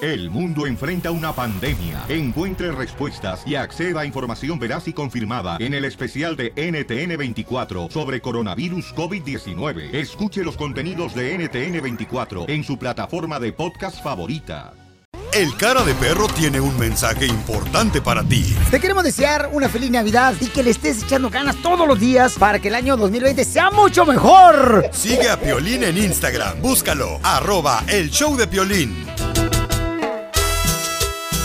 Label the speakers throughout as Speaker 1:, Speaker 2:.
Speaker 1: El mundo enfrenta una pandemia. Encuentre respuestas y acceda a información veraz y confirmada en el especial de NTN24 sobre coronavirus COVID-19. Escuche los contenidos de NTN24 en su plataforma de podcast favorita.
Speaker 2: El cara de perro tiene un mensaje importante para ti.
Speaker 3: Te queremos desear una feliz Navidad y que le estés echando ganas todos los días para que el año 2020 sea mucho mejor.
Speaker 2: Sigue a Piolín en Instagram. Búscalo. Arroba el show de Piolín.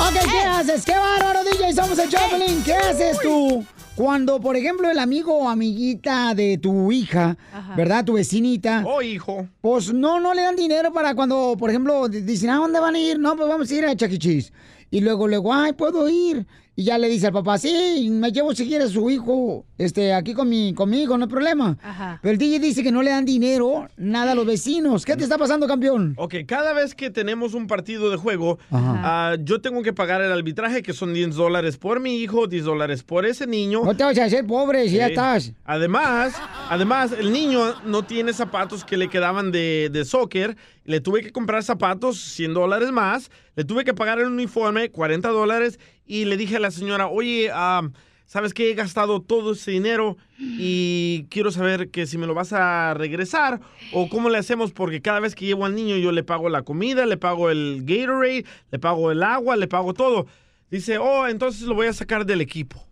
Speaker 3: Ok, ¿qué haces? ¡Qué bárbaro, DJ! Somos el Chaplin. ¿Qué haces tú? Cuando, por ejemplo, el amigo o amiguita de tu hija,
Speaker 4: Ajá.
Speaker 3: ¿verdad? Tu vecinita.
Speaker 4: Oh, hijo.
Speaker 3: Pues no, no le dan dinero para cuando, por ejemplo, di- dicen, ¿a dónde van a ir? No, pues vamos a ir a Chuck E. Cheese". Y luego, luego, ay, puedo ir. Y ya le dice al papá, sí, me llevo si quieres su hijo, este, aquí con mi, conmigo, no hay problema.
Speaker 5: Ajá.
Speaker 3: Pero el DJ dice que no le dan dinero, nada a los vecinos. ¿Qué te está pasando, campeón?
Speaker 5: Ok, cada vez que tenemos un partido de juego, ah, yo tengo que pagar el arbitraje, que son 10 dólares por mi hijo, 10 dólares por ese niño.
Speaker 3: No te vas a hacer pobre si ya
Speaker 5: Sí.
Speaker 3: estás.
Speaker 5: Además, además, el niño no tiene zapatos que le quedaban de, de soccer. Le tuve que comprar zapatos, 100 dólares más. Le tuve que pagar el uniforme, 40 dólares. Y le dije a la señora, oye, ah, ¿sabes qué? He gastado todo ese dinero y quiero saber que si me lo vas a regresar o cómo le hacemos porque cada vez que llevo al niño yo le pago la comida, le pago el Gatorade, le pago el agua, le pago todo. Dice, oh, entonces lo voy a sacar del equipo.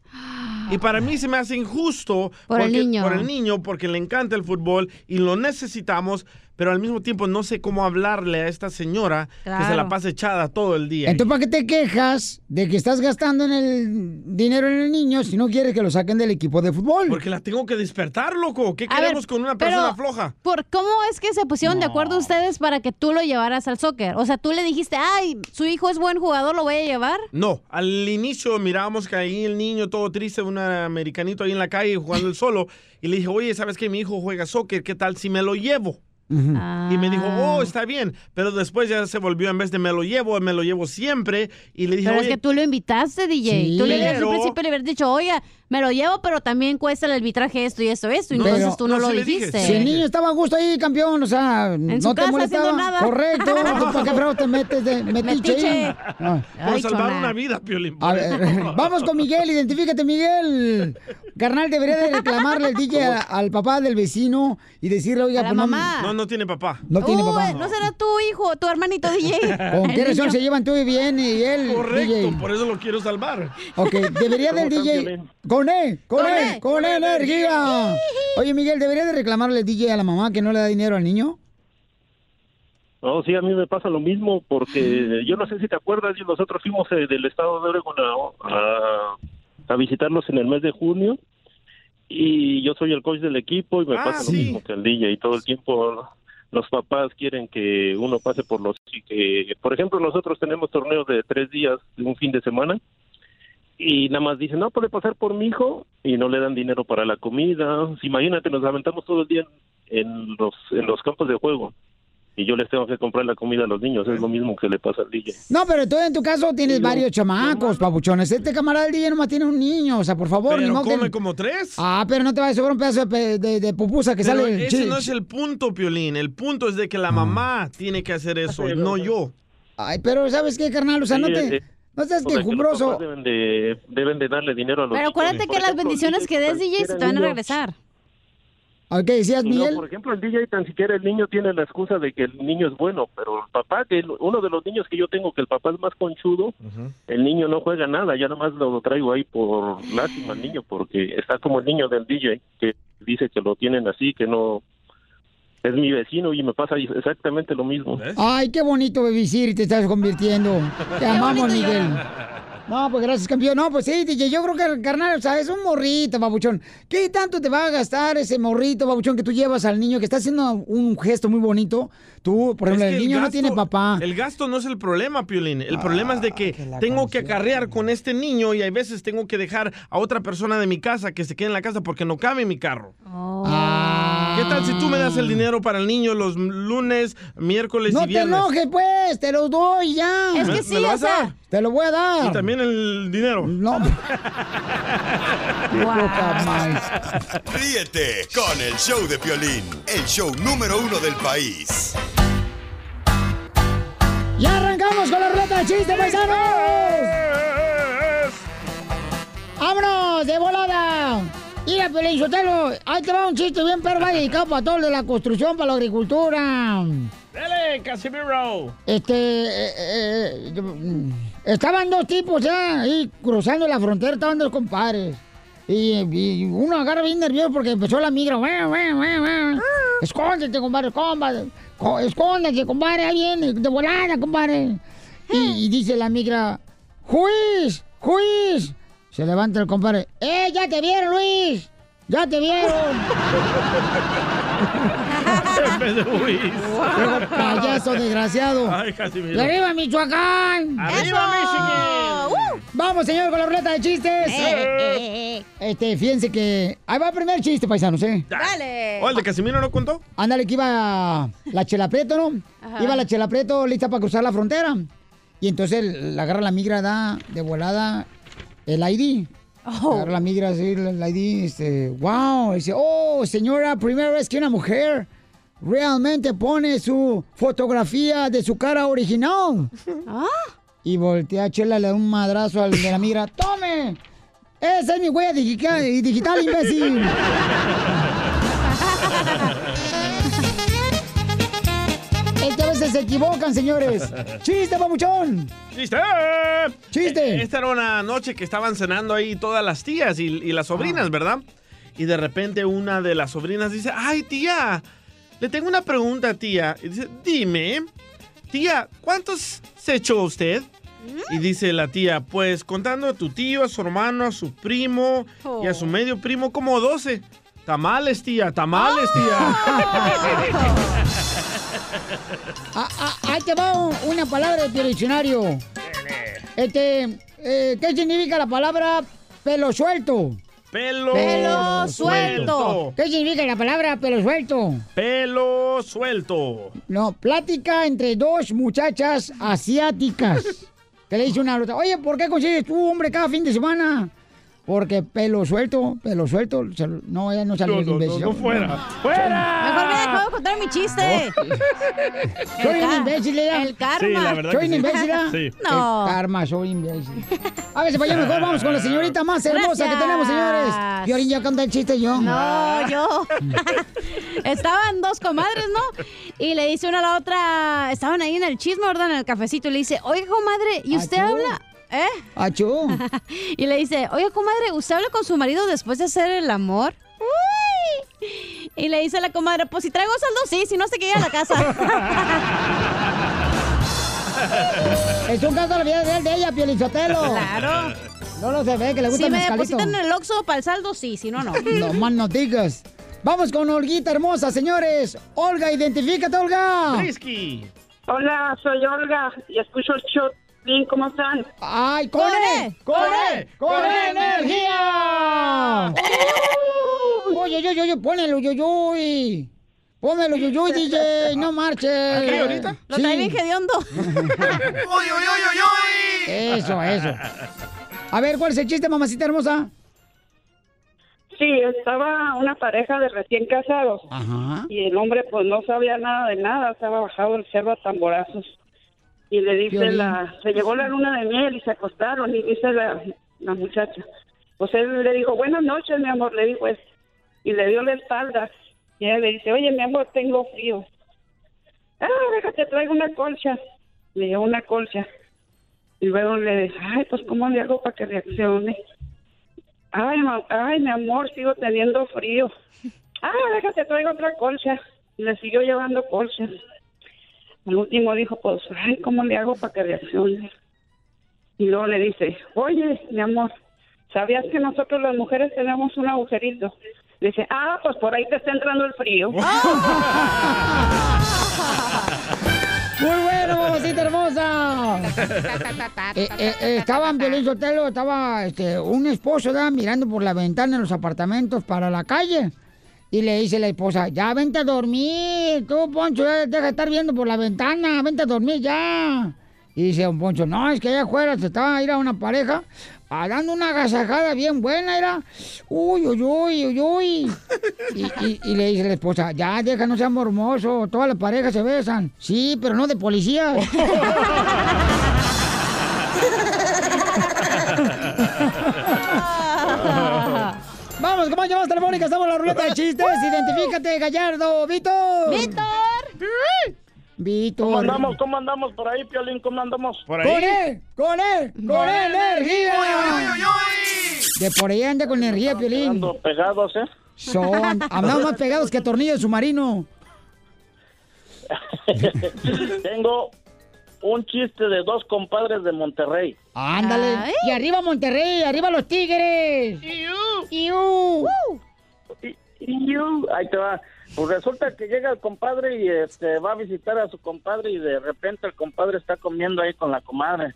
Speaker 5: Y para mí se me hace injusto
Speaker 6: Por el
Speaker 5: porque-
Speaker 6: niño.
Speaker 5: por el niño, porque le encanta el fútbol y lo necesitamos, pero al mismo tiempo no sé cómo hablarle a esta señora que se la
Speaker 3: Claro.
Speaker 5: pasa echada todo el día.
Speaker 3: Entonces, ¿para qué te quejas de que estás gastando en el dinero en el niño si no quieres que lo saquen del equipo de fútbol?
Speaker 5: Porque la tengo que despertar, loco. ¿Qué
Speaker 6: A
Speaker 5: queremos
Speaker 6: ver,
Speaker 5: con una
Speaker 6: pero-
Speaker 5: persona floja?
Speaker 6: ¿Por cómo es que se pusieron de acuerdo ustedes para que tú lo llevaras al soccer? O sea, tú le dijiste, ay, su hijo es buen jugador, lo voy a llevar.
Speaker 5: No, al inicio mirábamos que ahí el niño todo triste, un americanito ahí en la calle jugando el solo. Y le dije, oye, ¿sabes qué? Mi hijo juega soccer, ¿qué tal si me lo llevo? Y me dijo,
Speaker 6: Ah.
Speaker 5: oh, está bien. Pero después ya se volvió, en vez de me lo llevo, me lo llevo siempre. Y le dije,
Speaker 6: Pero es
Speaker 5: oye,
Speaker 6: que tú lo invitaste, DJ. Tú le dijiste
Speaker 5: Pero-
Speaker 6: al principio le hubieras dicho, oye, me lo llevo, pero también cuesta el arbitraje esto y esto, esto. Y entonces tú no, lo dijiste.
Speaker 3: Si el niño estaba a gusto ahí, campeón, o sea, no
Speaker 6: su
Speaker 3: te
Speaker 6: casa
Speaker 3: molestaba.
Speaker 6: haciendo nada.
Speaker 3: Correcto, ¿tú ¿para qué fraude te metes de metiche?
Speaker 5: Metiche.
Speaker 3: ahí? Ah.
Speaker 5: por salvar una vida, Piolín.
Speaker 3: A ver, vamos con Miguel, identifícate Miguel. Carnal, debería de reclamarle al DJ a- al papá del vecino y decirle, oiga, pues, no-
Speaker 5: No, no tiene papá.
Speaker 3: No tiene papá.
Speaker 6: Uy, No será tu hijo, tu hermanito DJ.
Speaker 3: ¿Con
Speaker 6: El
Speaker 3: qué razón
Speaker 6: niño.
Speaker 3: se llevan tú y bien y él?
Speaker 5: Correcto,
Speaker 3: DJ?
Speaker 5: por eso lo quiero salvar.
Speaker 3: Ok, debería del
Speaker 5: ¿Cómo están,
Speaker 3: DJ.
Speaker 5: Piolín?
Speaker 3: Con E, con
Speaker 5: Con
Speaker 3: E,
Speaker 5: E,
Speaker 3: con
Speaker 5: con
Speaker 3: E energía. Oye, Miguel, ¿debería de reclamarle al DJ a la mamá que no le da dinero al niño?
Speaker 7: No, sí, a mí me pasa lo mismo porque yo no sé si te acuerdas, yo- nosotros fuimos eh, del estado de Oregon a, a- a visitarlos en el mes de junio y yo soy el coach del equipo y me
Speaker 8: Ah,
Speaker 7: pasa
Speaker 8: sí.
Speaker 7: lo mismo que el DJ y todo el tiempo los papás quieren que uno pase por los y que por ejemplo nosotros tenemos torneos de tres días un fin de semana y nada más dicen no pues puede pasar por mi hijo y no le dan dinero para la comida imagínate nos aventamos todo el día en, en los en los campos de juego y yo les tengo que comprar la comida a los niños, es lo mismo que le pasa al DJ.
Speaker 3: No, pero tú en tu caso tienes varios chamacos, papuchones. Este camarada del DJ nomás tiene un niño, o sea, por favor, ni
Speaker 5: Pero
Speaker 3: modo que-
Speaker 5: come como tres.
Speaker 3: Ah, pero no te va a sobrar un pedazo de, pe- de- de pupusa que
Speaker 5: Pero
Speaker 3: sale el
Speaker 5: ese
Speaker 3: chi-
Speaker 5: no es el punto, Piolín. El punto es de que la mamá tiene que hacer eso, no yo.
Speaker 3: Ay, pero ¿sabes qué, carnal? O sea, no
Speaker 7: Sí,
Speaker 3: te...
Speaker 7: eh,
Speaker 3: No seas
Speaker 7: o sea, que los
Speaker 3: quejumbroso.
Speaker 7: papás deben de, deben de darle dinero a los
Speaker 6: Pero
Speaker 7: niños.
Speaker 6: acuérdate que las bendiciones que des, DJ, se te van a
Speaker 7: niño.
Speaker 6: regresar.
Speaker 3: ¿A qué decías,
Speaker 7: No,
Speaker 3: Miguel?
Speaker 7: por ejemplo, el DJ tan siquiera el niño tiene la excusa de que el niño es bueno, pero el papá, que el- uno de los niños que yo tengo, que el papá es más conchudo, el niño no juega nada, ya nomás lo traigo ahí por lástima al niño, porque está como el niño del DJ, que dice que lo tienen así, que no... Es mi vecino y me pasa exactamente lo mismo.
Speaker 3: Ay, qué bonito, Babysitter, te estás convirtiendo. Te
Speaker 7: Qué
Speaker 3: amamos,
Speaker 7: bonito
Speaker 3: Miguel.
Speaker 7: llora.
Speaker 3: No, pues gracias, campeón. No, pues sí, DJ, yo creo que, carnal, o sea, es un morrito, babuchón. ¿Qué tanto te va a gastar ese morrito, babuchón, que tú llevas al niño, que está haciendo un gesto muy bonito? Tú, por ejemplo,
Speaker 5: Es que
Speaker 3: el niño no
Speaker 5: gasto-
Speaker 3: tiene papá.
Speaker 5: El gasto no es el problema, Piolín. El problema
Speaker 3: Ah,
Speaker 5: es de que, tengo que acarrear con este niño y hay veces tengo que dejar a otra persona de mi casa que se quede en la casa porque no cabe en mi carro. Oh.
Speaker 3: Ah.
Speaker 5: ¿Qué tal si tú me das el dinero para el niño los lunes, miércoles
Speaker 3: No
Speaker 5: y
Speaker 3: te
Speaker 5: viernes?
Speaker 3: enojes, pues, te lo doy ya.
Speaker 5: Es que ¿Me- sí, me lo o vas a sea- dar?
Speaker 3: Te lo voy a dar.
Speaker 5: Y también el dinero.
Speaker 3: No.
Speaker 2: Ríete con el show de Piolín, el show número uno del país.
Speaker 3: Ya arrancamos con la ruleta hora de chiste, paisanos! ¡Vámonos, de volada! Mira, Pelín Sotelo, ahí te va un chiste bien perro, va dedicado para todo de la construcción, para la agricultura.
Speaker 5: Dele, Casimiro.
Speaker 3: Este, eh, eh, yo, mm, estaban dos tipos ya ahí cruzando la frontera, estaban dos compadres. Y, y uno agarra bien nervioso porque empezó la migra. "Guau, guau, guau, guau". Escóndete, compadre, compadre. Co- Escóndete, compadre, ahí viene, de volada, compadre. Y, y dice la migra, Juiz, Juiz. Se levanta el compadre. ¡Eh, ya te vieron, Luis! ¡Ya te vieron! Luego, payaso desgraciado.
Speaker 5: Ay, Casimiro.
Speaker 3: ¡Y arriba, Michoacán!
Speaker 5: ¡Arriba, Michigan!
Speaker 3: Vamos, señor, con la ruleta de chistes. Este, fíjense que. Ahí va el primer chiste, paisanos, ¿eh?
Speaker 6: Dale.
Speaker 5: ¿O el de Casimiro no contó?
Speaker 3: Ándale, que iba la chelapreto, ¿no?
Speaker 6: Ajá.
Speaker 3: Iba la chelapreto lista para cruzar la frontera. Y entonces la agarra la migra, da de volada el ID. Agarra la migra, así, el ID, este, wow. Dice, oh, señora, primera vez que una mujer realmente pone su fotografía de su cara original. Y voltea Chela, le da un madrazo al de la migra. ¡Tome! Esa es mi huella digica- digital, imbécil. Es que a veces se equivocan, señores. ¡Chiste, papuchón! Ah,
Speaker 5: ¡Chiste!
Speaker 3: Chiste.
Speaker 5: Eh, Esta era una noche que estaban cenando ahí todas las tías y, y las
Speaker 6: Ah.
Speaker 5: sobrinas, ¿verdad? Y de repente una de las sobrinas dice, ay tía, le tengo una pregunta, tía. Y dice, dime, tía, ¿cuántos se echó usted? Y dice la tía, pues contando a tu tío, a su hermano, a su primo y
Speaker 6: Oh.
Speaker 5: a su medio primo, como 12. Tamales, tía, tamales, tía.
Speaker 3: Ah, ah, ahí te va un- una palabra de tu diccionario. Este, eh, ¿qué significa la palabra pelo suelto?
Speaker 5: Pelo,
Speaker 6: Pelo suelto.
Speaker 3: ¿Qué significa la palabra pelo suelto?
Speaker 5: Pelo suelto.
Speaker 3: No, plática entre dos muchachas asiáticas. Que le dice una a la otra, oye, ¿por qué consigues tú, hombre, cada fin de semana? Porque pelo suelto, pelo suelto. se lo- No, ella no salió
Speaker 5: No,
Speaker 3: de
Speaker 5: no, no,
Speaker 3: imbécil.
Speaker 5: no, fuera. ¡Fuera!
Speaker 6: Mejor me dejó contar mi chiste.
Speaker 3: Oh. Soy un
Speaker 6: ca-
Speaker 3: imbécil, ella.
Speaker 6: El karma.
Speaker 5: Sí, la verdad
Speaker 3: ¿Soy
Speaker 5: que
Speaker 3: un
Speaker 5: sí.
Speaker 3: imbécil? ah?
Speaker 5: Sí. Ah.
Speaker 6: No.
Speaker 3: El karma, soy imbécil. A ver, se vaya mejor, vamos con la señorita más hermosa
Speaker 6: Ah. Gracias.
Speaker 3: que tenemos, señores. Y ahorita ya canta el chiste yo. Ah.
Speaker 6: No, yo. Estaban dos comadres, ¿no? Y le dice una a la otra, estaban ahí en el chisme, ¿verdad? En el cafecito. Y le dice, oiga, comadre, ¿y usted
Speaker 3: Achú.
Speaker 6: habla? ¿Eh?
Speaker 3: Achú.
Speaker 6: Y le dice, oiga, comadre, ¿usted habla con su marido después de hacer el amor? ¡Uy! Y le dice a la comadre, pues si traigo saldo, sí, si no se queda a la casa.
Speaker 3: Es un caso de la vida real de ella, Pielizotelo.
Speaker 6: claro.
Speaker 3: No lo se ve, que le gusta
Speaker 6: Si
Speaker 3: el
Speaker 6: me
Speaker 3: mezcalito.
Speaker 6: depositan en el Oxxo para el saldo, sí, si no, no.
Speaker 3: No más no digas. Vamos con Olguita hermosa, señores. Olga, identifícate, Olga.
Speaker 5: Frisky.
Speaker 4: Hola, soy Olga y escucho el show. Bien, ¿Cómo están?
Speaker 3: ¡Ay, con E! ¡Con E! ¡Con E energía! ¡Uh! Oye, yo, yo, yo, ponelo, yo, yo. Pónmelo, yo, yo, DJ. No marches.
Speaker 5: ¿Aquí ahorita?
Speaker 6: Lo
Speaker 3: Sí.
Speaker 6: trae bien hediondo.
Speaker 3: Eso, eso. A ver, ¿cuál es el chiste, mamacita hermosa?
Speaker 4: Sí, estaba una pareja de recién casados
Speaker 3: Ajá.
Speaker 4: y el hombre pues no sabía nada de nada, estaba bajado el cerro a tamborazos. Y le dice
Speaker 3: Violín.
Speaker 4: la, se llegó la luna de miel y se acostaron y dice la, la muchacha. Pues él le dijo, buenas noches, mi amor, le dijo él. Y le dio la espalda. Y ella le dice, oye, mi amor, tengo frío. Ah, déjate, traigo una colcha. Le llevó una colcha. Y luego le dice, ay, pues ¿cómo le hago para que reaccione? Ay, ma- ay, mi amor, sigo teniendo frío. Ah, déjate, traigo otra colcha. Y le siguió llevando colchas. Al último dijo, pues, ay, ¿cómo le hago para que reaccione? Y luego le dice, oye, mi amor, ¿sabías que nosotros las mujeres tenemos un agujerito? Dice, ah, pues por ahí te está entrando el frío.
Speaker 3: Muy bueno, mamacita hermosa. Eh, eh, eh, estaban Violín Sotelo, estaba este, un esposo ¿verdad? mirando por la ventana en los apartamentos para la calle. Y le dice la esposa, ya vente a dormir, tú Poncho, ya deja de estar viendo por la ventana, vente a dormir ya. Y dice don Poncho, no, es que allá afuera se estaba ir a una pareja ah, dando una agasajada bien buena, era, uy, uy, uy, uy, uy. Y, y- y le dice la esposa, ya deja, no seas mormoso, todas las parejas se besan. Sí, pero no de policía. Vamos con más llamadas telefónicas. Estamos en la ruleta de chistes. Identifícate, Gallardo. Víctor.
Speaker 6: Víctor.
Speaker 3: Víctor.
Speaker 9: ¿Cómo andamos? ¿Cómo andamos por ahí, Piolín? ¿Cómo andamos?
Speaker 5: Por
Speaker 3: Con él, con él, con él, energía. De por ahí anda con energía, Piolín.
Speaker 9: Ando pegados, ¿eh?
Speaker 3: Son, andamos más pegados que tornillo de submarino.
Speaker 9: Tengo un chiste de dos compadres de Monterrey.
Speaker 3: Ándale.
Speaker 6: Ay.
Speaker 3: Y arriba Monterrey, arriba los tigres. Iu.
Speaker 9: Y, y yo, ahí te va. Pues resulta que llega el compadre y este va a visitar a su compadre y de repente el compadre está comiendo ahí con la comadre.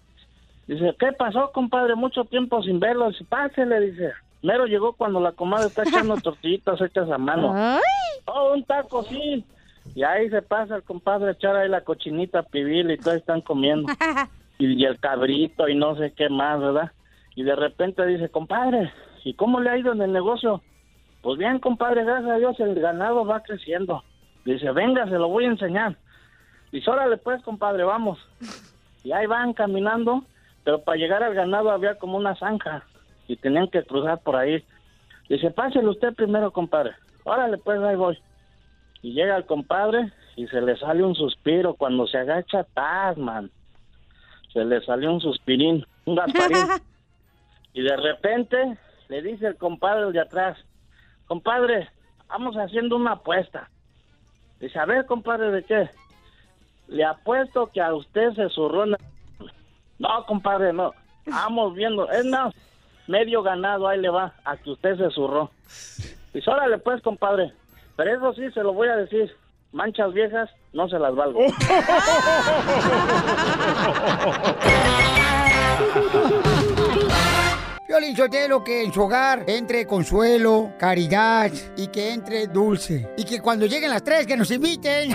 Speaker 9: Dice, ¿qué pasó, compadre? Mucho tiempo sin verlo. Dice, pásele, dice. Mero llegó cuando la comadre está echando tortillitas hechas a mano.
Speaker 6: Ay.
Speaker 9: Oh, un taco, sí. Y ahí se pasa el compadre a echar ahí la cochinita pibil y todos están comiendo. Y, y el cabrito y no sé qué más, ¿verdad? Y de repente dice, compadre, ¿y cómo le ha ido en el negocio? Pues bien, compadre, gracias a Dios el ganado va creciendo. Dice, venga, se lo voy a enseñar. Dice, órale pues, compadre, vamos. Y ahí van caminando, pero para llegar al ganado había como una zanja y tenían que cruzar por ahí. Dice, páselo usted primero, compadre. Órale pues, ahí voy. Y llega el compadre y se le sale un suspiro cuando se agacha, Tasman. Se le salió un suspirín, un gasparín. y de repente le dice el compadre de atrás, compadre, vamos haciendo una apuesta. Dice, a ver, compadre, ¿de qué? Le apuesto que a usted se zurró. en la- No, compadre, no. Vamos viendo. Es más, medio ganado, ahí le va, a que usted se zurró. Dice, órale pues, compadre. Pero eso sí, se lo voy a decir. Manchas viejas, no se las valgo.
Speaker 3: Piolín Sotelo, que en su hogar entre consuelo, caridad y que entre dulce. Y que cuando lleguen las tres, que nos inviten.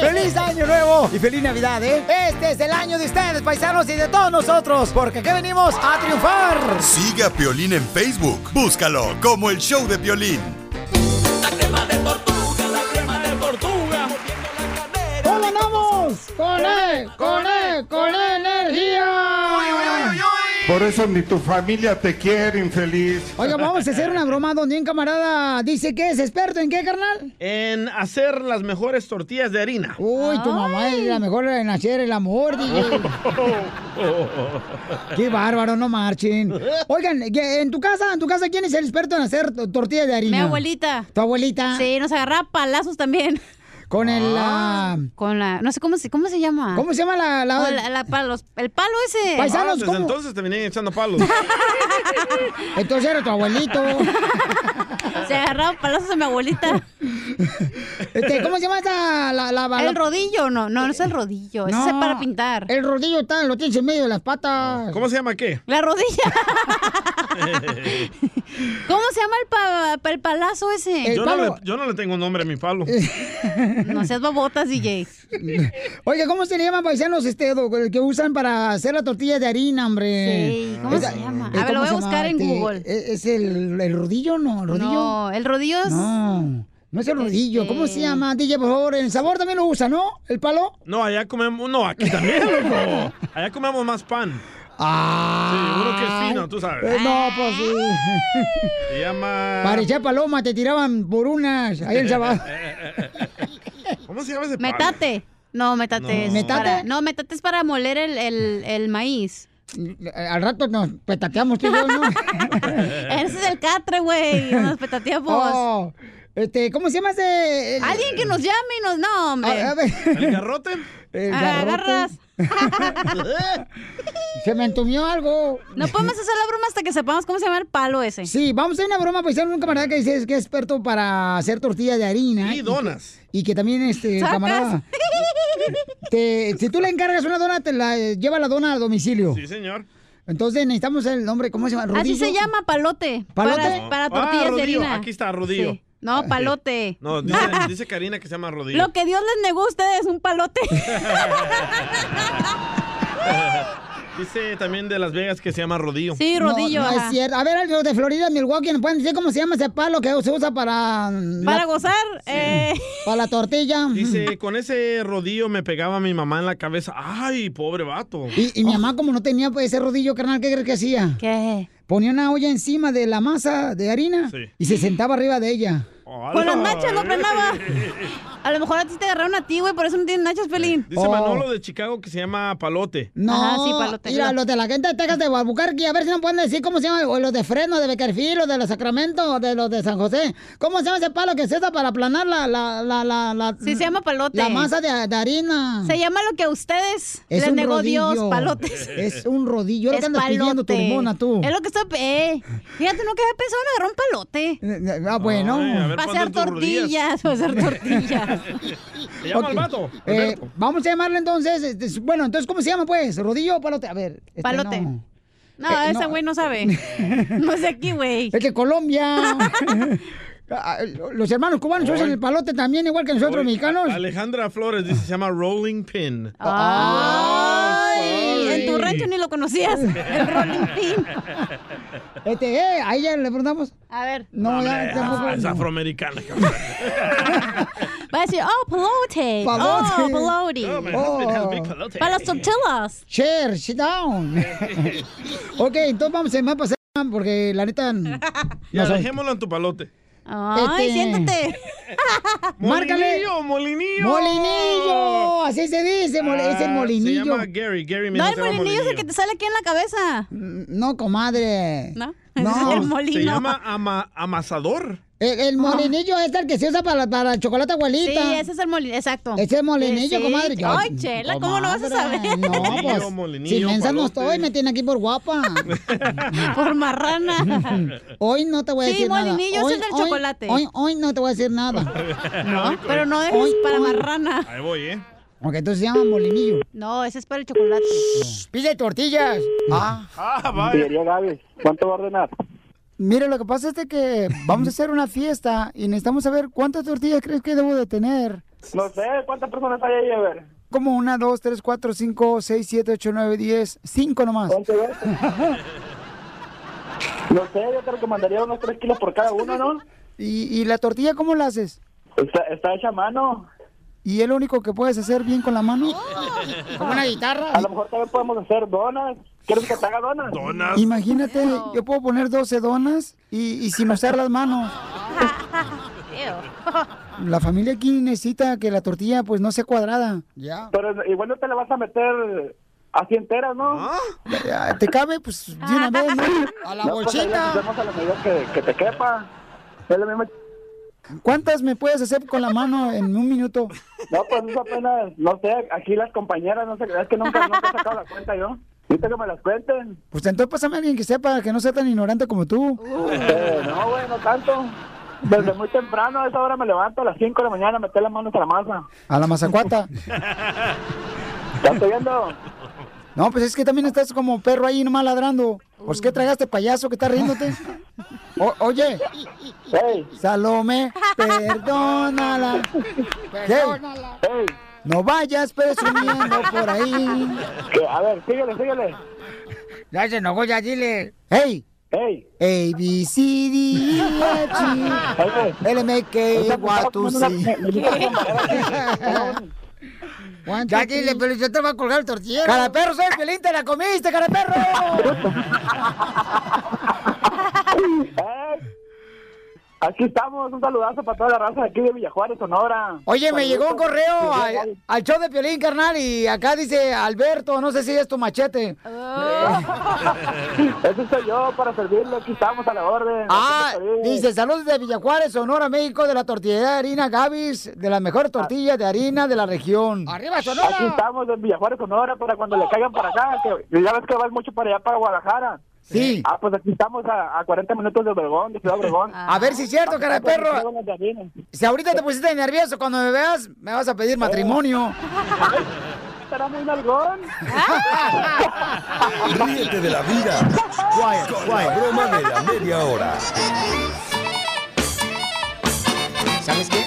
Speaker 3: ¡Feliz Año Nuevo! Y feliz Navidad, ¿eh? Este es el año de ustedes, paisanos, y de todos nosotros, porque aquí venimos a triunfar.
Speaker 2: Sigue a Piolín en Facebook. Búscalo como el show de Piolín.
Speaker 3: ¡Con ganamos! ¡Con él! ¡Con él! ¡Con E energía!
Speaker 10: Por eso ni tu familia te quiere, infeliz.
Speaker 3: Oiga, vamos a hacer una broma donde un camarada dice que es experto en qué, carnal.
Speaker 5: En hacer las mejores tortillas de harina.
Speaker 3: Uy, tu mamá es la mejor en hacer el amor, DJ.
Speaker 5: Oh.
Speaker 3: Qué bárbaro, no marchen. Oigan, ¿qué- en tu casa, en tu casa, ¿quién es el experto en hacer to- tortillas de harina?
Speaker 6: Mi abuelita.
Speaker 3: ¿Tu abuelita?
Speaker 6: Sí, nos agarraba palazos también.
Speaker 3: Con el... ah,
Speaker 6: Con la. No sé cómo se, cómo se llama.
Speaker 3: ¿Cómo se llama la...? la-
Speaker 6: O la- la palos- el palo ese.
Speaker 3: Paisa-
Speaker 5: Ah,
Speaker 3: Paisanos,
Speaker 5: desde
Speaker 3: ¿cómo?
Speaker 5: entonces te venían echando palos.
Speaker 3: Entonces era tu abuelito.
Speaker 6: Se agarraba palazos a mi abuelita.
Speaker 3: Este, ¿Cómo se llama esa...? La, la, la-
Speaker 6: El rodillo, no, no, no es el rodillo, ese es
Speaker 3: No,
Speaker 6: para pintar.
Speaker 3: El rodillo está, lo tienes en medio de las patas.
Speaker 5: ¿Cómo se llama qué?
Speaker 6: La rodilla. ¿Cómo se llama el, pa- pa- el palazo ese?
Speaker 3: El Eh.
Speaker 5: Yo no,
Speaker 3: palo.
Speaker 5: le, yo no le tengo nombre a mi palo.
Speaker 6: No seas babotas, DJ.
Speaker 3: Oiga, ¿cómo se le llaman paisanos este, do- el que usan para hacer la tortilla de harina, hombre?
Speaker 6: Sí, ¿cómo se llama?
Speaker 3: eh,
Speaker 6: A ver,
Speaker 3: ¿cómo
Speaker 6: lo voy a
Speaker 3: se
Speaker 6: buscar en
Speaker 3: llama? Este,
Speaker 6: Google.
Speaker 3: ¿Es, es el, el rodillo no? ¿El rodillo?
Speaker 6: No, el rodillo es.
Speaker 3: No, no es el rodillo. ¿Cómo se
Speaker 6: Este-
Speaker 3: llama? DJ, por favor, el sabor también lo usa, ¿no? ¿El palo?
Speaker 5: No, allá comemos. No, aquí también, loco. Allá comemos más pan. Sí,
Speaker 3: Ah.
Speaker 5: uno que es fino, tú sabes.
Speaker 3: Eh, no, pues sí.
Speaker 5: Se llama.
Speaker 3: Parecía paloma, te tiraban por unas. pues, Ahí el sábado.
Speaker 5: ¿Cómo se llama ese palo?
Speaker 6: Metate. No, metate. es
Speaker 3: ¿Metate?
Speaker 6: para- no, metate es para moler el, el- el maíz.
Speaker 3: Al rato nos petateamos tú y yo, ¿no?
Speaker 6: Ese es el catre, güey. Nos petateamos.
Speaker 3: Oh, este, ¿cómo se llama ese? el-
Speaker 6: Pues. Alguien que nos llame y nos. No,
Speaker 3: a,
Speaker 6: hombre. Ah,
Speaker 3: a ver.
Speaker 5: ¿El garrote?
Speaker 3: el garrote.
Speaker 6: Agarras.
Speaker 3: Se me entumió algo.
Speaker 6: No podemos hacer la broma hasta que sepamos cómo se llama el palo ese.
Speaker 3: Sí, vamos a hacer una broma pues un camarada que dice que es experto para hacer tortilla de harina.
Speaker 5: Y donas.
Speaker 3: Y que también este el
Speaker 6: Sacas.
Speaker 3: camarada. te- si tú le encargas una dona, te la eh, lleva la dona a domicilio.
Speaker 5: Sí, señor.
Speaker 3: Entonces necesitamos el nombre, ¿cómo se llama?
Speaker 6: Así
Speaker 3: ¿Rodillo?
Speaker 6: se llama palote.
Speaker 3: ¿Palote?
Speaker 6: Para, para
Speaker 5: Ah,
Speaker 6: tortillas de
Speaker 5: rodillo.
Speaker 6: harina.
Speaker 5: Aquí está, rodillo.
Speaker 6: Sí. No, palote.
Speaker 5: No, dice, dice Karina que se llama rodillo.
Speaker 6: Lo que Dios les negó a ustedes es un palote.
Speaker 5: Dice también de Las Vegas que se llama rodillo.
Speaker 3: No, No, es cierto. A ver, los de Florida, Milwaukee, ¿nos pueden decir cómo se llama ese palo que se usa para... mm,
Speaker 5: Para
Speaker 6: gozar. Eh.
Speaker 3: Para la tortilla.
Speaker 5: Dice, con ese rodillo me pegaba mi mamá en la cabeza. Ay, pobre vato. Oh,
Speaker 3: Y, y mi mamá, como no tenía pues, ese rodillo, carnal, ¿qué crees que hacía?
Speaker 6: ¿Qué?
Speaker 3: Ponía una olla encima de la masa de harina
Speaker 5: Sí. Oh,
Speaker 3: y se sentaba arriba de ella.
Speaker 6: Con las nachas lo frenaba. A lo mejor a ti te agarraron a ti, güey, por eso no tienes nachas, Pelín.
Speaker 3: Oh.
Speaker 5: Dice Manolo de Chicago que se llama Palote.
Speaker 3: No,
Speaker 6: Ajá, sí, palote.
Speaker 3: mira, los de la gente de Texas de Albuquerque, a ver si nos pueden decir cómo se llama, o los de Fresno, de Beckerfield, los de los Sacramento, de los de San José. ¿Cómo se llama ese palo que se usa para aplanar la... la, la, la, la-
Speaker 6: Sí, se llama palote.
Speaker 3: La masa de, de harina.
Speaker 6: Se llama lo que a ustedes les
Speaker 3: Ah. un
Speaker 6: negó Dios,
Speaker 3: rodillo.
Speaker 6: palotes.
Speaker 3: Es un rodillo. Es lo que
Speaker 6: Es
Speaker 3: andas pidiendo tu
Speaker 6: palote.
Speaker 3: limona, tú.
Speaker 6: Es lo que está. Eh, fíjate, nunca había pensado en agarrar un palote.
Speaker 3: Ah, bueno.
Speaker 6: va a ser tortillas, va a ser tortillas.
Speaker 5: Se llama el vato,
Speaker 3: Eh,
Speaker 5: Alberto.
Speaker 3: vamos a llamarle entonces. este, bueno, entonces, ¿cómo se llama, pues? ¿Rodillo o palote? A ver. este,
Speaker 6: Palote.
Speaker 3: no.
Speaker 6: No,
Speaker 3: Eh,
Speaker 6: ese
Speaker 3: no.
Speaker 6: güey no sabe. No es de aquí, güey.
Speaker 3: Es que Colombia. Ah, Los hermanos cubanos usan el palote también, igual que nosotros, mexicanos.
Speaker 5: Alejandra Flores dice, se llama Rolling Pin.
Speaker 6: Ay,
Speaker 3: Ah,
Speaker 5: sorry.
Speaker 6: Ah, en tu rancho ni lo conocías. El Rolling Pin.
Speaker 3: Este, eh, ahí ya le preguntamos.
Speaker 6: A ver,
Speaker 3: No, ya
Speaker 5: Hombre,
Speaker 3: tampoco.
Speaker 5: ah, es
Speaker 3: no.
Speaker 5: afroamericana.
Speaker 6: va a decir, oh, palote.
Speaker 3: Palote.
Speaker 6: Oh,
Speaker 5: Oh, my
Speaker 6: palote.
Speaker 5: husband has big
Speaker 3: Oh.
Speaker 5: palote.
Speaker 6: Para las tortillas.
Speaker 3: Share, sit down. ok, entonces vamos a más pasar porque la neta. no
Speaker 5: Ya,
Speaker 3: soy-
Speaker 5: dejémoslo en tu palote.
Speaker 6: Ay,
Speaker 3: Este.
Speaker 6: siéntate.
Speaker 3: Márcale.
Speaker 5: ¡Molinillo, molinillo!
Speaker 3: ¡Molinillo! Así se dice, mol- es el
Speaker 5: Ah,
Speaker 3: molinillo.
Speaker 5: Se llama Gary. Gary me
Speaker 6: No,
Speaker 5: dijo
Speaker 6: el
Speaker 5: se llama
Speaker 6: molinillo es el que te sale aquí en la cabeza.
Speaker 3: No, comadre.
Speaker 6: ¿No?
Speaker 3: No.
Speaker 6: el
Speaker 5: Se
Speaker 6: molino.
Speaker 5: llama ama- amasador.
Speaker 3: El, el molinillo es el que se usa para, para el chocolate
Speaker 6: Sí,
Speaker 3: agualita.
Speaker 6: ese es el molino, exacto.
Speaker 3: Ese es molinillo,
Speaker 6: Sí,
Speaker 3: comadre.
Speaker 6: sí.
Speaker 3: Yo-
Speaker 6: Ay, chela, ¿cómo no vas a
Speaker 3: comadre,
Speaker 6: saber?
Speaker 3: No,
Speaker 5: Molinillo,
Speaker 3: pues,
Speaker 5: molinillo,
Speaker 3: si mensa no
Speaker 5: palote.
Speaker 3: estoy, me tiene aquí por guapa.
Speaker 6: Por marrana.
Speaker 3: Hoy no te voy a
Speaker 6: Sí,
Speaker 3: decir nada.
Speaker 6: molinillo es
Speaker 3: hoy,
Speaker 6: el del
Speaker 3: hoy-
Speaker 6: chocolate.
Speaker 3: Hoy, hoy no te voy a decir nada.
Speaker 6: No, pero no dejes
Speaker 3: Ay,
Speaker 6: para
Speaker 3: ay.
Speaker 6: marrana.
Speaker 5: Ahí voy, ¿eh?
Speaker 3: Ok, entonces se llama molinillo.
Speaker 6: No, ese es para el chocolate.
Speaker 3: Pide tortillas. Ah.
Speaker 5: Ah, vaya.
Speaker 8: Diría Gaby, ¿cuánto va a ordenar?
Speaker 3: Mira, lo que pasa es de que vamos a hacer una fiesta y necesitamos saber cuántas tortillas crees que debo de tener.
Speaker 8: No sé, ¿cuántas personas hay ahí? A ver.
Speaker 3: Como una, dos, tres, cuatro, cinco, seis, siete, ocho, nueve, diez, cinco nomás.
Speaker 8: ¿Cuánto es? No sé, yo te recomendaría unos 3 kilos por cada uno, ¿no?
Speaker 3: ¿Y, y la tortilla cómo la haces?
Speaker 8: Está, está hecha a mano.
Speaker 3: ¿Y es lo único que puedes hacer bien con la mano? Como una guitarra.
Speaker 8: A lo mejor también podemos hacer donas. ¿Quieres que te haga donas?
Speaker 5: Donas.
Speaker 3: Imagínate, yo puedo poner 12 donas y, y sin usar las manos. La familia aquí necesita que la tortilla pues no sea cuadrada. Ya.
Speaker 8: Pero igual no te la vas a meter así enteras, ¿no?
Speaker 5: Ah,
Speaker 3: Ya, ¿Te cabe? Pues de una vez, ¿no? A la
Speaker 8: No, pues ahí las hacemos a la medida que, que te quepa. Es lo mismo.
Speaker 3: ¿Cuántas me puedes hacer con la mano en un minuto?
Speaker 8: No, pues eso apenas, no sé, aquí las compañeras, no sé, es que nunca, nunca he sacado la cuenta yo. Viste que me las cuenten.
Speaker 3: Pues entonces pásame a alguien que sepa, que no sea tan ignorante como tú.
Speaker 8: Eh, no, güey, no tanto. Desde muy temprano, a esa hora me levanto a las 5 de la mañana a meter las manos a la masa.
Speaker 3: A la mazacuata.
Speaker 8: ¿Ya estoy viendo?
Speaker 3: No, pues es que también estás como perro ahí nomás ladrando. Pues qué tragaste payaso que está riéndote. O- oye,
Speaker 8: ¡Ey!
Speaker 3: Salome, perdónala. Perdónala.
Speaker 8: ¡Ey!
Speaker 3: No vayas presumiendo por ahí.
Speaker 8: que- A ver, síguele, síguele.
Speaker 3: Ya se enojó, ya dile. Hey,
Speaker 8: ¡Ey!
Speaker 3: A, B, C, D, E, F,
Speaker 8: ¡Ey, güey!
Speaker 3: G, L, M, K, Y, two, C. Ya dile, pero yo te va a colgar el tortillero. Cara perro, soy feliz, te la comiste, cara perro.
Speaker 8: ¡Ey! Aquí estamos, un saludazo para toda la raza de aquí de Villajuárez, Sonora.
Speaker 3: Oye, me
Speaker 8: Saluditos.
Speaker 3: llegó un correo
Speaker 8: Sí,
Speaker 3: al,
Speaker 8: Gaby.
Speaker 3: al show de Piolín, carnal, y acá dice Alberto, no sé si es tu machete.
Speaker 8: Eso soy yo, para servirle, aquí estamos a la orden.
Speaker 3: Ah,
Speaker 8: Aquí estoy.
Speaker 3: dice, saludos de Villajuárez, Sonora, México, de la tortillería de harina Gavis, de las mejores tortillas de harina de la región. ¡Arriba,
Speaker 8: Aquí estamos en Villajuárez, Sonora, para cuando le caigan para acá, que ya ves que vas mucho para allá, para Guadalajara.
Speaker 3: Sí.
Speaker 8: Ah, pues aquí estamos a, a 40 minutos de Obregón, de Ciudad Obregón.
Speaker 3: A ver si es cierto, cara de perro.
Speaker 8: Traigan las de harina.
Speaker 3: Si ahorita te pusiste nervioso, cuando me veas, me vas a pedir matrimonio.
Speaker 8: ¿Estará muy nalgón?
Speaker 2: Ríete de la vida con la broma de la media hora.
Speaker 3: ¿Sabes qué?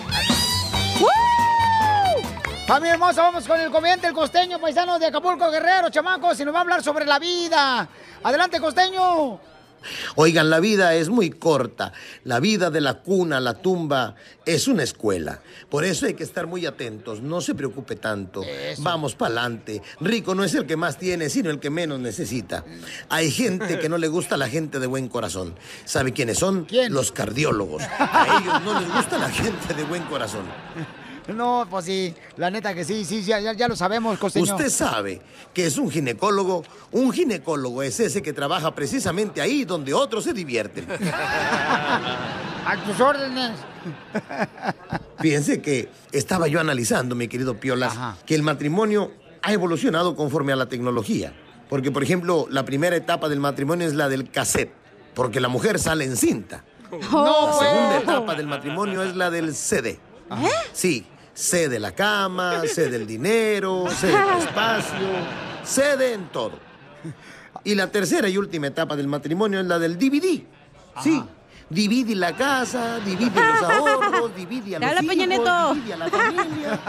Speaker 3: Familia hermosa, vamos con el comediante, el costeño, paisano de Acapulco, Guerrero, chamacos, y nos va a hablar sobre la vida. Adelante, costeño.
Speaker 11: Oigan, la vida es muy corta. La vida de la cuna a la tumba es una escuela. Por eso hay que estar muy atentos. No se preocupe tanto. Vamos para adelante. Rico no es el que más tiene, sino el que menos necesita. Hay gente que no le gusta a la gente de buen corazón. ¿Sabe quiénes son? Los cardiólogos. A ellos no les gusta la gente de buen corazón.
Speaker 3: No, pues sí, la neta que sí, sí, ya, ya- ya lo sabemos, costeño.
Speaker 11: Usted sabe que es un ginecólogo. Un ginecólogo es ese que trabaja precisamente ahí donde otros se divierten.
Speaker 3: A tus órdenes.
Speaker 11: Fíjense que estaba yo analizando, mi querido Piolas, que el matrimonio ha evolucionado conforme a la tecnología. Porque, por ejemplo, la primera etapa del matrimonio es la del cassette, porque la mujer sale en cinta. la segunda etapa del matrimonio es la del CD.
Speaker 3: ¿Eh?
Speaker 11: Sí, cede la cama, cede el dinero, cede el espacio, cede en todo. Y la tercera y última etapa del matrimonio es la del DVD. Sí, divide la casa, divide los ahorros, divide a
Speaker 3: Te
Speaker 11: los
Speaker 3: habla
Speaker 11: hijos,
Speaker 3: Peña Nieto.
Speaker 11: divide a la familia.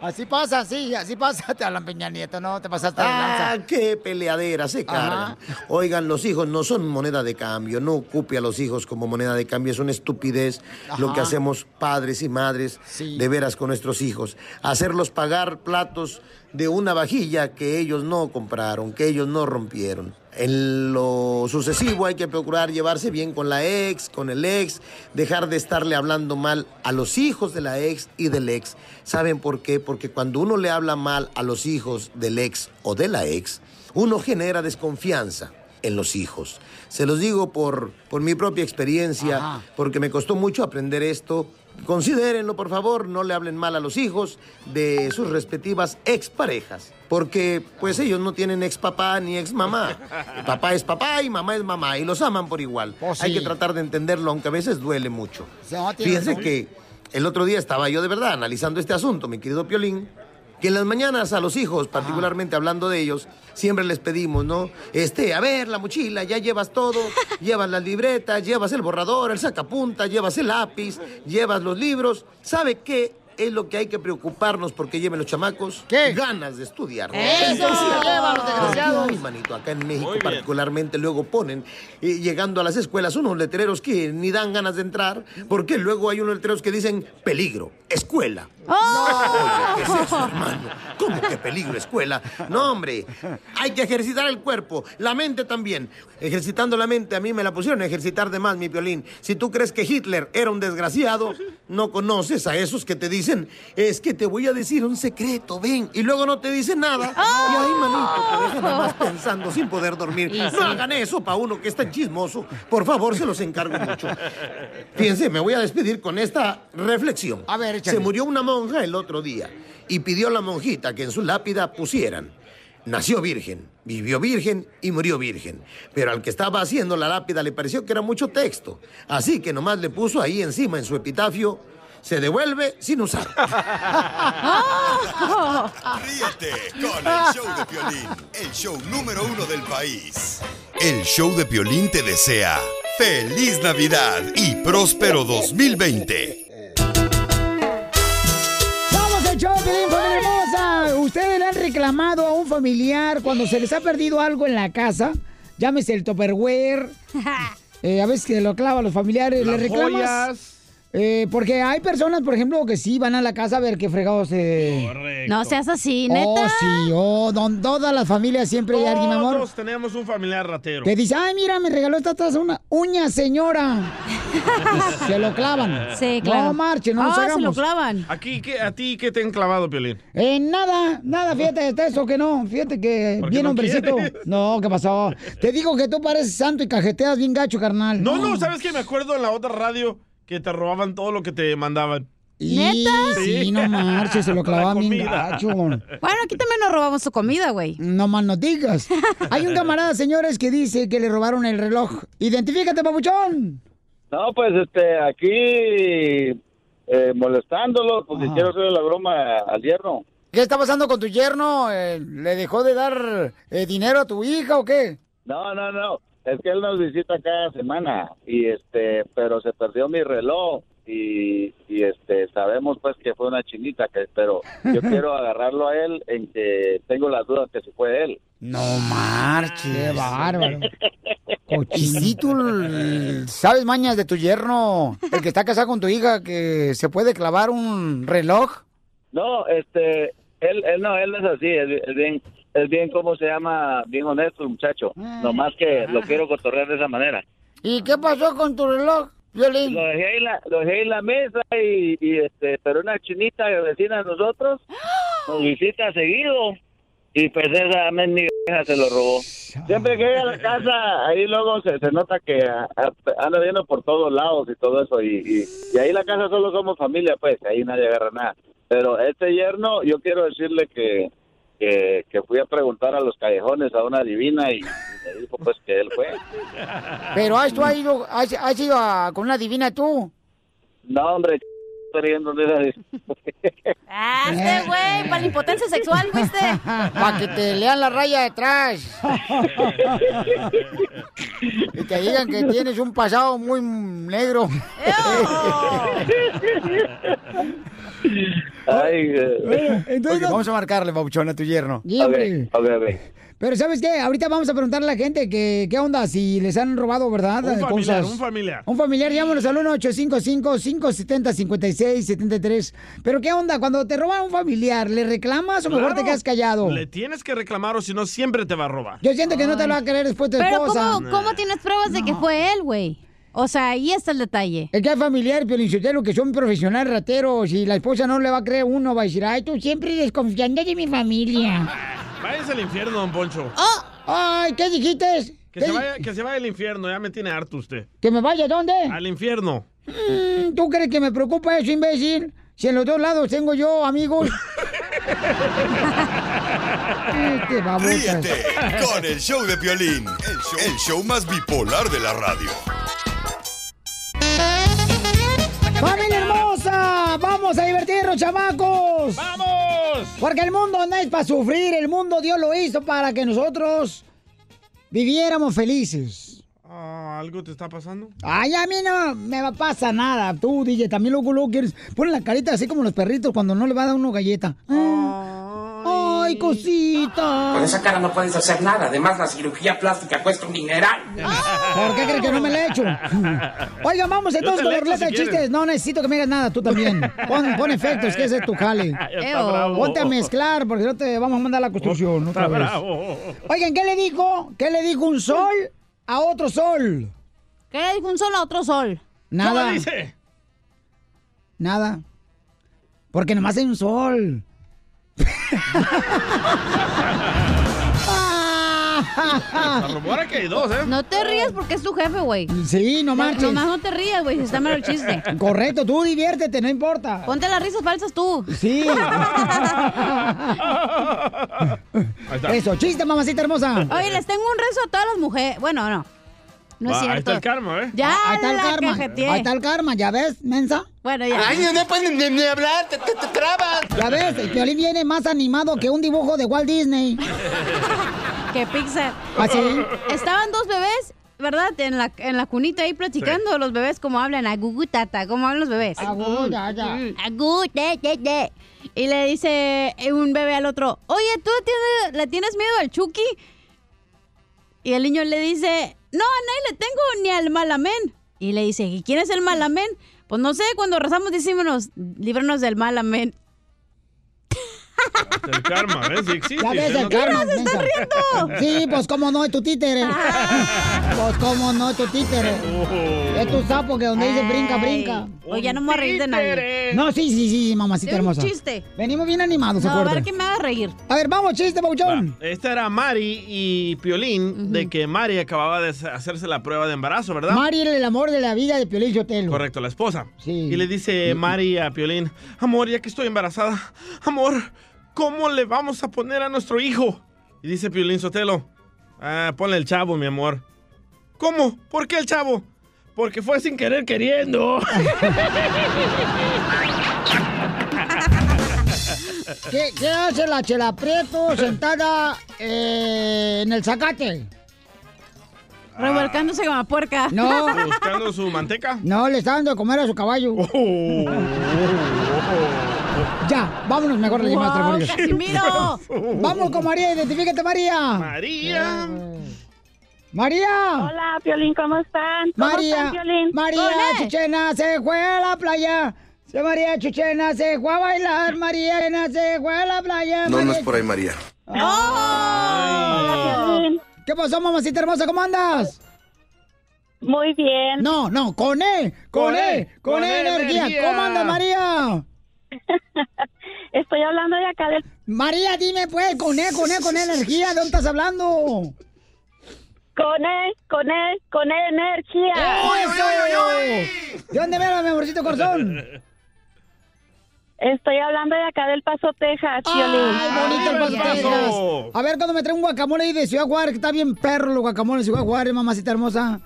Speaker 3: Así pasa, sí, así pasa. Te hablan Peña Nieto, no te pasaste de lanza.
Speaker 11: Ah, qué peleadera, se cargan. Oigan, los hijos no son moneda de cambio. No ocupe a los hijos como moneda de cambio. Es una estupidez lo que
Speaker 12: Ajá.
Speaker 11: hacemos padres y madres de veras con nuestros hijos. Hacerlos pagar platos de una vajilla que ellos no compraron, que ellos no rompieron. En lo sucesivo hay que procurar llevarse bien con la ex, con el ex, dejar de estarle hablando mal a los hijos de la ex y del ex. ¿Saben por qué? Porque cuando uno le habla mal a los hijos del ex o de la ex, uno genera desconfianza en los hijos. Se los digo por, por mi propia experiencia, porque me costó mucho aprender esto. Considérenlo, por favor, no le hablen mal a los hijos de sus respectivas exparejas, porque pues ellos no tienen ex papá ni ex mamá. Papá es papá y mamá es mamá, y los aman por igual. Hay que tratar de entenderlo, aunque a veces duele mucho.
Speaker 3: Oh, No, tienes
Speaker 11: Fíjense
Speaker 3: razón.
Speaker 11: que el otro día estaba yo de verdad analizando este asunto, mi querido Piolín, que en las mañanas a los hijos, particularmente hablando de ellos, siempre les pedimos, ¿no? Este, a ver, la mochila, ya llevas todo, llevas las libretas, llevas el borrador, el sacapunta, llevas el lápiz, llevas los libros. ¿Sabe qué es lo que hay que preocuparnos porque lleven los chamacos? Ganas de estudiar.
Speaker 3: ¡Eso! ¡Lleva los desgraciados!
Speaker 11: Ay, manito, acá en México particularmente luego ponen, eh, llegando a las escuelas, unos letreros que ni dan ganas de entrar, porque luego hay unos letreros que dicen peligro, escuela. Oye, ¿qué es eso, hermano? ¿Cómo que peligro, escuela? No, hombre, hay que ejercitar el cuerpo, la mente también. Ejercitando la mente, a mí me la pusieron a ejercitar de más, mi violín. Si tú crees que Hitler era un desgraciado, no conoces a esos que te dicen, es que te voy a decir un secreto, ven, y luego no te dicen nada. Y ahí, manito, te dejan nada más pensando sin poder dormir.
Speaker 12: Y sí.
Speaker 11: No hagan eso pa' uno que es tan chismoso. Por favor, se los encargo mucho. Fíjense, me voy a despedir con esta reflexión. A ver, Se murió una monja el otro día y pidió a la monjita que en su lápida pusieran. Nació virgen, vivió virgen y murió virgen. Pero al que estaba haciendo la lápida le pareció que era mucho texto. Así que nomás le puso ahí encima en su epitafio, se devuelve sin usar.
Speaker 2: Ríete
Speaker 11: con
Speaker 2: el show de Piolín, el show número uno del país. El show de Piolín te desea feliz Navidad y próspero 2020.
Speaker 3: Somos el show, Piolín, familia hermosa. ¿Ustedes le han reclamado a un familiar cuando se les ha perdido algo en la casa? Llámese el topperware. eh, a veces que lo clava a los familiares,
Speaker 5: Las
Speaker 3: le reclamas.
Speaker 5: joyas.
Speaker 3: Eh, porque hay personas, por ejemplo, que sí van a la casa a ver qué fregados eh.
Speaker 6: No seas así, neta.
Speaker 3: Oh, sí, oh, don, todas las familias siempre hay alguien, mi amor.
Speaker 5: Todos tenemos un familiar ratero.
Speaker 3: Que dice, ay, mira, me regaló esta taza una uña, señora. Y se lo clavan.
Speaker 5: Sí, claro.
Speaker 3: No marche, no
Speaker 5: Ah,
Speaker 3: nos
Speaker 5: se lo
Speaker 3: hagamos.
Speaker 6: clavan.
Speaker 5: Aquí, ¿qué- ¿A ti qué te han clavado, Piolín?
Speaker 3: Eh, nada, nada, fíjate, está eso que no, fíjate que
Speaker 5: ¿Por qué
Speaker 3: bien
Speaker 5: no
Speaker 3: hombrecito.
Speaker 5: quieres?
Speaker 3: No, ¿qué pasó? Te digo que tú pareces santo y cajeteas bien gacho, carnal.
Speaker 5: No, no, ¿sabes que Me acuerdo en la otra radio que te robaban todo lo que te mandaban.
Speaker 3: ¿Neta? Sí, no marches, se lo clavaban bien
Speaker 5: comida.
Speaker 3: gacho.
Speaker 6: Bueno, aquí también nos robamos su comida, güey.
Speaker 3: No más nos digas. Hay un camarada, señores, que dice que le robaron el reloj. Identifícate, papuchón.
Speaker 13: No, pues este, aquí eh, molestándolo, pues le quiero hacerle la broma al hierro.
Speaker 3: ¿Qué está pasando con tu yerno? Eh, ¿Le dejó de dar eh, dinero a tu hija o qué?
Speaker 13: No, no, no, es que él nos visita cada semana y este, pero se perdió mi reloj y, y, este sabemos pues que fue una chinita, que, pero yo quiero agarrarlo a él en que tengo las dudas que si fue él.
Speaker 3: No marches. Qué bárbaro. Y si tú l- sabes mañas de tu yerno, el que está casado con tu hija, que se puede clavar un reloj.
Speaker 13: No, este, él, él no, él no es así, es, es bien, es bien, ¿cómo se llama? Bien honesto el muchacho, nomás que lo quiero cotorrear de esa manera.
Speaker 3: ¿Y qué pasó con tu reloj, Violín?
Speaker 13: Lo dejé ahí en la, lo dejé ahí en la mesa y, y, este, pero una chinita vecina de nosotros nos visita seguido y pues esa mendiga vieja se lo robó. Siempre que llega a la casa, ahí luego se, se nota que a- a- anda viendo por todos lados y todo eso y, y, y ahí en la casa solo somos familia, pues ahí nadie agarra nada. Pero este yerno, yo quiero decirle que, que, que fui a preguntar a los callejones a una divina y, y me dijo pues que él fue.
Speaker 3: Pero has tú has ido, has, has ido a- con una divina tú.
Speaker 13: No, hombre, estoy riendo de esa
Speaker 6: Ah, este güey, para la impotencia sexual, fuiste.
Speaker 3: ¿Eh? Para que te lean la raya de atrás. Y te digan que tienes un pasado muy negro.
Speaker 13: Ay, eh.
Speaker 3: Bueno, entonces no- Vamos a marcarle, Pauchón, a tu yerno.
Speaker 13: Ok, ok, ok.
Speaker 3: Pero ¿sabes qué? Ahorita vamos a preguntarle a la gente que, qué onda si les han robado, ¿verdad? Eh,
Speaker 5: Un familiar,
Speaker 3: Cosas.
Speaker 5: un familiar.
Speaker 3: Un familiar, llámanos al 1-855-570-5673. Pero ¿qué onda? Cuando te roban un familiar, ¿le reclamas o mejor
Speaker 5: Claro.
Speaker 3: te quedas callado?
Speaker 5: Le tienes que reclamar o si no siempre te va a robar.
Speaker 3: Yo siento que no te lo va a querer después tu
Speaker 6: Pero
Speaker 3: esposa.
Speaker 6: ¿cómo, ¿cómo tienes pruebas de que fue él, güey? O sea, ahí está el detalle.
Speaker 3: Es que hay familiar, lo que son profesionales rateros y la esposa no le va a creer uno, va a decir, ay, tú siempre desconfiando de mi familia.
Speaker 5: Váyase al infierno, don Poncho.
Speaker 6: ¡Oh!
Speaker 3: Ay, ¿qué dijiste?
Speaker 5: Que
Speaker 3: ¿Qué
Speaker 5: se,
Speaker 3: di-
Speaker 5: vaya, Ah. que se vaya al infierno, ya me tiene harto usted.
Speaker 3: ¿Que me vaya dónde?
Speaker 5: Al infierno.
Speaker 3: Mm, ¿Tú crees que me preocupa eso, imbécil? Si en los dos lados tengo yo amigos. Este babotas.
Speaker 2: Ríete con el show de Piolín, el show, el show más bipolar de la radio.
Speaker 3: ¡Familia hermosa! ¡Vamos a divertirnos, chamacos!
Speaker 5: ¡Vamos!
Speaker 3: Porque el mundo no es para sufrir, el mundo Dios lo hizo para que nosotros viviéramos felices.
Speaker 5: Ah, ¿Algo te está pasando?
Speaker 3: Ay, a mí no me va- pasa nada. Tú, DJ, también luego, luego quieres... Pon la carita así como los perritos cuando no le va a dar uno galleta. Ah. Ay, cosita.
Speaker 11: Con esa cara no puedes hacer nada. Además, la cirugía plástica cuesta un dineral.
Speaker 3: ¿Por qué crees que no me la he hecho? Oigan, vamos
Speaker 11: Yo
Speaker 3: entonces con la
Speaker 11: te la echo
Speaker 3: ruleta
Speaker 11: si
Speaker 3: de chistes.
Speaker 11: quieres.
Speaker 3: No necesito que me hagas nada, tú también. Pon, pon efectos, que ese es tu jale.
Speaker 11: está bravo.
Speaker 3: Ponte a mezclar, porque no te vamos a mandar a la construcción.
Speaker 11: Está
Speaker 3: otra vez.
Speaker 11: bravo.
Speaker 3: Oigan, ¿qué le dijo? ¿Qué le dijo un sol a otro sol?
Speaker 6: ¿Qué le dijo un sol a otro sol?
Speaker 3: Nada.
Speaker 6: ¿Cómo dice?
Speaker 3: Nada. Porque nomás hay un sol. Ah.
Speaker 5: Se rumora que hay dos, ¿eh?
Speaker 6: No te rías porque es tu jefe, güey.
Speaker 3: Sí, no marches.
Speaker 6: Nomás no te rías, güey, si está mal el chiste.
Speaker 3: Correcto, tú diviértete, no importa.
Speaker 6: Ponte las risas falsas tú.
Speaker 3: Sí. Eso, chiste, mamacita hermosa.
Speaker 6: Oye, les tengo un rezo a todas las mujeres. Bueno, no. No es
Speaker 3: Ah,
Speaker 6: cierto.
Speaker 3: ahí está el karma,
Speaker 5: ¿eh?
Speaker 6: Ya,
Speaker 3: Ah, ahí está el
Speaker 6: la
Speaker 3: karma.
Speaker 6: cajeteé.
Speaker 3: Ahí está el karma, ¿ya ves, mensa?
Speaker 6: Bueno, ya.
Speaker 11: Ay,
Speaker 3: no pueden ni, hablar, te, trabas. Ya ves, el Piolín viene más animado que un dibujo de Walt Disney.
Speaker 6: Que Pixar. Eh,
Speaker 3: ¿Ah, sí?
Speaker 6: Estaban dos bebés, ¿verdad? En la, en la cunita ahí platicando los bebés como hablan. Agugutata, ¿cómo hablan los bebés?
Speaker 3: Agu, ya, ya.
Speaker 6: Mm, agu, te, te, te. Y le dice eh, un bebé al otro, oye, ¿tú tienes- le tienes miedo al Chucky? Y el niño le dice, no, a nadie le tengo, ni al malamén. Y le dice, ¿y quién es el malamén? Pues no sé, cuando rezamos decimos, líbranos del malamén.
Speaker 5: El karma, ¿ves? Sí existe.
Speaker 3: Ya ves
Speaker 5: usted
Speaker 3: el
Speaker 5: no-
Speaker 3: karma. mensa. Sí, pues cómo no, es tu títere.
Speaker 6: Ah.
Speaker 3: Pues cómo no, es tu títere.
Speaker 5: Oh.
Speaker 3: Es tu sapo que donde dice brinca, brinca.
Speaker 6: Oye, ya no me voy a reír de nadie.
Speaker 3: No, sí, sí, sí, mamacita
Speaker 6: Es un
Speaker 3: hermosa.
Speaker 6: chiste.
Speaker 3: Venimos bien animados,
Speaker 6: No, a
Speaker 3: acuerdan?
Speaker 6: ver que me haga reír.
Speaker 3: A ver, vamos, chiste, Pauchón.
Speaker 5: Esta era Mari y Piolín, de que Mari acababa de hacerse la prueba de embarazo, ¿verdad?
Speaker 3: Mari era el amor de la vida de Piolín Sotelo.
Speaker 5: Correcto, la esposa. Y le dice Mari a Piolín, amor, ya que estoy embarazada, amor, ¿cómo le vamos a poner a nuestro hijo? Y dice Piolín Sotelo, ah, ponle el chavo, mi amor. ¿Cómo? ¿Por qué el chavo? Porque fue sin querer queriendo.
Speaker 3: ¿Qué, qué hace la chela Prieto sentada eh, en el zacate?
Speaker 6: Revolcándose como puerca.
Speaker 3: No.
Speaker 5: Buscando su manteca.
Speaker 3: No, le está dando de comer a su caballo. ya, vámonos mejor a las llamadas
Speaker 6: Wow,
Speaker 3: telefónicas.
Speaker 6: Casimiro.
Speaker 3: Vamos con María, identifícate María.
Speaker 5: María.
Speaker 3: María.
Speaker 14: Hola, Piolín, ¿cómo están? ¿Cómo
Speaker 3: María,
Speaker 14: están, Piolín?
Speaker 3: María
Speaker 14: Hola.
Speaker 3: Chuchena se fue a la playa. Se María Chuchena se fue a bailar. María Chuchena se fue a la playa.
Speaker 15: No, no es
Speaker 3: María-
Speaker 15: por ahí, María.
Speaker 3: Ah.
Speaker 5: Oh.
Speaker 3: ¿Qué pasó, mamacita hermosa? ¿Cómo andas?
Speaker 14: Muy bien.
Speaker 3: No, no, con él, con él, con él energía. ¿Cómo andas, María?
Speaker 14: Estoy hablando de acá del...
Speaker 3: María, dime pues, con él, con él, con energía, ¿de dónde estás hablando?
Speaker 14: Con él, con él, con él energía.
Speaker 3: ¡Eso! ¿De dónde me hablas, mi amorcito corazón?
Speaker 14: Estoy hablando de acá del Paso, Texas, Piolín.
Speaker 3: ¡Ay, bonito el Paso, Texas! A ver, cuando me trae un guacamole ahí de Ciudad Juárez, que está bien perro los guacamoles de Ciudad Juárez, mamacita hermosa.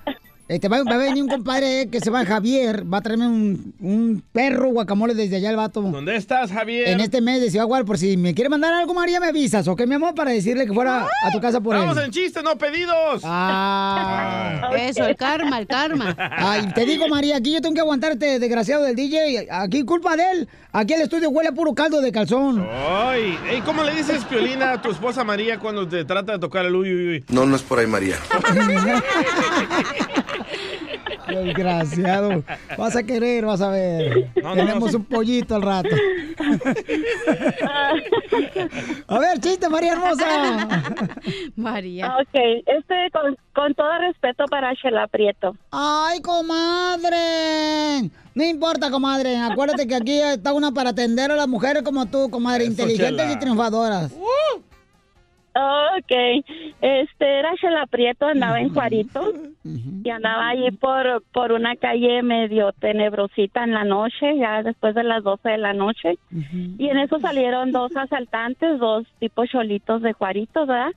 Speaker 3: Este, va, va a venir un compadre eh, que se llama Javier, va a traerme un, un perro guacamole desde allá el vato.
Speaker 5: ¿Dónde estás, Javier?
Speaker 3: En este mes de Ciudad Juárez, por si me quiere mandar algo, María, me avisas, ¿ok, mi amor? Para decirle que fuera a tu casa por él.
Speaker 5: Estamos en chistes, no pedidos.
Speaker 3: Ah.
Speaker 6: Eso, el karma, el karma.
Speaker 3: Ay, te digo, María, aquí yo tengo que aguantarte, desgraciado del DJ. Aquí culpa de él. Aquí el estudio huele a puro caldo de calzón.
Speaker 5: Ay, ey, ¿cómo le dices Piolina a tu esposa María cuando te trata de tocar el uy, uy, uy?
Speaker 15: No, no es por ahí, María.
Speaker 3: Desgraciado. Vas a querer, vas a ver.
Speaker 15: No, no,
Speaker 3: Tenemos
Speaker 15: no.
Speaker 3: un pollito al rato. a ver, chiste, María Hermosa.
Speaker 6: María.
Speaker 14: Ok, este con, con todo respeto para Chela Prieto.
Speaker 3: Ay, comadre. No importa, comadre. Acuérdate que aquí está una para atender a las mujeres como tú, comadre, inteligentes
Speaker 14: Chela.
Speaker 3: y triunfadoras.
Speaker 15: Uh.
Speaker 14: Oh, Ok, este era Chela Prieto, andaba en Juarito y andaba allí por, por una calle medio tenebrosita en la noche, ya después de las 12 de la noche. Y en eso salieron dos asaltantes, dos tipos cholitos de Juaritos, ¿verdad?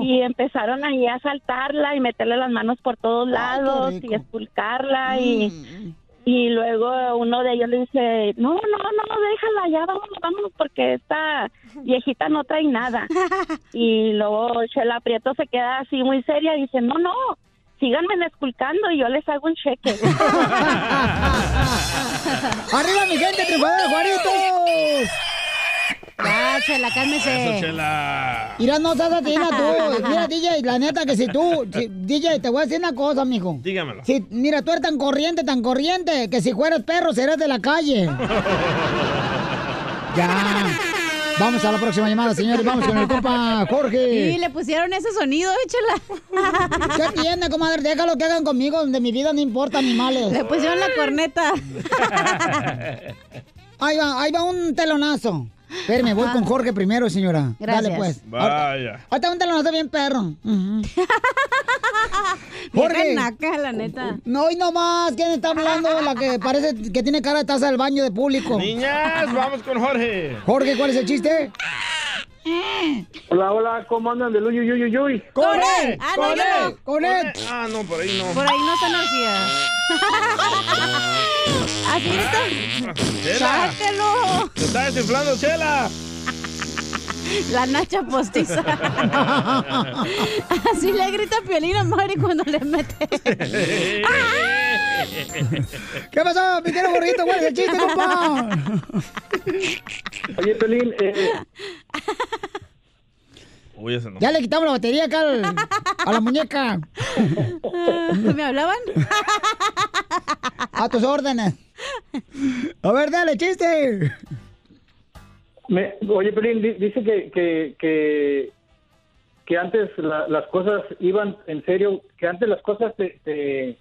Speaker 14: Y empezaron ahí a asaltarla y meterle las manos por todos lados y esculcarla y... Y luego uno de ellos le dice, no, no, no, déjala, ya vámonos, vámonos, porque esta viejita no trae nada. Y luego Chela Prieto se queda así muy seria y dice, no, no, síganme esculcando y yo les hago un cheque.
Speaker 3: ¡Arriba, mi gente, triunfadora, Juaritos!
Speaker 6: Ya, Chela, cálmese.
Speaker 5: Ah, Eso, Chela.
Speaker 3: Mira, no seas asesina tú. Mira, DJ, la neta que si tú... si- DJ, te voy a decir una cosa, mijo.
Speaker 5: Dígamelo.
Speaker 3: Si- mira, tú eres tan corriente, tan corriente, que si fueras perro serás de la calle. Ya. Vamos a la próxima llamada, señores. Vamos con el compa Jorge.
Speaker 6: Y le pusieron ese sonido, échela.
Speaker 3: ¿Qué tiene, comadre? Déjalo que hagan conmigo, donde mi vida no importa, animales.
Speaker 6: Le pusieron la corneta.
Speaker 3: Ahí va, ahí va un telonazo. Espérame, voy con Jorge primero, señora. Dale,
Speaker 6: Gracias.
Speaker 3: pues.
Speaker 5: Vaya.
Speaker 3: Ahorita un telonazo bien perro. Ujú.
Speaker 6: Jorge. naca, la neta.
Speaker 3: No, hoy nomás, ¿quién está hablando? La que parece que tiene cara de taza del baño de público.
Speaker 5: Niñas, vamos con Jorge.
Speaker 3: Jorge, ¿cuál es el chiste?
Speaker 16: Hola, hola, ¿cómo andan del uy, uy, uy, uy, uy?
Speaker 3: ¡Con él!
Speaker 6: Ah, no, yo no.
Speaker 3: ¡Con él!
Speaker 5: Ah, no, por ahí no.
Speaker 6: Por ahí no está energía. Así está.
Speaker 5: Chela.
Speaker 6: Sácalo.
Speaker 5: ¡Te está desinflando, Chela!
Speaker 6: La nacha postiza. Así le grita Piolín a Mari cuando le mete.
Speaker 3: ¿Qué pasó, mi querido Jorgito? ¿Cuál es el chiste, compa?
Speaker 16: Oye, Pelín, eh,
Speaker 5: Uy, ese no.
Speaker 3: Ya le quitamos la batería acá al- a la muñeca.
Speaker 6: ¿Me hablaban?
Speaker 3: A tus órdenes. A ver, dale, chiste.
Speaker 16: me- oye, Pelín, di- dice que, que, que, que antes la- las cosas iban en serio, que antes las cosas te... te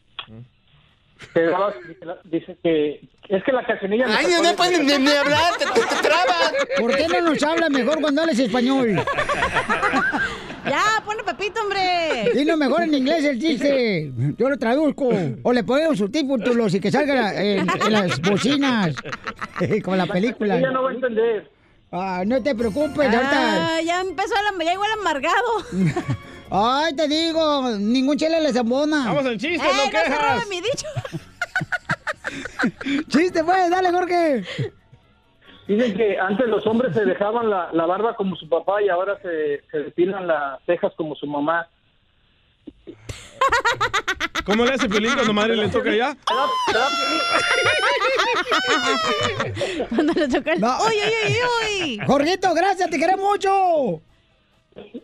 Speaker 16: te dabas- dice que es que la cachanilla
Speaker 3: Ay, no, no pueden ni- ni hablar, te- te- te trabas. ¿Por qué no nos habla mejor cuando hables español?
Speaker 6: Ya, ponle papito, hombre.
Speaker 3: Dino mejor en inglés el chiste. Yo lo traduzco. O le ponemos subtítulos y que salga en, en las bocinas. Como la película.
Speaker 16: Ella no va a entender.
Speaker 3: Ah, no te preocupes, ahorita.
Speaker 6: Ah, ya empezó la, ya igual amargado.
Speaker 3: Ay, te digo, ningún chile le zambona.
Speaker 6: Vamos al chiste, Eh, no no se quejas. robe mi dicho.
Speaker 3: chiste, pues, dale, Jorge.
Speaker 16: Dicen que antes los hombres se dejaban la, la barba como su papá y ahora se, se depilan las cejas como su mamá.
Speaker 5: ¿Cómo le hace Piolín cuando madre le toca allá?
Speaker 6: Cuando le toca el...
Speaker 3: No.
Speaker 6: ¡Uy, uy, uy, uy!
Speaker 3: Jorgito, gracias, te queremos mucho.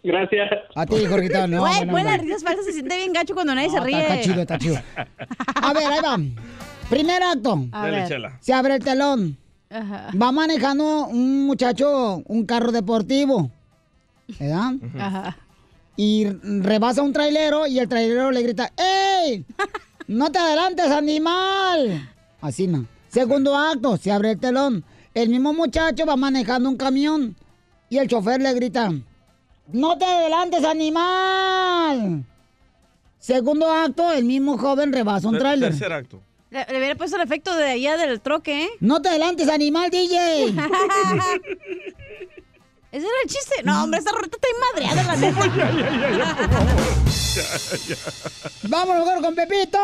Speaker 8: Gracias.
Speaker 3: A ti, Jorgito, no.
Speaker 6: Güey,
Speaker 3: bueno,
Speaker 6: güey, las
Speaker 3: bueno.
Speaker 6: risas falsas se siente bien gacho cuando nadie se ríe.
Speaker 3: Está, está chido, está chido. A ver, ahí va. Primer acto.
Speaker 6: A Dale, ver. Chela.
Speaker 3: Se abre el telón.
Speaker 6: Ajá.
Speaker 3: Va manejando un muchacho un carro deportivo. ¿Verdad?
Speaker 6: Ajá.
Speaker 3: Y rebasa un trailero y el trailero le grita, ¡Ey! ¡No te adelantes, animal! Así no. Segundo acto, se abre el telón. El mismo muchacho va manejando un camión y el chofer le grita, ¡No te adelantes, animal! Segundo acto, el mismo joven rebasa un
Speaker 5: Ter-
Speaker 3: tráiler.
Speaker 5: Tercer acto.
Speaker 6: Le, le hubiera puesto el efecto de allá del troque, ¿eh?
Speaker 3: ¡No te adelantes, animal, DJ!
Speaker 6: ¿Ese era el chiste? No, hombre, esa ruleta está bien madreada, la neta.
Speaker 3: ¡Vamos jugar con Pepito!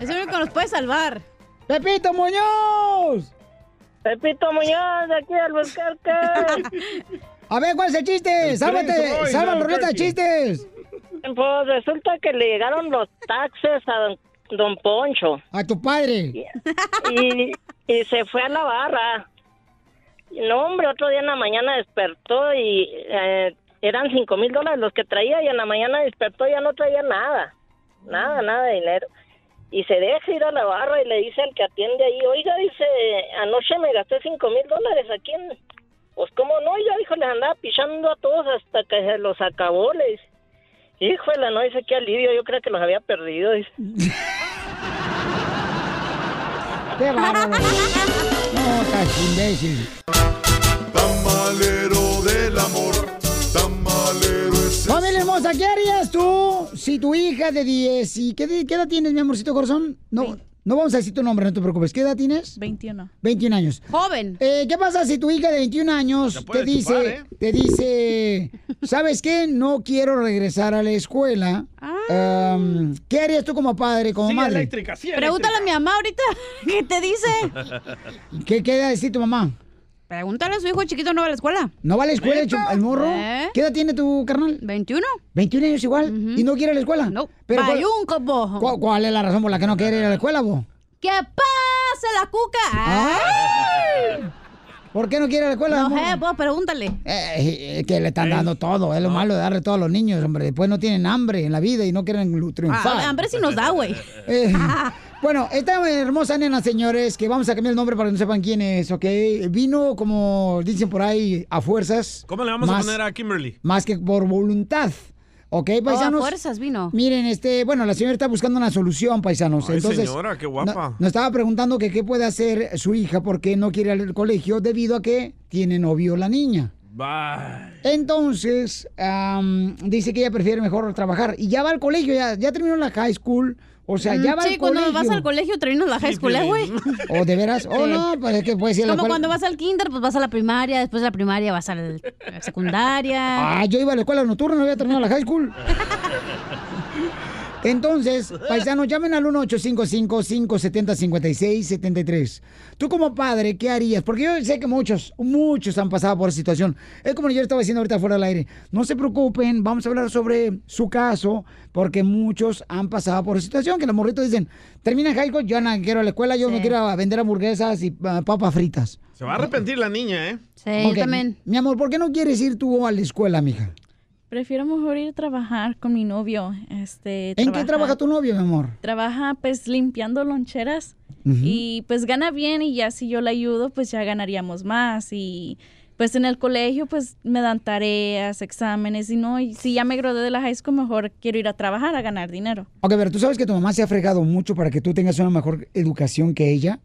Speaker 6: Es el único que nos puede salvar.
Speaker 3: ¡Pepito Muñoz!
Speaker 17: ¡Pepito Muñoz, de aquí al Albuquerque!
Speaker 3: A ver, ¿cuál es el chiste?
Speaker 17: El tren
Speaker 3: ¡Sálvate!
Speaker 17: Troy,
Speaker 3: ¡Salva la
Speaker 17: Albuquerque.
Speaker 3: ruleta de chistes!
Speaker 17: Pues resulta que le llegaron los taxes a don, don Poncho.
Speaker 3: ¡A tu padre!
Speaker 17: y, y se fue a la barra. No, hombre, otro día en la mañana despertó y eh, eran cinco mil dólares los que traía y en la mañana despertó y ya no traía nada, nada, nada de dinero. Y se deja ir a la barra y le dice al que atiende ahí, oiga, dice, anoche me gasté cinco mil dólares aquí en... Pues cómo no, ya dijo, les andaba pichando a todos hasta que se los acabó, le dice. Híjole, no dice qué alivio, yo creo que los había perdido, dice.
Speaker 3: ¡Qué bárbaro! ¡No, estás imbécil!
Speaker 2: Tamalero del amor, tamalero es
Speaker 3: Familia hermosa, ¿qué harías tú si tu hija de 10 y qué, de- qué edad tienes, mi amorcito corazón? No, no vamos a decir tu nombre, no te preocupes. ¿Qué edad tienes?
Speaker 6: 21.
Speaker 3: 21 años.
Speaker 6: Joven.
Speaker 3: Eh, ¿Qué pasa si tu hija de 21
Speaker 6: Ya
Speaker 3: años te
Speaker 6: puedes
Speaker 3: dice,
Speaker 6: chupar, ¿eh?
Speaker 3: te dice, ¿sabes qué? No quiero regresar a la escuela. Um, ¿Qué harías tú como padre, como
Speaker 5: Sigue
Speaker 3: madre?
Speaker 5: eléctrica, sigue
Speaker 6: Pregúntale a mi mamá ahorita. ¿Qué te dice?
Speaker 3: ¿Qué queda decir tu mamá?
Speaker 6: Pregúntale a su hijo chiquito no va a la escuela.
Speaker 3: ¿No va a la escuela el chu- el morro?
Speaker 6: ¿Eh?
Speaker 3: ¿Qué edad tiene tu carnal?
Speaker 6: 21.
Speaker 3: 21 años igual. ¿Y no quiere ir a la escuela? No.
Speaker 6: Payunco,
Speaker 3: ¿cuál, cu- ¿Cuál es la razón por la que no quiere ir a la escuela, vos?
Speaker 6: ¿Qué pasa, la cuca?
Speaker 3: ¿Por qué no quiere ir a la escuela?
Speaker 6: No
Speaker 3: amor?
Speaker 6: sé, pues pregúntale.
Speaker 3: Eh, eh, que le están dando todo, es lo malo de darle todo a los niños, hombre. Después no tienen hambre en la vida y no quieren lu- triunfar.
Speaker 6: Ah, hambre sí nos da, güey.
Speaker 3: Eh, bueno, esta hermosa nena, señores, que vamos a cambiar el nombre para que no sepan quién es, ¿ok? Vino, como dicen por ahí, a fuerzas.
Speaker 5: ¿Cómo le vamos
Speaker 3: más-
Speaker 5: a poner a Kimberly?
Speaker 3: Más que por voluntad. ¿Ok,
Speaker 6: Oh, a
Speaker 3: paisanos?
Speaker 6: fuerzas vino.
Speaker 3: Miren, este, bueno, la señora está buscando una solución, paisanos.
Speaker 5: Ay,
Speaker 3: Entonces,
Speaker 5: señora, qué guapa.
Speaker 3: no- nos estaba preguntando que qué puede hacer su hija porque no quiere ir al colegio debido a que tiene novio la niña.
Speaker 5: Bye.
Speaker 3: Entonces, am, dice que ella prefiere mejor trabajar. Y ya va al colegio, ya, ya terminó la high school. O sea, ya
Speaker 6: Mm,
Speaker 3: va
Speaker 6: sí,
Speaker 3: al colegio.
Speaker 6: cuando vas al colegio terminas la high school, ¿eh, güey.
Speaker 3: O de veras, o
Speaker 6: Sí.
Speaker 3: no, pues es que puede ser la
Speaker 6: Como
Speaker 3: escuela.
Speaker 6: cuando vas al kinder, pues vas a la primaria, después de la primaria vas a la secundaria.
Speaker 3: Ah, yo iba a la escuela nocturna, no había terminado la high school. Entonces, paisanos, llamen al 1-855-570-5673. Tú como padre, ¿qué harías? Porque yo sé que muchos, muchos han pasado por esa situación. Es como yo estaba diciendo ahorita fuera del aire. No se preocupen, vamos a hablar sobre su caso, porque muchos han pasado por esa situación. Que los morritos dicen, termina high school, yo no quiero ir a la escuela, yo me quiero a vender hamburguesas y ah, papas fritas.
Speaker 5: Se va a arrepentir la niña, ¿eh?
Speaker 3: Ok, Mi amor, ¿por qué no quieres ir tú a la escuela, mija?
Speaker 18: Prefiero mejor ir a trabajar con mi novio. Este,
Speaker 3: ¿En qué trabaja tu novio, mi amor?
Speaker 18: Trabaja pues limpiando loncheras
Speaker 3: Ujú.
Speaker 18: y pues gana bien y ya si yo le ayudo pues ya ganaríamos más y pues en el colegio pues me dan tareas, exámenes y no, y si ya me gradué de la high school mejor quiero ir a trabajar a ganar dinero.
Speaker 3: Ok, pero tú sabes que tu mamá se ha fregado mucho para que tú tengas una mejor educación que ella.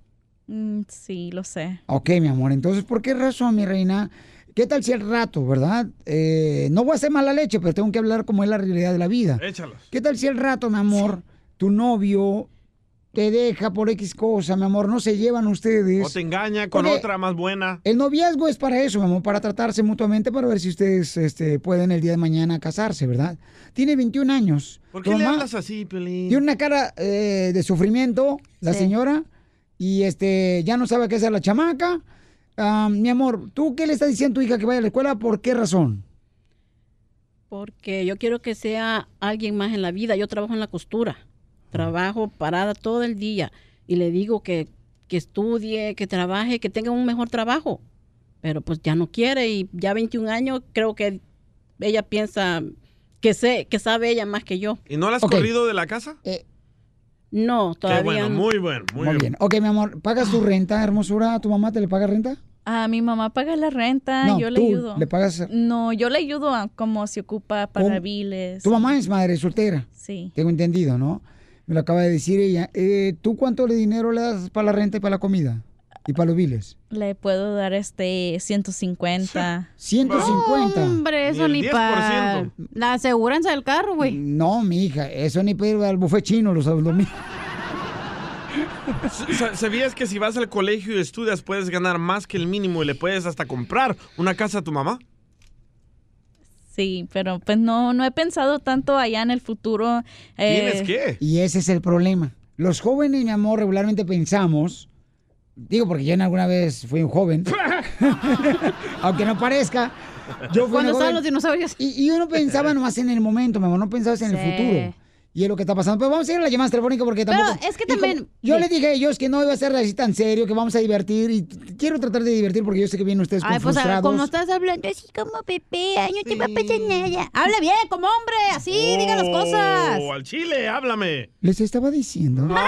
Speaker 18: Mm, sí, lo sé.
Speaker 3: Ok, mi amor, entonces, ¿por qué razón, mi reina? ¿Qué tal si al rato, verdad? Eh, no voy a hacer mala leche, pero tengo que hablar como es la realidad de la vida.
Speaker 5: Échalos.
Speaker 3: ¿Qué tal si al rato, mi amor, tu novio te deja por X cosa, mi amor, no se llevan ustedes?
Speaker 5: O te engaña con
Speaker 3: Porque
Speaker 5: otra más buena.
Speaker 3: El noviazgo es para eso, mi amor, para tratarse mutuamente, para ver si ustedes este, pueden el día de mañana casarse, ¿verdad? Tiene 21 años.
Speaker 5: ¿Por qué
Speaker 3: Tu
Speaker 5: le
Speaker 3: mamá-
Speaker 5: hablas así, Piolín?
Speaker 3: Tiene una cara eh, de sufrimiento la
Speaker 5: Sí.
Speaker 3: señora y este ya no sabe qué hacer la chamaca. Ah, mi amor, ¿tú qué le estás diciendo a tu hija que vaya a la escuela? ¿Por qué razón?
Speaker 19: Porque yo quiero que sea alguien más en la vida. Yo trabajo en la costura. Trabajo parada todo el día. Y le digo que, que estudie, que trabaje, que tenga un mejor trabajo. Pero pues ya no quiere y ya 21 años creo que ella piensa que sé, que sabe ella más que yo.
Speaker 5: ¿Y no la has
Speaker 19: Ok.
Speaker 5: corrido de la casa?
Speaker 19: No, todavía
Speaker 5: Qué bueno,
Speaker 19: no.
Speaker 5: muy bueno, muy,
Speaker 3: Muy bien.
Speaker 5: bien.
Speaker 3: Ok, mi amor, ¿pagas tu renta, hermosura? ¿Tu mamá te le paga renta?
Speaker 18: A mi mamá paga la renta,
Speaker 3: No,
Speaker 18: Ah, yo le
Speaker 3: tú
Speaker 18: ayudo.
Speaker 3: le pagas-
Speaker 18: No, yo le ayudo a como se ocupa para
Speaker 3: ¿Cómo?
Speaker 18: biles.
Speaker 3: Tu mamá es madre soltera.
Speaker 18: Sí.
Speaker 3: Tengo entendido, ¿no? Me lo acaba de decir ella. Eh, ¿Tú cuánto de dinero le das para la renta y para la comida? Y para los biles.
Speaker 18: Le puedo dar este 150.
Speaker 3: 150.
Speaker 6: Hombre, eso ni, para la aseguranza del carro, güey.
Speaker 3: No, mi hija, eso ni para ir al buffet chino, los abdominos.
Speaker 5: Sa- ¿Sabías que si vas al colegio y estudias puedes ganar más que el mínimo y le puedes hasta comprar una casa a tu mamá?
Speaker 18: Sí, pero pues no, no he pensado tanto allá en el futuro. eh,
Speaker 3: Y ese es el problema. Los jóvenes, mi amor, regularmente pensamos, digo porque yo en alguna vez fui un joven, aunque no parezca, yo fui una
Speaker 6: Cuando estaban
Speaker 3: joven,
Speaker 6: los dinosaurios.
Speaker 3: Y, y uno pensaba nomás en el momento, mi amor, no pensabas en
Speaker 6: Sí.
Speaker 3: el futuro. Y es lo que está pasando. Pero vamos a ir a las llamadas telefónicas porque
Speaker 6: Pero
Speaker 3: tampoco...
Speaker 6: es que
Speaker 3: y como
Speaker 6: también-
Speaker 3: Yo
Speaker 6: sí.
Speaker 3: le dije a ellos que no iba a ser así tan serio, que vamos a divertir. Y t- quiero tratar de divertir porque yo sé que vienen ustedes con
Speaker 6: Ay, pues
Speaker 3: frustrados.
Speaker 6: como estás hablando así como Pepe, ay, no te va a pasar nada. Habla bien, como hombre, así, diga las cosas.
Speaker 5: O Oh, al chile, háblame.
Speaker 3: Les estaba diciendo.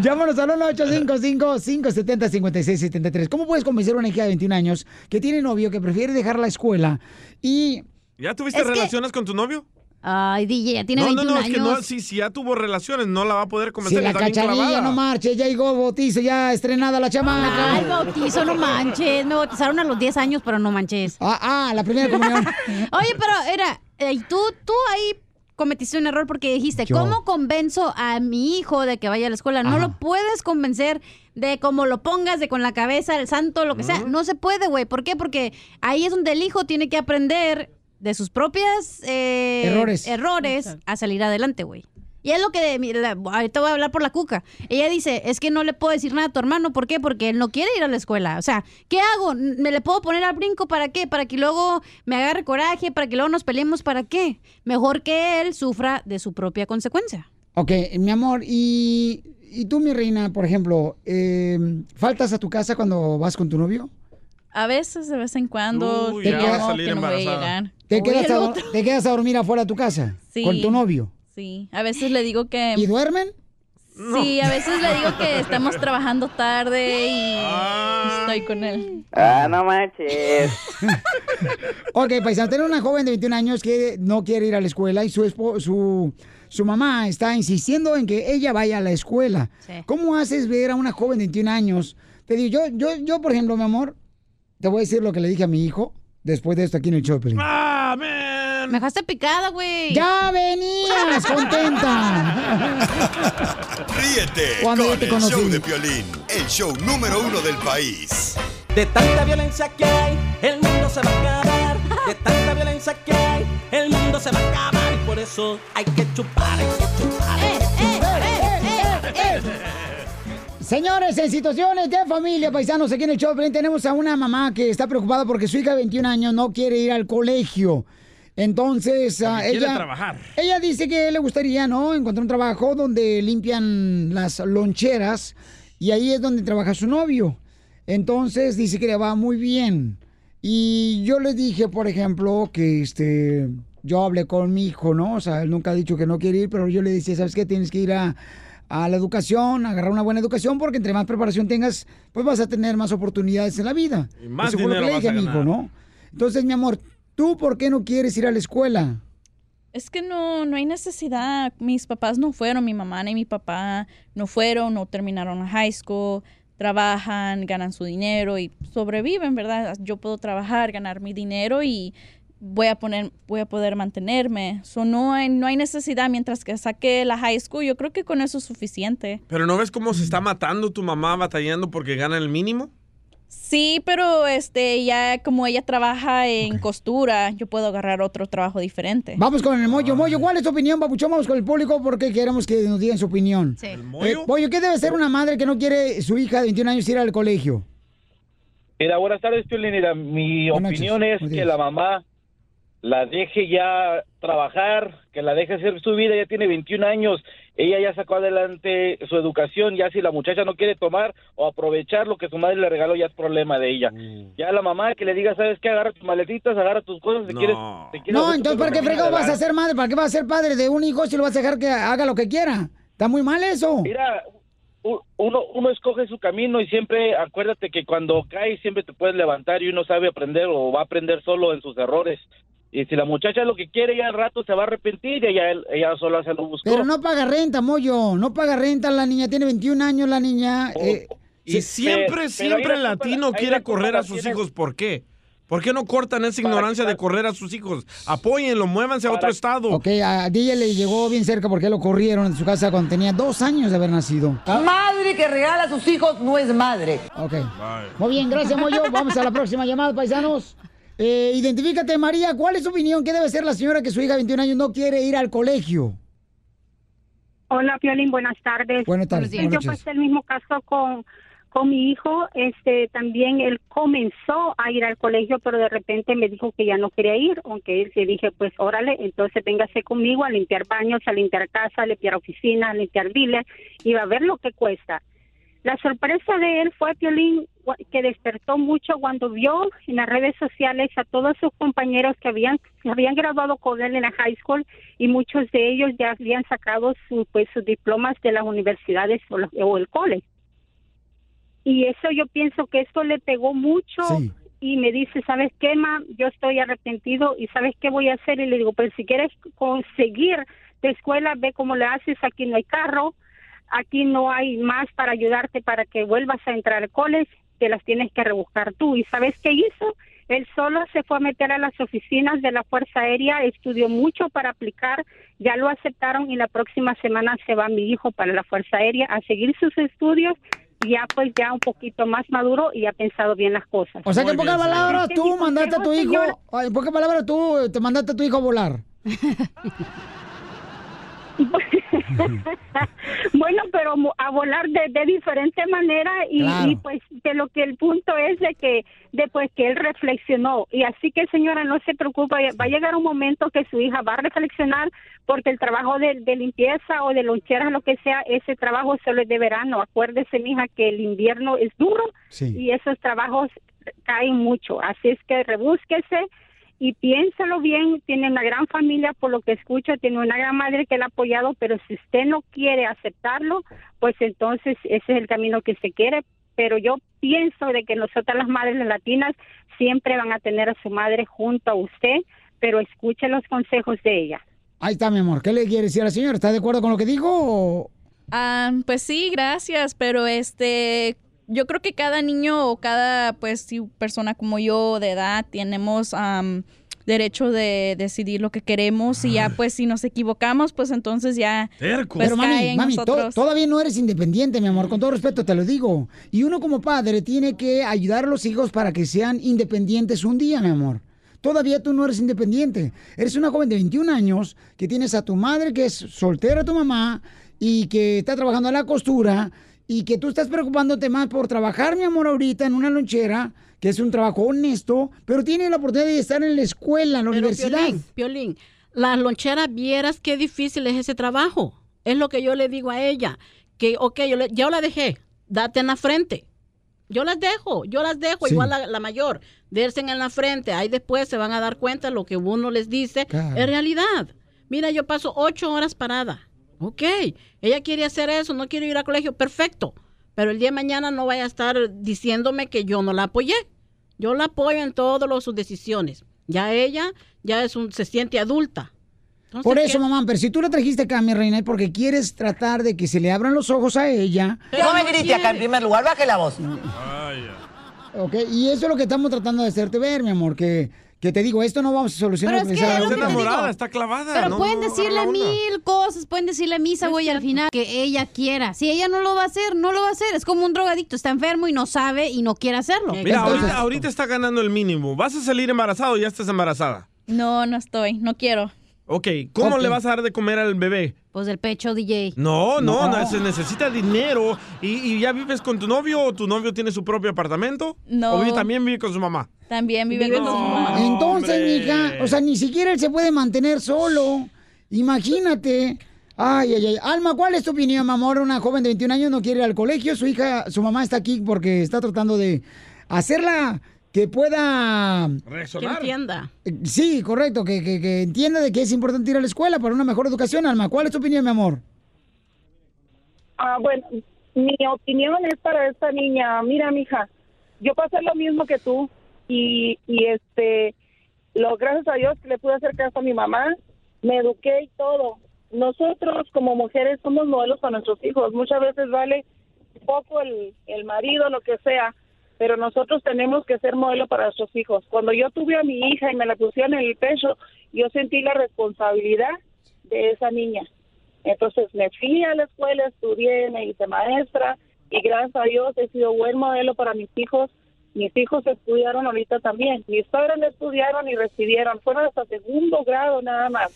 Speaker 3: Llámanos al 1-855-570-5673. ¿Cómo puedes convencer a una hija de 21 años que tiene novio, que prefiere dejar la escuela y...
Speaker 5: ¿Ya tuviste
Speaker 6: Es que-
Speaker 5: relaciones con tu novio?
Speaker 6: Ay, DJ, ya tiene
Speaker 5: no,
Speaker 6: 21
Speaker 5: no, no, es
Speaker 6: años.
Speaker 5: que no, si, si ya tuvo relaciones, no la va a poder
Speaker 3: Si
Speaker 5: convencer.
Speaker 3: la
Speaker 5: está bien
Speaker 3: cacharilla
Speaker 5: clavada.
Speaker 3: no marche, ya llegó bautizo, ya estrenada la
Speaker 6: Ah,
Speaker 3: chamaca.
Speaker 6: Ay, bautizo, no manches. Me bautizaron a los 10 años, pero no manches.
Speaker 3: Ah, ah, la primera comunión.
Speaker 6: Oye, pero era, eh, tú, tú ahí cometiste un error porque dijiste,
Speaker 3: Yo.
Speaker 6: ¿cómo convenzo a mi hijo de que vaya a la escuela? No lo puedes convencer de cómo lo pongas, de con la cabeza, el santo, lo que sea. No se puede, güey. ¿Por qué? Porque ahí es donde el hijo tiene que aprender de sus propias eh,
Speaker 20: Errores.
Speaker 6: errores a salir adelante, güey. Y es lo que, mi- la- ahorita voy a hablar por la cuca. Ella dice, es que no le puedo decir nada a tu hermano, ¿por qué? Porque él no quiere ir a la escuela. O sea, ¿qué hago? ¿Me le puedo poner al brinco para qué? Para que luego me agarre coraje, para que luego nos peleemos, ¿para qué? Mejor que él sufra de su propia consecuencia.
Speaker 3: Ok, mi amor, y, y tú, mi reina, por ejemplo, eh, ¿faltas a tu casa cuando vas con tu novio?
Speaker 18: A veces, de vez en cuando,
Speaker 3: Uy,
Speaker 18: que
Speaker 3: ya va a
Speaker 18: no,
Speaker 3: salir
Speaker 18: que no voy a
Speaker 3: embarazada.
Speaker 18: llegar.
Speaker 3: ¿Te
Speaker 18: Uy,
Speaker 3: quedas,
Speaker 18: el
Speaker 3: a,
Speaker 18: otro.
Speaker 3: te quedas a dormir afuera de tu casa
Speaker 18: Sí.
Speaker 3: con tu novio?
Speaker 18: Sí, a veces le digo que...
Speaker 3: ¿Y duermen?
Speaker 18: Sí, a veces le digo que estamos trabajando tarde y estoy con él.
Speaker 3: Ah,
Speaker 13: no manches.
Speaker 3: Ok, paisano, tener una joven de 21 años que no quiere ir a la escuela y su, espo- su, su mamá está insistiendo en que ella vaya a la escuela. ¿Cómo haces ver a una joven de 21 años? Te digo, yo, yo, yo, por ejemplo, mi amor, te voy a decir lo que le dije a mi hijo después de esto aquí en el show. de Piolín.
Speaker 6: Me dejaste picada, güey.
Speaker 3: ¡Ya venías contenta!
Speaker 2: Ríete
Speaker 3: Cuando yo
Speaker 2: con
Speaker 3: te
Speaker 2: el
Speaker 3: conocí.
Speaker 2: show de Piolín, el show número uno del país.
Speaker 21: De tanta violencia que hay, el mundo se va a acabar. De tanta violencia que hay, el mundo se va a acabar. Y por eso hay que chupar, hay que chupar. hay que chupar.
Speaker 3: Señores, en situaciones de familia, paisanos, aquí en el show de Piolín tenemos a una mamá que está preocupada porque su hija de 21 años no quiere ir al colegio. Entonces, ah,
Speaker 5: Porque quiere
Speaker 3: ella...
Speaker 5: trabajar.
Speaker 3: Ella dice que le gustaría, ¿no? Encontrar un trabajo donde limpian las loncheras y ahí es donde trabaja su novio. Entonces dice que le va muy bien. Y yo le dije, por ejemplo, que este, yo hablé con mi hijo, ¿no? O sea, él nunca ha dicho que no quiere ir, pero yo le decía, ¿sabes qué? Tienes que ir a, a la educación, agarrar una buena educación, porque entre más preparación tengas, pues vas a tener más oportunidades en la vida.
Speaker 5: Y más
Speaker 3: Eso fue lo que
Speaker 5: dinero
Speaker 3: le
Speaker 5: vas
Speaker 3: dije
Speaker 5: a
Speaker 3: mi hijo,
Speaker 5: ganar.
Speaker 3: ¿no? Entonces, mi amor, ¿tú por qué no quieres ir a la escuela?
Speaker 18: Es que no, no hay necesidad. Mis papás no fueron, mi mamá ni mi papá no fueron, no terminaron la high school, trabajan, ganan su dinero y sobreviven, ¿verdad? Yo puedo trabajar, ganar mi dinero y voy a poner, voy a poder mantenerme. So, no hay, no hay necesidad mientras que saque la high school. Yo creo que con eso es suficiente.
Speaker 5: Pero ¿no ves cómo se está matando tu mamá batallando porque gana el mínimo?
Speaker 18: Sí, pero este, ya como ella trabaja en costura, yo puedo agarrar otro trabajo diferente.
Speaker 3: Vamos con el Moyo. Moyo, ¿cuál es tu opinión, papuchón? Vamos con el público porque queremos que nos digan su opinión.
Speaker 18: Sí.
Speaker 3: Eh, Moyo, ¿qué debe ser una madre que no quiere su hija de 21 años ir al colegio?
Speaker 20: Mira, buenas tardes, Piolín. Mira, mi
Speaker 3: Buenas
Speaker 20: opinión
Speaker 3: noches.
Speaker 20: es
Speaker 3: Buenos
Speaker 20: que
Speaker 3: días.
Speaker 20: la mamá la deje ya trabajar, que la deje hacer su vida. Ya tiene 21 años. Ella ya sacó adelante su educación. Ya si la muchacha no quiere tomar o aprovechar lo que su madre le regaló, ya es problema de ella. Ya la mamá que le diga, ¿sabes qué? Agarra tus maletitas, agarra tus cosas. Si quieres, si quieres
Speaker 3: No,
Speaker 20: hacer
Speaker 3: entonces,
Speaker 20: tu
Speaker 3: ¿para qué
Speaker 20: camino
Speaker 3: fregado vas a
Speaker 20: adelante.
Speaker 3: ser madre? ¿Para qué vas a ser padre de un hijo si lo vas a dejar que haga lo que quiera? Está muy mal eso.
Speaker 20: Mira, u- uno, uno escoge su camino y siempre acuérdate que cuando caes siempre te puedes levantar y uno sabe aprender o va a aprender solo en sus errores. Y si la muchacha lo que quiere, ya al rato se va a arrepentir y ella, ella sola se lo buscó.
Speaker 3: Pero no paga renta, Moyo. No paga renta la niña. Tiene 21 años la niña. eh,
Speaker 5: Oh, Y siempre,
Speaker 20: pero ahí la
Speaker 5: siempre el
Speaker 20: culpa-
Speaker 5: latino
Speaker 20: ahí la
Speaker 5: quiere
Speaker 20: culpa
Speaker 5: correr
Speaker 20: la
Speaker 5: a sus
Speaker 20: tiene-
Speaker 5: hijos. ¿Por qué? ¿Por qué no cortan esa ignorancia de correr a sus hijos? Apóyenlo, muévanse a otro estado.
Speaker 3: Ok, a DJ le llegó bien cerca porque lo corrieron en su casa cuando tenía dos años de haber nacido.
Speaker 22: Madre que regala a sus hijos no es madre.
Speaker 3: Ok. Muy bien, gracias, Moyo. Vamos a la próxima llamada, paisanos. Eh, identifícate, María. ¿Cuál es su opinión? ¿Qué debe ser la señora que su hija de 21 años no quiere ir al colegio?
Speaker 23: Hola, Piolín, buenas tardes.
Speaker 3: Buenas tardes,
Speaker 23: Sí,
Speaker 3: buenas
Speaker 23: Yo
Speaker 3: noches.
Speaker 23: pasé el mismo caso con, con mi hijo. Este, también él comenzó a ir al colegio, pero de repente me dijo que ya no quería ir, aunque él se dije, pues órale, entonces véngase conmigo a limpiar baños, a limpiar casa, a limpiar oficinas, a limpiar biles y va a ver lo que cuesta. La sorpresa de él fue, Piolín, gua- que despertó mucho cuando vio en las redes sociales a todos sus compañeros que habían, que habían graduado con él en la high school y muchos de ellos ya habían sacado su, pues, sus diplomas de las universidades o, los- o el college. Y eso yo pienso que esto le pegó mucho y me dice, ¿sabes qué, ma? Yo estoy arrepentido y ¿sabes qué voy a hacer? Y le digo, pero si quieres conseguir tu escuela, ve cómo le haces, aquí no hay carro, aquí no hay más para ayudarte para que vuelvas a entrar al college, te las tienes que rebuscar tú. ¿Y sabes qué hizo? Él solo se fue a meter a las oficinas de la Fuerza Aérea, estudió mucho para aplicar, ya lo aceptaron y la próxima semana se va mi hijo para la Fuerza Aérea a seguir sus estudios, ya pues ya un poquito más maduro y ha pensado bien las cosas.
Speaker 3: O sea, que en pocas palabras
Speaker 23: Este,
Speaker 3: tú
Speaker 23: mi
Speaker 3: mandaste a tu
Speaker 23: consejo,
Speaker 3: hijo.
Speaker 23: señora,
Speaker 3: ay, En pocas palabras tú eh, te mandaste a tu hijo a volar.
Speaker 23: Bueno, pero mo- a volar de, de diferente manera y,
Speaker 24: Claro.
Speaker 23: y, pues de lo que el punto es de que después que él reflexionó y así que señora no se preocupe, va a llegar un momento que su hija va a reflexionar porque el trabajo de, de limpieza o de loncheras, lo que sea, ese trabajo solo es de verano. Acuérdese, mija, que el invierno es duro
Speaker 25: Sí.
Speaker 23: y esos trabajos caen mucho. Así es que rebúsquese y piénsalo bien, tiene una gran familia, por lo que escucho, tiene una gran madre que la ha apoyado, pero si usted no quiere aceptarlo, pues entonces ese es el camino que se quiere. Pero yo pienso de que nosotras las madres latinas siempre van a tener a su madre junto a usted, pero escuche los consejos de ella.
Speaker 3: Ahí está, mi amor. ¿Qué le quiere decir a la señora? ¿Está de acuerdo con lo que dijo? o-
Speaker 18: Ah, pues sí, gracias, pero este, yo creo que cada niño o cada, pues, sí, persona como yo de edad tenemos am, derecho de decidir lo que queremos y ya,
Speaker 5: Ah.
Speaker 18: pues, si nos equivocamos, pues entonces ya, pues,
Speaker 3: Pero
Speaker 18: cae
Speaker 3: mami,
Speaker 18: en
Speaker 3: mami to-
Speaker 18: nosotros.
Speaker 3: todavía no eres independiente, mi amor. Con todo respeto te lo digo. Y uno como padre tiene que ayudar a los hijos para que sean independientes un día, mi amor. Todavía tú no eres independiente. Eres una joven de 21 años que tienes a tu madre que es soltera, tu mamá, y que está trabajando en la costura, y que tú estás preocupándote más por trabajar, mi amor, ahorita en una lonchera, que es un trabajo honesto, pero tienes la oportunidad de estar en la escuela, en la
Speaker 19: Pero,
Speaker 3: universidad.
Speaker 19: Piolín, Piolín, las loncheras vieras qué difícil es ese trabajo. Es lo que yo le digo a ella. Que, ok, yo, le- yo la dejé, date en la frente. Yo las dejo, yo las dejo,
Speaker 26: Sí.
Speaker 19: igual la, la mayor, derse en la frente. Ahí después se van a dar cuenta lo que uno les dice
Speaker 26: Claro.
Speaker 19: es realidad. Mira, yo paso ocho horas parada. Ok, ella quiere hacer eso, no quiere ir al colegio, perfecto. Pero el día de mañana no vaya a estar diciéndome que yo no la apoyé. Yo la apoyo en todas sus decisiones. Ya ella ya es un, se siente adulta. Entonces,
Speaker 3: Por eso,
Speaker 19: ¿qué?
Speaker 3: mamá, pero si tú la trajiste acá, mi reina, es porque quieres tratar de que se le abran los ojos a ella.
Speaker 22: No me grite acá en primer lugar, baje la voz.
Speaker 3: Ok, y eso es lo que estamos tratando de hacerte ver, mi amor, que, que te digo, esto no vamos a solucionar.
Speaker 6: Pero es que
Speaker 3: precisamente.
Speaker 6: es lo que Está te enamorada, digo.
Speaker 5: está clavada.
Speaker 6: Pero pueden decirle mil cosas, pueden decirle a misa, güey, al final que ella quiera. Si ella no lo va a hacer, no lo va a hacer. Es como un drogadicto, está enfermo y no sabe y no quiere hacerlo.
Speaker 5: Mira, ahorita, ahorita está ganando el mínimo. Vas a salir embarazado y ya estás embarazada.
Speaker 18: No, no estoy, no quiero.
Speaker 5: Ok, ¿cómo
Speaker 4: Ok.
Speaker 5: le vas a dar de comer al bebé?
Speaker 4: Pues del pecho, DJ.
Speaker 5: No, no,
Speaker 4: No.
Speaker 5: no, se necesita dinero. ¿Y, y ya vives con tu novio o tu novio tiene su propio apartamento?
Speaker 18: No.
Speaker 5: ¿O vive- también vive con su mamá?
Speaker 18: También vive, con su mamá.
Speaker 3: Entonces,
Speaker 5: hombre.
Speaker 3: mija, o sea, ni siquiera él se puede mantener solo. Imagínate. Ay, ay, ay. Alma, ¿cuál es tu opinión, mi amor? Una joven de 21 años no quiere ir al colegio. Su hija, su mamá está aquí porque está tratando de hacerla que pueda...
Speaker 19: Que entienda.
Speaker 3: Eh, Sí, correcto, que, que, que entienda de que es importante ir a la escuela para una mejor educación, Alma. ¿Cuál es tu opinión, mi amor?
Speaker 14: Ah, bueno, mi opinión es para esta niña. Mira, mija, yo pasé lo mismo que tú y, y este, lo gracias a Dios que le pude hacer caso a mi mamá, me eduqué y todo. Nosotros como mujeres somos modelos para nuestros hijos. Muchas veces vale poco el, el marido, lo que sea, pero nosotros tenemos que ser modelo para nuestros hijos. Cuando yo tuve a mi hija y me la pusieron en el pecho, yo sentí la responsabilidad de esa niña. Entonces me fui a la escuela, estudié, me hice maestra y gracias a Dios he sido buen modelo para mis hijos. Mis hijos estudiaron ahorita también. Mis padres no estudiaron y recibieron. Fueron hasta segundo grado nada más.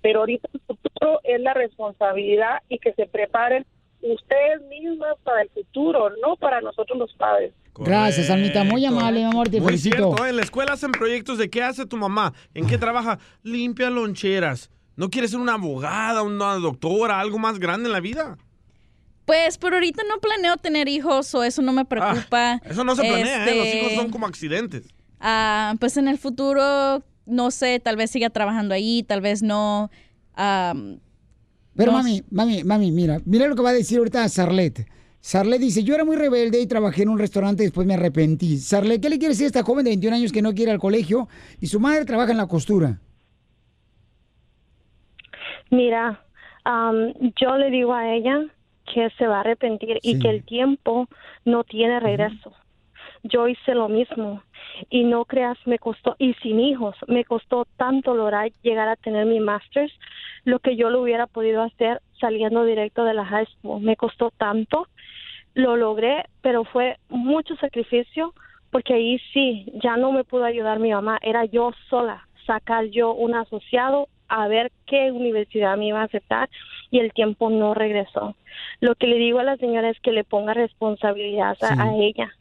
Speaker 14: Pero ahorita el futuro es la responsabilidad y que se preparen ustedes mismas para el futuro, no para nosotros los padres.
Speaker 3: Gracias, Almita. Muy amable, mi amor. Te
Speaker 5: Muy
Speaker 3: felicito.
Speaker 5: cierto, ¿eh? en la escuela hacen proyectos de qué hace tu mamá, en qué trabaja, limpia loncheras. ¿No quieres ser una abogada, una doctora, algo más grande en la vida?
Speaker 18: Pues por ahorita no planeo tener hijos o eso no me preocupa.
Speaker 5: Ah, Eso no se planea, ¿eh? Los hijos
Speaker 18: Este,
Speaker 5: son como accidentes.
Speaker 18: ah, pues en el futuro, no sé, tal vez siga trabajando ahí, tal vez no. ah,
Speaker 3: Pero
Speaker 18: no
Speaker 3: mami, mami, mami, mira, mira lo que va a decir ahorita Sarlet. Sarlet dice, yo era muy rebelde y trabajé en un restaurante y después me arrepentí. Sarlet, ¿qué le quieres decir a esta joven de 21 años que no quiere ir al colegio y su madre trabaja en la costura?
Speaker 24: Mira, am, yo le digo a ella que se va a arrepentir y que el tiempo no tiene regreso. Yo hice lo mismo y no creas, me costó, y sin hijos, me costó tanto lograr llegar a tener mi master's, lo que yo lo hubiera podido hacer saliendo directo de la high school. Me costó tanto, lo logré, pero fue mucho sacrificio porque ahí sí, ya no me pudo ayudar mi mamá, era yo sola, sacar yo un asociado a ver qué universidad me iba a aceptar y el tiempo no regresó. Lo que le digo a la señora es que le ponga responsabilidad a,
Speaker 12: Sí.
Speaker 24: a ella,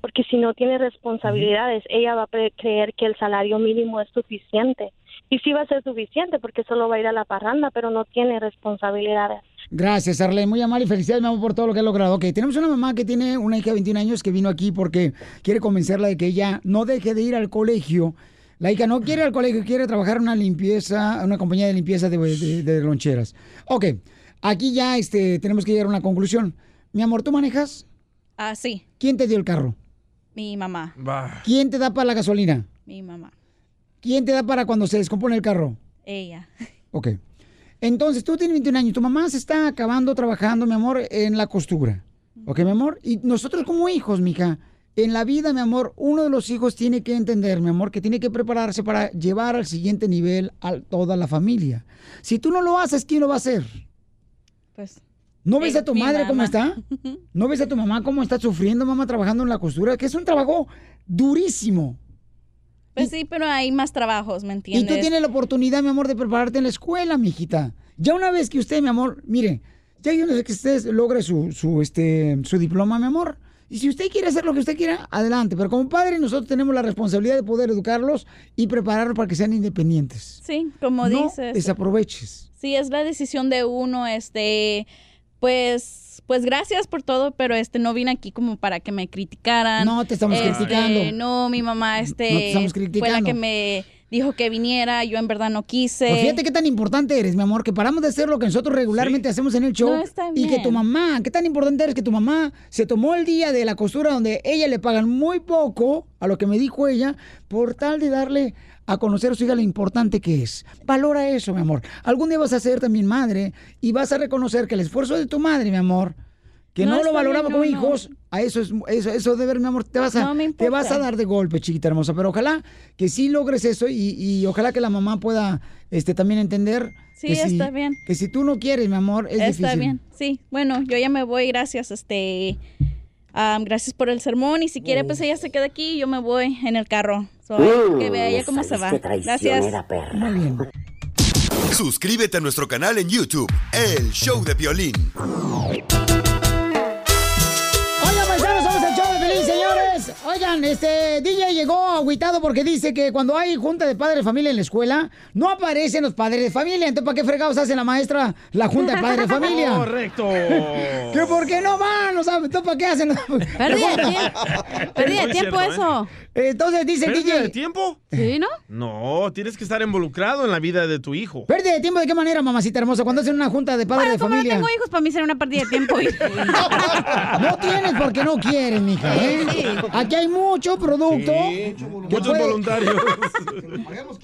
Speaker 24: porque si no tiene responsabilidades, ella va a pre- creer que el salario mínimo es suficiente. Y sí va a ser suficiente porque solo va a ir a la parranda, pero no tiene responsabilidades.
Speaker 3: Gracias, Sarlet. Muy amable y felicidades, mi amor, por todo lo que has logrado. Ok, tenemos una mamá que tiene una hija de 21 años que vino aquí porque quiere convencerla de que ella no deje de ir al colegio. La hija no quiere ir al colegio, quiere trabajar en una limpieza, en una compañía de limpieza de, de- de loncheras. Ok, aquí ya este, tenemos que llegar a una conclusión. Mi amor, ¿tú manejas?
Speaker 18: Ah, sí,
Speaker 3: ¿Quién te dio el carro?
Speaker 18: mi mamá,
Speaker 3: ¿Quién te da para la gasolina?
Speaker 18: mi mamá,
Speaker 3: ¿Quién te da para cuando se descompone el carro?
Speaker 18: ella.
Speaker 3: Ok. Entonces, tú tienes 21 años, tu mamá se está acabando trabajando, mi amor, en la costura. ¿Ok, mi amor? Y nosotros como hijos, mija, en la vida, mi amor, uno de los hijos tiene que entender, mi amor, que tiene que prepararse para llevar al siguiente nivel a toda la familia. Si tú no lo haces, ¿quién lo va a hacer?
Speaker 18: Pues
Speaker 3: ¿No ves
Speaker 18: Eh,
Speaker 3: a tu
Speaker 18: mi
Speaker 3: madre cómo
Speaker 18: mamá.
Speaker 3: está? ¿No ves a tu mamá cómo está sufriendo, mamá, trabajando en la costura? Que es un trabajo durísimo.
Speaker 18: Pues sí, pero hay más trabajos, ¿me
Speaker 3: Y
Speaker 18: entiendes?
Speaker 3: tú tienes la oportunidad, mi amor, de prepararte en la escuela, mijita. Ya una vez que usted, mi amor, mire, ya yo no sé que usted logre su, su, este, su diploma, mi amor. Y si usted quiere hacer lo que usted quiera, adelante. Pero como padre, nosotros tenemos la responsabilidad de poder educarlos y prepararlos para que sean independientes.
Speaker 18: Sí, como
Speaker 3: no
Speaker 18: dices.
Speaker 3: desaproveches.
Speaker 18: Sí, es la decisión de uno, este, pues, pues gracias por todo, pero este, no vine aquí como para que me criticaran.
Speaker 3: No, te estamos
Speaker 18: Este,
Speaker 3: criticando.
Speaker 18: No, mi mamá, este,
Speaker 3: No te estamos
Speaker 18: fue la
Speaker 3: criticando.
Speaker 18: que me dijo que viniera, yo en verdad no quise.
Speaker 3: Pues fíjate qué tan importante eres, mi amor, que paramos de hacer lo que nosotros regularmente hacemos en el show.
Speaker 18: No, está
Speaker 3: Y que tu
Speaker 18: bien.
Speaker 3: mamá, qué tan importante eres que tu mamá se tomó el día de la costura donde ella le pagan muy poco, a lo que me dijo ella, por tal de darle a conocer a su hija lo importante que es. Valora eso, mi amor. Algún día vas a ser también madre y vas a reconocer que el esfuerzo de tu madre, mi amor, que
Speaker 18: No,
Speaker 3: no, lo
Speaker 18: está bien,
Speaker 3: valoramos
Speaker 18: no,
Speaker 3: como
Speaker 18: no.
Speaker 3: hijos, a eso es eso, eso de ver, mi amor, te vas a,
Speaker 18: No me
Speaker 3: te vas a
Speaker 18: importa.
Speaker 3: dar de golpe, chiquita hermosa. Pero ojalá que sí logres eso y, y ojalá que la mamá pueda este también entender.
Speaker 18: Sí,
Speaker 3: que si,
Speaker 18: está bien.
Speaker 3: Que si tú no quieres, mi amor, es
Speaker 18: Está
Speaker 3: difícil.
Speaker 18: bien, sí. Bueno, yo ya me voy, gracias, este, ah, gracias por el sermón y si quiere, pues ella se queda aquí y yo me voy en el carro. So,
Speaker 2: Mm,
Speaker 21: Uh.
Speaker 18: que vea ella cómo se va.
Speaker 2: saliste
Speaker 18: Gracias.
Speaker 2: traicionera, perra.
Speaker 3: Muy bien.
Speaker 2: Suscríbete a nuestro canal en YouTube, El Show de Violín.
Speaker 3: Oigan, paisanos, somos el show de Pelín, señores. Oigan, este DJ llegó agüitado porque dice que cuando hay junta de padres de familia en la escuela, no aparecen los padres de familia. Entonces, ¿para qué fregados hace la maestra la junta de padres de familia?
Speaker 5: Correcto.
Speaker 3: ¿Que por qué no van? O sea, ¿entonces ¿para qué hacen?
Speaker 6: Pérdida de tiempo. Pérdida de
Speaker 5: Muy
Speaker 6: tiempo
Speaker 5: cierto, ¿eh?
Speaker 6: eso.
Speaker 3: Entonces dice el
Speaker 5: ¿Pérdida
Speaker 3: DJ.
Speaker 5: de tiempo?
Speaker 6: ¿Sí, no?
Speaker 5: No, tienes que estar involucrado en la vida de tu hijo.
Speaker 3: ¿Pérdida de tiempo de qué manera, mamacita hermosa? Cuando hacen una junta de padres de
Speaker 6: Como no
Speaker 3: familia.
Speaker 6: tengo hijos, para mí será una partida de tiempo.
Speaker 3: No tienes porque no quieres, mija. ¿eh?
Speaker 6: Sí.
Speaker 3: Aquí hay mucho producto. que
Speaker 15: Muchos
Speaker 3: puede-
Speaker 15: voluntarios.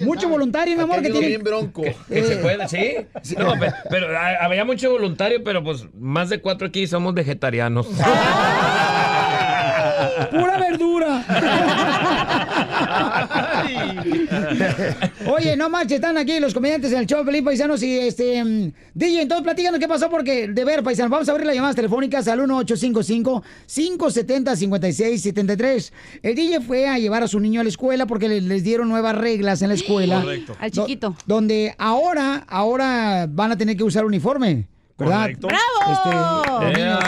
Speaker 3: Mucho voluntario, mi amor,
Speaker 15: Aquí
Speaker 3: que
Speaker 15: hay uno
Speaker 3: tiene.
Speaker 15: bien bronco.
Speaker 27: Que
Speaker 3: Eh.
Speaker 27: se puede, sí. No, pe- pero, a- había mucho voluntario, pero pues más de cuatro aquí somos vegetarianos.
Speaker 3: Ah. Pura verdura. Oye, no marches, están aquí los comediantes del show, Felipe Paisanos y este. mm, DJ, entonces platícanos qué pasó, porque de ver, paisanos, vamos a abrir las llamadas telefónicas al 1-855-570-5673. El DJ fue a llevar a su niño a la escuela porque le- les dieron nuevas reglas en la escuela.
Speaker 6: Correcto. Al
Speaker 3: Do-
Speaker 6: chiquito.
Speaker 3: donde ahora, ahora van a tener que usar uniforme. ¿Verdad?
Speaker 5: Correcto.
Speaker 3: ¡Bravo! Este, niños.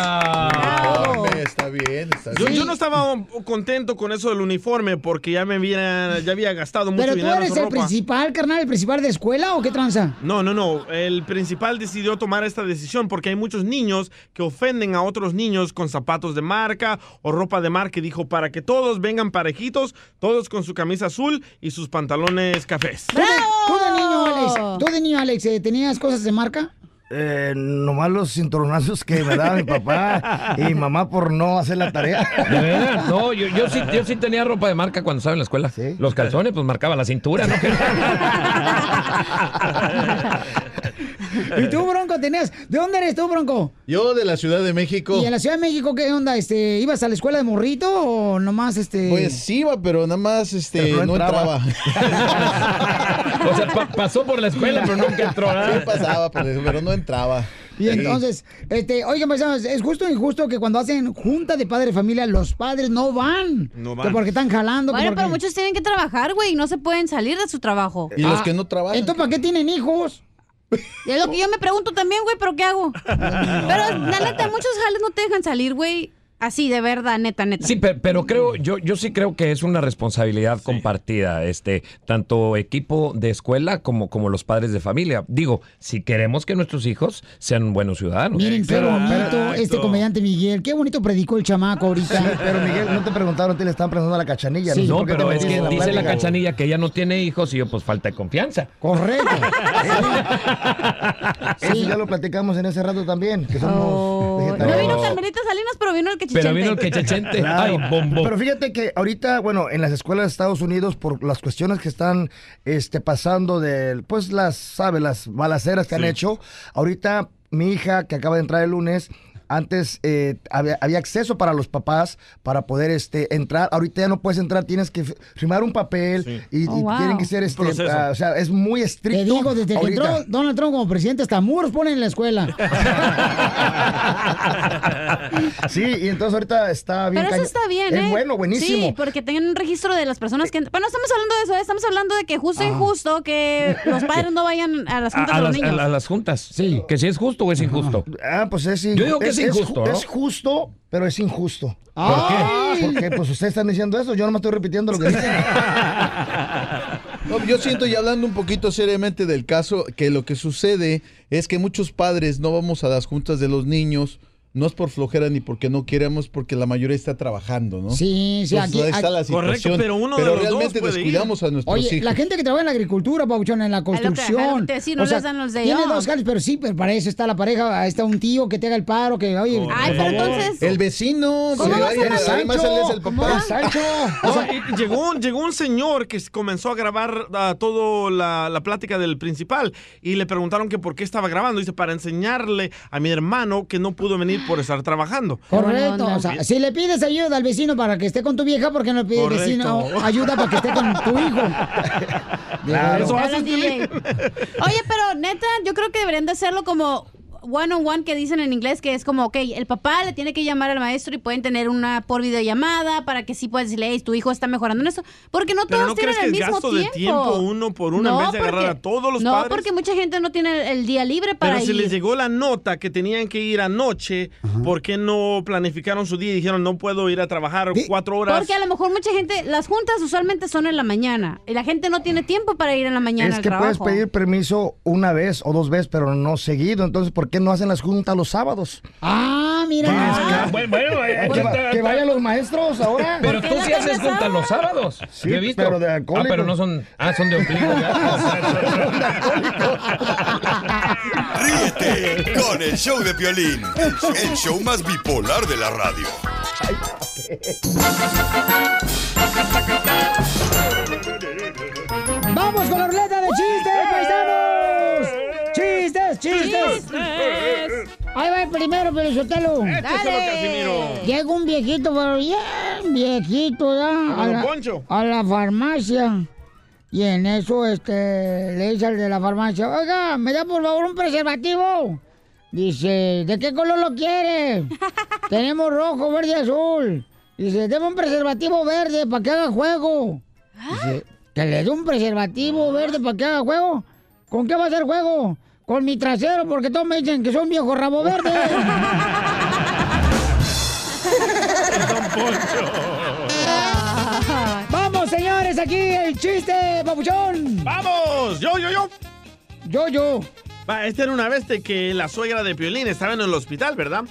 Speaker 5: Está bien, Yo, yo no estaba contento con eso del uniforme porque ya me había, ya había gastado mucho
Speaker 3: Pero tú
Speaker 5: dinero en
Speaker 3: eres
Speaker 5: su
Speaker 3: el
Speaker 5: ropa.
Speaker 3: principal, carnal, el principal de escuela o qué tranza?
Speaker 5: No, no, no. El principal decidió tomar esta decisión porque hay muchos niños que ofenden a otros niños con zapatos de marca o ropa de marca. Y dijo, para que todos vengan parejitos, todos con su camisa azul y sus pantalones cafés.
Speaker 3: ¿Tú de, tú de niño, Alex, tú de niño, Alex, eh, ¿tenías cosas de marca?
Speaker 25: Eh, nomás los cinturonazos que me daba mi papá y mamá por no hacer la tarea.
Speaker 27: De verdad, no, yo, yo, sí, yo sí tenía ropa de marca cuando estaba en la escuela. Los calzones, pues marcaba la cintura, ¿no?
Speaker 3: ¿Y tú, Bronco, tenías? ¿De dónde eres tú, Bronco?
Speaker 15: Yo de la Ciudad de México.
Speaker 3: ¿Y en la Ciudad de México qué onda? Este, ¿Ibas a la escuela de morrito o nomás este...?
Speaker 15: Pues sí iba, pero nada más este, no, entraba.
Speaker 27: o sea, pasó por la escuela, pero nunca entró.
Speaker 15: Sí pasaba, por eso, pero no entraba.
Speaker 3: Y entonces, este, oigan, paisanos, es justo o injusto que cuando hacen junta de padre y familia, los padres no van.
Speaker 15: No
Speaker 3: Que
Speaker 15: van.
Speaker 3: Porque están jalando. que
Speaker 6: Bueno, pero
Speaker 3: porque-
Speaker 6: muchos tienen que trabajar, güey, y no se pueden salir de su trabajo.
Speaker 15: Y los que no trabajan.
Speaker 3: Entonces, ¿para qué tienen hijos?
Speaker 6: Y es lo que yo me pregunto también, güey, pero ¿qué hago? Pero la neta, muchos jales no te dejan salir, güey. Así, de verdad, neta, neta.
Speaker 27: Sí, pero, pero creo, yo, yo sí creo que es una responsabilidad compartida, este, tanto equipo de escuela como, como los padres de familia. Digo, si queremos que nuestros hijos sean buenos ciudadanos.
Speaker 3: Miren qué bonito este comediante Miguel. Qué bonito predicó el chamaco ahorita.
Speaker 25: Pero Miguel, no te preguntaron, te le están preguntando a la cachanilla. sé
Speaker 27: no,
Speaker 25: por qué te
Speaker 27: pero es
Speaker 25: metiste
Speaker 27: que
Speaker 25: en
Speaker 27: dice la
Speaker 25: plática.
Speaker 27: cachanilla que ella no tiene hijos y yo, pues falta de confianza.
Speaker 3: Correcto.
Speaker 25: Eso ya lo platicamos en ese rato también, que somos
Speaker 6: Oh. No
Speaker 25: vegetarianos.
Speaker 6: vino Carmelita Salinas, pero vino el que
Speaker 25: Claro.
Speaker 27: Ay, bombo.
Speaker 25: Pero fíjate que ahorita, bueno, en las escuelas de Estados Unidos, por las cuestiones que están este, pasando de, pues las, ¿sabes? Las balaceras que han
Speaker 16: Sí.
Speaker 25: hecho. Ahorita mi hija, que acaba de entrar el lunes, antes eh, había, había acceso para los papás para poder este, entrar. Ahorita ya no puedes entrar, tienes que fi- firmar un papel y,
Speaker 3: Oh,
Speaker 25: y
Speaker 3: wow.
Speaker 25: tienen que ser, este,
Speaker 3: Proceso.
Speaker 25: ah, o sea, es muy estricto.
Speaker 3: Te digo, desde que
Speaker 25: ahorita.
Speaker 3: entró Donald Trump como presidente, hasta muros ponen en la escuela.
Speaker 25: Sí, y entonces ahorita está bien.
Speaker 6: Pero eso
Speaker 25: cañón.
Speaker 6: está bien,
Speaker 25: es
Speaker 6: ¿eh?
Speaker 25: bueno, buenísimo.
Speaker 6: Sí, porque tengan un registro de las personas que... Bueno, no estamos hablando de eso, ¿eh? estamos hablando de que justo
Speaker 27: Ah.
Speaker 6: e injusto que los padres no vayan a las juntas
Speaker 27: A, a
Speaker 6: de los
Speaker 27: las,
Speaker 6: niños.
Speaker 27: a las juntas. Sí. Que si es justo o es injusto.
Speaker 25: Ah, pues es
Speaker 27: Yo digo que es,
Speaker 25: ju-
Speaker 27: injusto. ¿no?
Speaker 25: Es justo, pero es injusto.
Speaker 27: ¿Por qué?
Speaker 25: qué? Porque pues ustedes están diciendo eso, yo no me estoy repitiendo lo que dicen.
Speaker 15: No, yo siento, y hablando un poquito seriamente del caso, que lo que sucede es que muchos padres no vamos a las juntas de los niños. No es por flojera ni porque no queremos, porque la mayoría está trabajando, ¿no?
Speaker 3: Sí, sí,
Speaker 15: Entonces,
Speaker 3: aquí-
Speaker 15: ahí está
Speaker 3: aquí-
Speaker 15: la situación.
Speaker 5: Correcto, pero uno de los dos
Speaker 15: realmente
Speaker 5: puede ir.
Speaker 15: descuidamos a nuestros
Speaker 3: Oye,
Speaker 15: hijos.
Speaker 3: la gente que trabaja en la agricultura, Pabuchón, en la
Speaker 6: que- a lo que
Speaker 3: construcción.
Speaker 6: te- sí, no les dan los de "Oh".
Speaker 3: Tiene
Speaker 6: yo.
Speaker 3: dos jales, pero sí, pero para eso está la pareja. Ahí está un tío que te haga el paro, que, oye.
Speaker 6: Ay, pero entonces-
Speaker 15: El vecino,
Speaker 3: ¿Cómo vas
Speaker 15: se va
Speaker 3: a
Speaker 15: y él-
Speaker 3: mandar?
Speaker 15: además él es el
Speaker 3: ¿Cómo
Speaker 5: Ah,
Speaker 15: papá.
Speaker 3: vas? Sancho.
Speaker 5: No, y- y llegó, un- llegó un señor que s- comenzó a grabar ah, toda la, la plática del principal y le preguntaron que por qué estaba grabando. Dice, para enseñarle a mi hermano que no pudo venir por estar trabajando.
Speaker 3: Correcto, o sea, si le pides ayuda al vecino para que esté con tu vieja, ¿por qué no le pides al
Speaker 5: Correcto.
Speaker 3: vecino ayuda para que esté con tu hijo?
Speaker 5: Claro.
Speaker 6: Habla DJ. Oye, pero neta, yo creo que deberían de hacerlo como one on one que dicen en inglés, que es como, ok, el papá le tiene que llamar al maestro y pueden tener una por videollamada para que sí puedas decirle, "Ey, tu hijo está mejorando en eso. Porque no
Speaker 5: Pero
Speaker 6: todos
Speaker 5: no
Speaker 6: tienen
Speaker 5: crees que
Speaker 6: el
Speaker 5: es
Speaker 6: mismo
Speaker 5: gasto
Speaker 6: tiempo.
Speaker 5: de tiempo uno por uno en vez de agarrar a todos los
Speaker 6: no,
Speaker 5: padres.
Speaker 6: porque mucha gente no tiene el, el día libre para
Speaker 5: Pero si
Speaker 6: ir.
Speaker 5: les llegó la nota que tenían que ir anoche, ¿por qué no planificaron su día y dijeron no puedo ir a trabajar cuatro horas?
Speaker 6: Porque a lo mejor mucha gente, las juntas usualmente son en la mañana y la gente no tiene tiempo para ir en la mañana
Speaker 25: Es
Speaker 6: al
Speaker 25: que puedes
Speaker 6: trabajo.
Speaker 25: pedir permiso una vez o dos veces, pero no seguido. Entonces, ¿por qué no hacen las juntas los sábados?
Speaker 3: Ah, mira.
Speaker 25: bueno,
Speaker 22: eh.
Speaker 25: que, va- que vayan los maestros ahora.
Speaker 7: Pero tú sí haces juntas los sábados.
Speaker 25: Sí,
Speaker 7: Yo he visto.
Speaker 25: pero de
Speaker 7: ah,
Speaker 25: alcohólicos.
Speaker 7: pero no son. Ah, son de ombligo. ¿verdad?
Speaker 2: Ríete con el show de Piolín, el show más bipolar de la radio.
Speaker 3: ¡Vamos con la ruleta de
Speaker 21: ¡Eh!
Speaker 3: chistes, paisanos! ¡Chistes, chistes!
Speaker 21: ¡Chistes!
Speaker 3: Ahí va el primero, pero Sotelo.
Speaker 21: Casimiro.
Speaker 3: Llega un viejito, pero bien viejito, ¿ya?
Speaker 21: Como Don Poncho.
Speaker 3: a la farmacia. Y en eso, este, le dice al de la farmacia, oiga, ¿me da por favor un preservativo? Dice, ¿de qué color lo quiere? Tenemos rojo, verde y azul. Dice, deme un preservativo verde para que haga juego. Dice, ¿que le dé un preservativo
Speaker 5: Ah.
Speaker 3: verde para que haga juego? ¿Con qué va a hacer juego? Con mi trasero, porque todos me dicen que son viejo rabo verde. Vamos, señores, aquí el chiste, papuchón.
Speaker 5: ¡Vamos! ¡Yo, yo, yo!
Speaker 3: Yo, yo.
Speaker 5: Va, esta era una vez de que la suegra de Piolín estaba en el hospital, ¿verdad?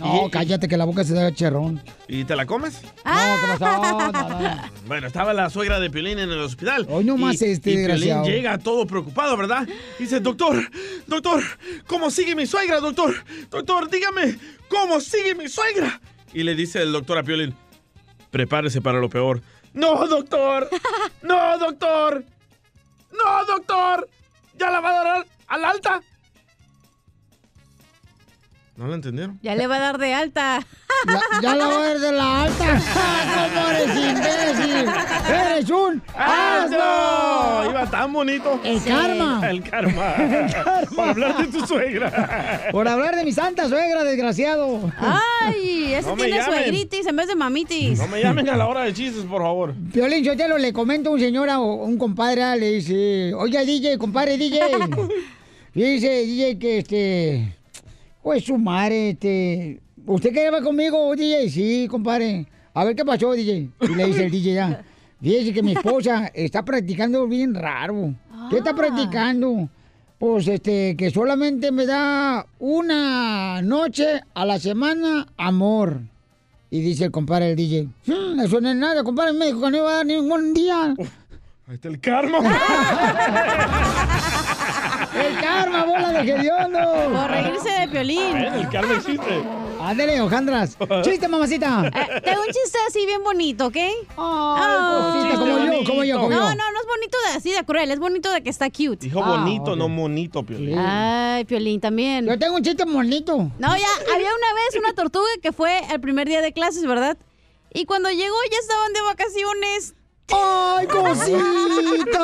Speaker 3: No,
Speaker 5: y,
Speaker 3: cállate que la boca se da cherrón.
Speaker 5: ¿Y te la comes?
Speaker 3: No, ¿qué pasó? No, no, no.
Speaker 5: Bueno, estaba la suegra de Piolín en el hospital. Hoy
Speaker 3: nomás este
Speaker 5: y Piolín
Speaker 3: desgraciado.
Speaker 5: llega todo preocupado, ¿verdad? Dice, doctor, doctor, ¿cómo sigue mi suegra, doctor? Doctor, dígame, ¿cómo sigue mi suegra? Y le dice el doctor a Piolín, prepárese para lo peor. No, doctor, no, doctor, no, doctor, ¿ya la va a dar al- al alta? ¿No la entendieron?
Speaker 6: Ya le va a dar de alta.
Speaker 3: ya la va a dar de la alta. ¿Cómo eres imbécil? ¡Eres un
Speaker 5: Ah. ¡Hazlo!
Speaker 3: asno!
Speaker 5: Iba tan bonito.
Speaker 3: El karma.
Speaker 5: El karma.
Speaker 3: El karma.
Speaker 5: Por hablar de tu suegra.
Speaker 3: Por hablar de mi santa suegra, desgraciado.
Speaker 6: Ay, ese
Speaker 5: No me
Speaker 6: tiene
Speaker 5: llamen.
Speaker 6: suegritis en vez de mamitis.
Speaker 5: No me llamen a la hora de chistes, por favor.
Speaker 3: Violín, yo te lo le comento a un señor, a un compadre, ah, le dice, oiga DJ, compadre DJ. Y dice, DJ, que este, pues su madre, este, ¿usted qué va conmigo, DJ? Sí, compadre. A ver qué pasó, DJ. Y le dice el DJ ya. Fíjese que mi esposa está practicando bien raro. ¿Qué
Speaker 6: Ah.
Speaker 3: está practicando? Pues este, que solamente me da una noche a la semana amor. Y dice el compadre el DJ, "Mm, eso no es nada, compadre, me dijo que no iba a dar ningún día.
Speaker 5: Ahí está el karma.
Speaker 3: el karma, bola de hediondo.
Speaker 6: Por reírse de Piolín.
Speaker 5: Ven, el karma existe.
Speaker 3: Ándale, Ojandras. Chiste, mamacita.
Speaker 6: Eh, tengo un chiste así bien bonito, ¿ok? Ah,
Speaker 3: cosita, como yo, como yo, como yo.
Speaker 6: No, no, no es bonito de así de cruel, es bonito de que está cute.
Speaker 5: Dijo
Speaker 3: Ah,
Speaker 5: bonito, no monito, Piolín.
Speaker 6: Ay, Piolín también. Yo
Speaker 3: tengo un chiste bonito.
Speaker 6: No, ya, había una vez una tortuga que fue el primer día de clases, ¿verdad? Y cuando llegó ya estaban de vacaciones.
Speaker 3: ¡Ay, cosita!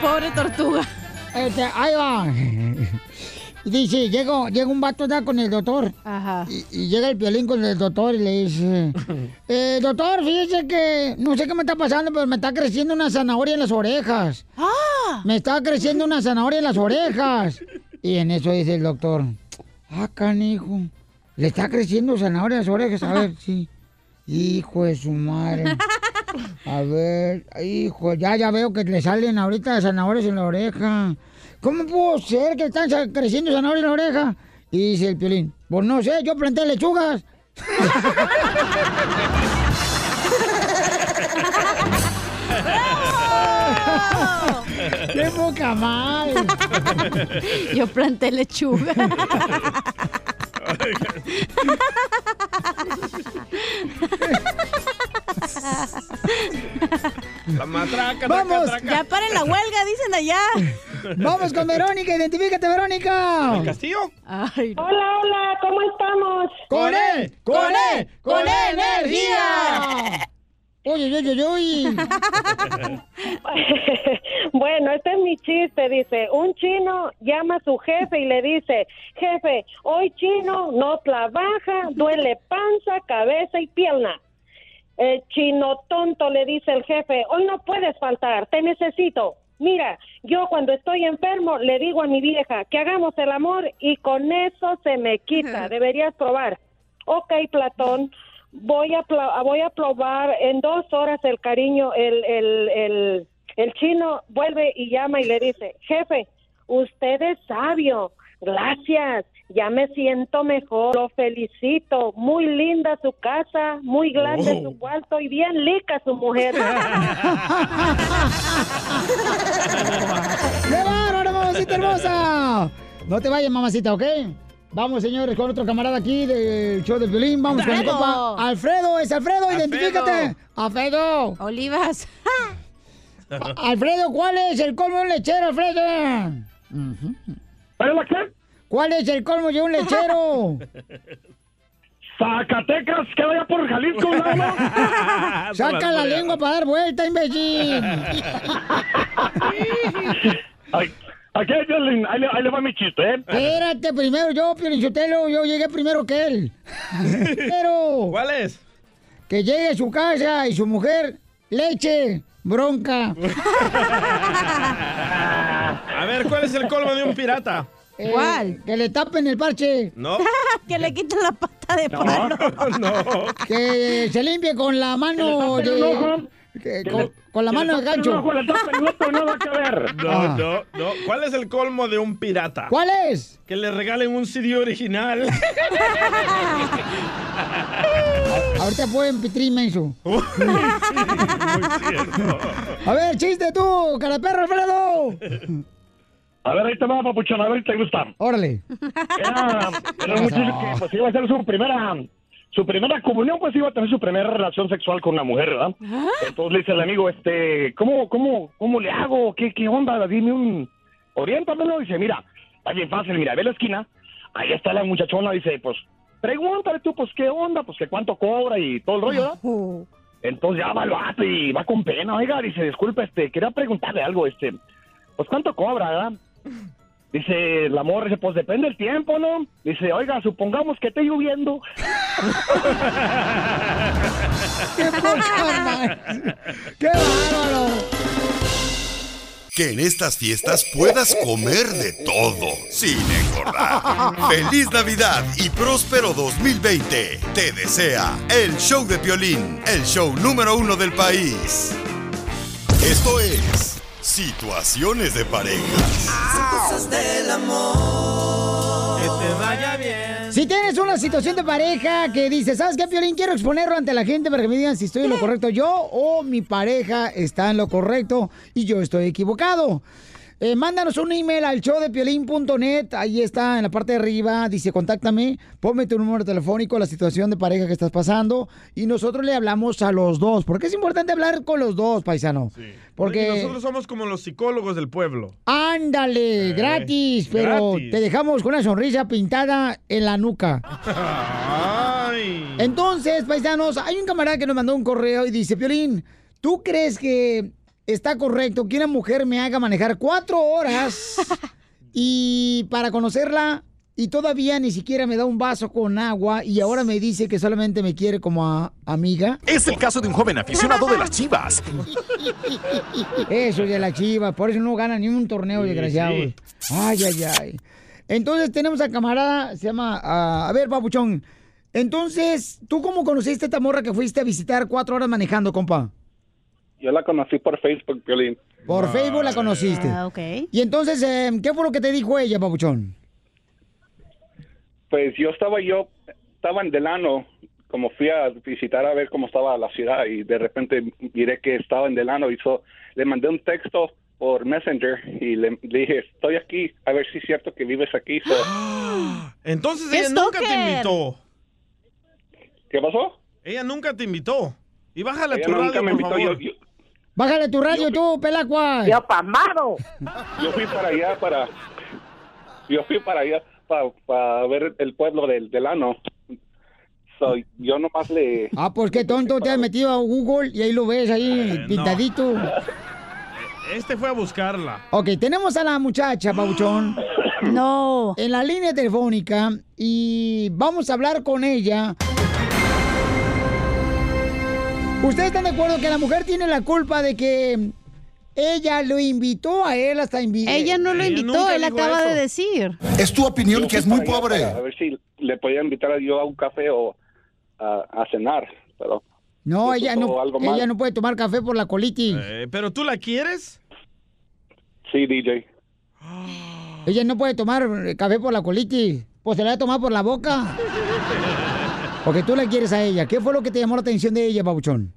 Speaker 6: Pobre tortuga.
Speaker 3: Este, ahí va. Y Dice, llega, llega un vato ya con el doctor. Y, y llega el violín con el doctor y le dice, eh, doctor, fíjese que no sé qué me está pasando, pero me está creciendo una zanahoria en las orejas. Me está creciendo una zanahoria en las orejas. Y en eso dice el doctor, ah, canijo, le está creciendo zanahoria en las orejas. A ver, sí. Hijo de su madre. A ver, hijo, ya, ya veo que le salen ahorita zanahorias en la oreja. ¿Cómo pudo ser que están sa- creciendo zanahorias en la oreja? Y dice el piolín, pues no sé, yo planté lechugas. ¡Qué poca mal!
Speaker 6: Yo planté lechuga.
Speaker 5: La matraca,
Speaker 3: Vamos.
Speaker 5: traca, traca.
Speaker 6: Ya paren la huelga, dicen allá.
Speaker 3: Vamos con Verónica, identifícate, Verónica.
Speaker 5: ¿El castillo?
Speaker 14: Hola,
Speaker 28: Ah,
Speaker 14: hola, ¿cómo estamos?
Speaker 3: E, ¡Con E él!
Speaker 14: ¡Con él! ¡Con él, energía!
Speaker 3: Oye, oye, oye, oye.
Speaker 28: Bueno, este es mi chiste, dice, un chino llama a su jefe y le dice, jefe, hoy chino no trabaja, duele panza, cabeza y pierna. El Eh, chino tonto le dice el jefe, hoy no puedes faltar, te necesito. Mira, yo cuando estoy enfermo le digo a mi vieja que hagamos el amor y con eso se me quita, deberías probar. Ok, Platón, voy a, pla- voy a probar en dos horas el cariño, el, el, el, el chino vuelve y llama y le dice, jefe, usted es sabio, gracias, ya me siento mejor, lo felicito, muy linda su casa, muy grande
Speaker 11: Oh.
Speaker 28: su cuarto y bien lica su mujer.
Speaker 3: ¡Qué bárbaro, mamacita hermosa! No te vayas, mamacita, ¿ok? Vamos, señores, con otro camarada aquí del show del violín. Vamos con el
Speaker 6: Alfredo.
Speaker 3: compa Alfredo. Es Alfredo, identifícate. Alfredo.
Speaker 6: Olivas.
Speaker 3: Alfredo, ¿cuál es el colmo de un lechero, Alfredo? ¿Cuál es el colmo de un lechero?
Speaker 12: Zacatecas, que vaya por Jalisco, nada más.
Speaker 3: Saca la lengua para dar vuelta, imbécil.
Speaker 12: Ay, Aquí, hay violín, ahí, le, ahí le va mi chiste, ¿eh?
Speaker 3: Espérate, primero yo, Piolichotelo, yo llegué primero que él. Pero.
Speaker 5: ¿Cuál es?
Speaker 3: Que llegue a su casa y su mujer, leche, bronca.
Speaker 5: A ver, ¿cuál es el colmo de un pirata?
Speaker 3: Eh, que le tapen el parche.
Speaker 5: No.
Speaker 3: que le quiten la pata de
Speaker 5: palo. No.
Speaker 3: Que se limpie con la mano.
Speaker 12: Que le tapen
Speaker 3: de-
Speaker 12: un ojo.
Speaker 3: que-
Speaker 12: Que
Speaker 3: con,
Speaker 12: le-
Speaker 3: con la
Speaker 12: que le
Speaker 3: mano de
Speaker 12: tapen
Speaker 3: gancho. Ah.
Speaker 12: un ojo, le tapen otro, nada que ver.
Speaker 5: No, no, no. ¿Cuál es el colmo de un pirata?
Speaker 3: ¿Cuál es?
Speaker 5: Que le regalen un CD original.
Speaker 3: Ahorita pueden pitrir inmenso. a ver, chiste tú, cara de perro, Alfredo.
Speaker 12: A ver, ahí te va, papuchón, a ver si te gusta.
Speaker 3: Órale. Ah,
Speaker 12: Era, era un muchacho que pues, iba a hacer su primera, su primera comunión, pues iba a tener su primera relación sexual con una mujer, ¿verdad? Entonces le dice el amigo, este, ¿cómo, cómo, cómo le hago? ¿Qué, qué onda? Dime un, oriéntamelo. Dice, mira, está bien fácil, mira, ve la esquina, ahí está la muchachona, dice, pues, pregúntale tú, pues, ¿qué onda? Pues, que cuánto cobra y todo el rollo, ¿verdad? Entonces ya va el vato y va con pena, oiga, dice, disculpa, este, quería preguntarle algo, este, pues, ¿cuánto cobra, verdad? Dice la morra, dice, pues depende del tiempo, ¿no? Dice, oiga, supongamos que esté lloviendo.
Speaker 3: ¡Qué ¡Qué bárbaro!
Speaker 2: Que en estas fiestas puedas comer de todo sin engordar. Feliz Navidad y próspero 2020. Te desea el show de Piolín, el show número uno del país. Esto es Situaciones de Pareja.
Speaker 21: Cosas del amor. Que te vaya bien.
Speaker 3: Si tienes una situación de pareja que dices, ¿sabes qué, Piolín? Quiero exponerlo ante la gente para que me digan si estoy en lo correcto yo o mi pareja está en lo correcto y yo estoy equivocado. Eh, mándanos un email al showdepiolín.net, ahí está en la parte de arriba, dice contáctame, ponme tu número telefónico, la situación de pareja que estás pasando y nosotros le hablamos a los dos, porque es importante hablar con los dos, paisano. Porque...
Speaker 5: Y nosotros somos como los psicólogos del pueblo.
Speaker 3: Ándale, gratis, pero
Speaker 5: Eh, gratis.
Speaker 3: te dejamos con una sonrisa pintada en la nuca.
Speaker 5: Ay.
Speaker 3: Entonces, paisanos, hay un camarada que nos mandó un correo y dice, Piolín, ¿tú crees que está correcto que una mujer me haga manejar cuatro horas y para conocerla y todavía ni siquiera me da un vaso con agua y ahora me dice que solamente me quiere como a- amiga?
Speaker 26: Es el caso de un joven aficionado de las Chivas.
Speaker 3: Eso de la chiva, por eso no gana ni un torneo,
Speaker 26: Sí,
Speaker 3: desgraciado.
Speaker 26: sí.
Speaker 3: Ay, ay, ay. Entonces tenemos a camarada, se llama, ah, a ver, papuchón. Entonces, ¿tú cómo conociste a esta morra que fuiste a visitar cuatro horas manejando, compa?
Speaker 29: Yo la conocí por Facebook, Violín.
Speaker 26: Ah,
Speaker 3: Por Facebook la conociste. Y entonces, eh, ¿qué fue lo que te dijo ella, papuchón?
Speaker 29: Pues yo estaba yo, estaba en Delano, como fui a visitar a ver cómo estaba la ciudad y de repente miré que estaba en Delano y so- le mandé un texto por Messenger y le, le dije, estoy aquí, a ver si es cierto que vives aquí. So,
Speaker 5: Entonces
Speaker 29: ¡Qué
Speaker 5: ella nunca te
Speaker 29: stalker!
Speaker 5: invitó.
Speaker 29: ¿Qué pasó?
Speaker 5: Ella nunca te invitó. Y bájale
Speaker 29: Ella
Speaker 5: tu
Speaker 29: nunca
Speaker 5: radio,
Speaker 29: me
Speaker 5: por
Speaker 29: invitó,
Speaker 5: favor.
Speaker 29: yo-
Speaker 3: Bájale tu radio tú, pelacua.
Speaker 29: Yo pamado. Yo fui para allá, para... Yo fui para allá para, para ver el pueblo del Delano. So, yo nomás le...
Speaker 3: Ah, pues qué tonto, te has metido a Google y ahí lo ves, ahí pintadito.
Speaker 5: Este fue a buscarla.
Speaker 3: Ok, tenemos a la muchacha, Pauchón. No. En la línea telefónica y vamos a hablar con ella. ¿Ustedes están de acuerdo que la mujer tiene la culpa de que ella lo invitó a él hasta eh, invitar?
Speaker 6: Ella no lo invitó, él acaba de decir.
Speaker 29: Es tu opinión
Speaker 6: que es muy
Speaker 29: pobre. A ver si le podía invitar yo a un café o a, a cenar, pero...
Speaker 3: No, ella no,
Speaker 29: algo mal.
Speaker 3: ella no puede tomar café por la colitis.
Speaker 5: Eh, ¿Pero tú la quieres?
Speaker 29: Sí, DJ.
Speaker 3: Ella no puede tomar eh, café por la colitis. Pues se la va a tomar por la boca. Porque tú la quieres a ella. ¿Qué fue lo que te llamó la atención de ella, Babuchón?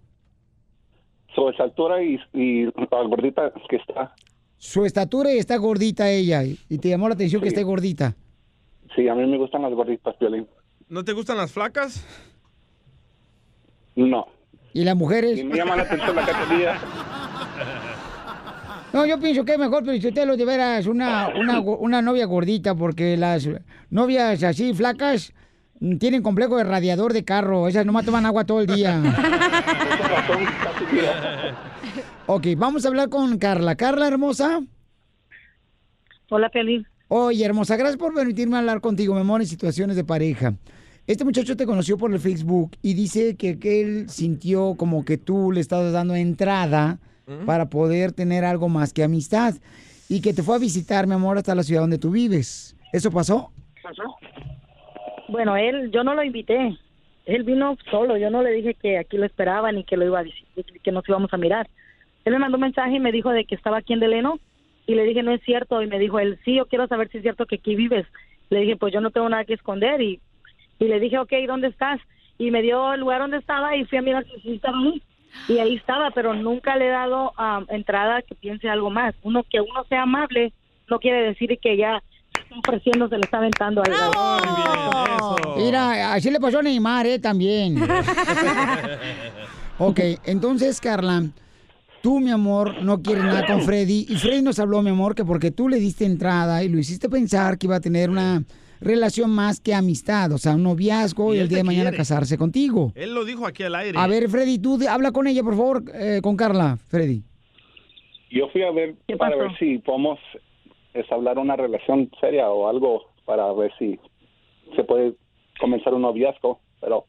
Speaker 29: Su altura y, y la gordita que está.
Speaker 3: Su estatura y está gordita ella. Y te llamó la atención que esté gordita.
Speaker 29: Sí, a mí me gustan las gorditas, Piolín.
Speaker 5: ¿No te gustan las flacas?
Speaker 29: No.
Speaker 3: Y las mujeres.
Speaker 29: Y me llama la atención la categoría.
Speaker 3: No, yo pienso que es mejor, pero si usted lo veras una, una, go- una novia gordita, porque las novias así flacas mm, tienen complejo de radiador de carro. Esas nomás toman agua todo el día. ok, vamos a hablar con Carla. Carla, hermosa.
Speaker 8: Hola, Pelín.
Speaker 3: Oye, hermosa, gracias por permitirme hablar contigo, mi amor, en situaciones de pareja. Este muchacho te conoció por el Facebook y dice que, que él sintió como que tú le estabas dando entrada
Speaker 11: ¿Mm?
Speaker 3: para poder tener algo más que amistad y que te fue a visitar, mi amor, hasta la ciudad donde tú vives. ¿Eso pasó?
Speaker 8: Bueno, él, yo no lo invité. Él vino solo. Yo no le dije que aquí lo esperaba ni que lo iba a decir, que nos íbamos a mirar. Él me mandó un mensaje y me dijo de que estaba aquí en Deleno y le dije no es cierto y me dijo él sí, yo quiero saber si es cierto que aquí vives. Le dije pues yo no tengo nada que esconder y y le dije ok, ¿dónde estás? Y me dio el lugar donde estaba y fui a mirar si sí estaba ahí. Y ahí estaba, pero nunca le he dado am, entrada que piense algo más. Uno que uno sea amable no quiere decir que ya está ofreciendo se le está aventando algo.
Speaker 3: Mira, así le pasó a Neymar, ¿eh? También. ok, entonces, Carla, tú, mi amor, no quieres nada con Freddy. Y Freddy nos habló, mi amor, que porque tú le diste entrada y lo hiciste pensar que iba a tener una relación más que amistad, o sea, un noviazgo y,
Speaker 5: Y él
Speaker 3: el día
Speaker 5: te
Speaker 3: de mañana
Speaker 5: quiere.
Speaker 3: casarse contigo.
Speaker 5: Él lo dijo aquí al aire.
Speaker 3: A ver, Freddy, tú de- habla con ella, por favor, eh, con Carla, Freddy.
Speaker 29: Yo fui a ver para ver si podemos establecer una relación seria o algo para ver si se puede comenzar un noviazgo, pero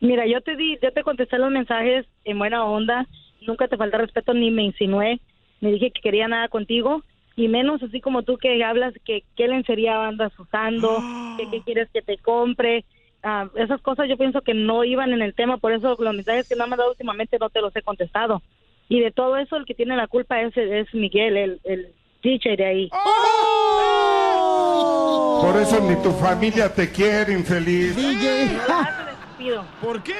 Speaker 8: Mira, yo te di, yo te contesté los mensajes en buena onda, nunca te falta respeto ni me insinué, ni dije que quería nada contigo y menos así como tú que hablas que qué lencería andas usando, que qué quieres que te compre, Ah, esas cosas yo pienso que no iban en el tema, por eso los mensajes que me han mandado últimamente no te los he contestado. Y de todo eso el que tiene la culpa es es Miguel, el, el DJ de ahí.
Speaker 13: Por eso ni tu familia te quiere, infeliz.
Speaker 5: ¿Por qué?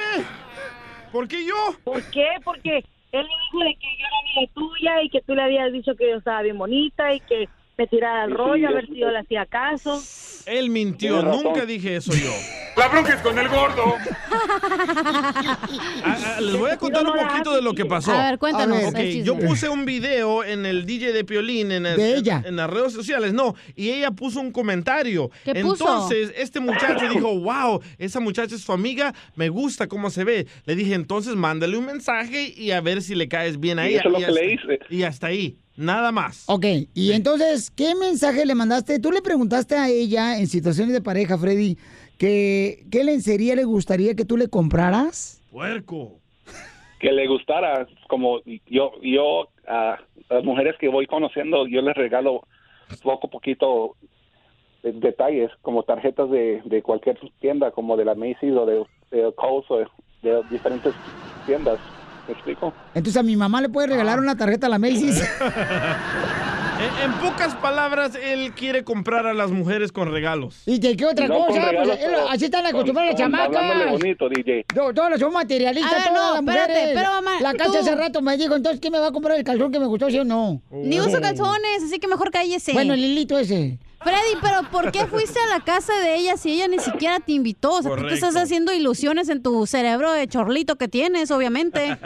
Speaker 5: ¿Por qué yo?
Speaker 8: ¿Por qué? Porque él me dijo de que yo era amiga tuya y que tú le habías dicho que yo estaba bien bonita y que me tirara el
Speaker 5: Sí,
Speaker 8: rollo, a
Speaker 5: yo-
Speaker 8: ver si yo le hacía caso.
Speaker 5: Él mintió,
Speaker 8: Tiene razón.
Speaker 5: nunca dije eso yo.
Speaker 13: La bronca es con el gordo.
Speaker 5: Ah, ah, les voy a contar un poquito de lo que pasó.
Speaker 8: A ver, cuéntanos, A ver.
Speaker 5: Ok,
Speaker 8: el chisme.
Speaker 5: yo puse un video en el DJ de Piolín en, el-
Speaker 3: De ella.
Speaker 5: en las redes sociales, no, y ella puso un comentario.
Speaker 3: ¿Qué puso?
Speaker 5: entonces, este muchacho dijo, wow, esa muchacha es tu amiga, me gusta cómo se ve. Le dije, entonces, mándale un mensaje y a ver si le caes bien a
Speaker 29: Y
Speaker 5: ella.
Speaker 29: eso es lo
Speaker 5: y,
Speaker 29: que
Speaker 5: hasta,
Speaker 29: le
Speaker 5: y hasta ahí, nada más.
Speaker 3: Ok, y entonces, ¿qué mensaje le mandaste? Tú le preguntaste a ella en situaciones de pareja, Freddy, que qué lencería le gustaría que tú le compraras.
Speaker 5: Puerco.
Speaker 29: que le gustara como yo yo a las mujeres que voy conociendo yo les regalo poco a poquito de- eh, detalles como tarjetas de, de cualquier tienda como de la Macy's o de, de Kohl's o de, de diferentes tiendas ¿me explico?
Speaker 3: Entonces a mi mamá le puede
Speaker 5: Ah.
Speaker 3: regalar una tarjeta a la Macy's.
Speaker 5: E, En, en pocas palabras, él quiere comprar a las mujeres con regalos.
Speaker 3: ¿Y que qué otra
Speaker 5: No, con
Speaker 3: cosa? Pues,
Speaker 5: regalos,
Speaker 3: eh,
Speaker 5: pero
Speaker 3: así están
Speaker 5: con-
Speaker 3: acostumbradas las
Speaker 5: con- hablándole
Speaker 3: chamacas.
Speaker 29: bonito DJ
Speaker 3: No, todas las son materialistas,
Speaker 6: A ver,
Speaker 3: todas
Speaker 6: Ah, no,
Speaker 3: las
Speaker 6: espérate,
Speaker 3: mujeres.
Speaker 6: pero, mamá,
Speaker 3: la
Speaker 6: tú-
Speaker 3: cacha hace rato me dijo, entonces, ¿qué me va a comprar el calzón que me gustó, sí o no?
Speaker 6: Ni uso calzones, así que mejor cállese.
Speaker 3: Bueno, el hilito ese.
Speaker 6: Freddy, pero ¿por qué fuiste a la casa de ella si ella ni siquiera te invitó? O sea, tú te estás
Speaker 29: Correcto.
Speaker 6: haciendo ilusiones en tu cerebro de chorlito que tienes, obviamente.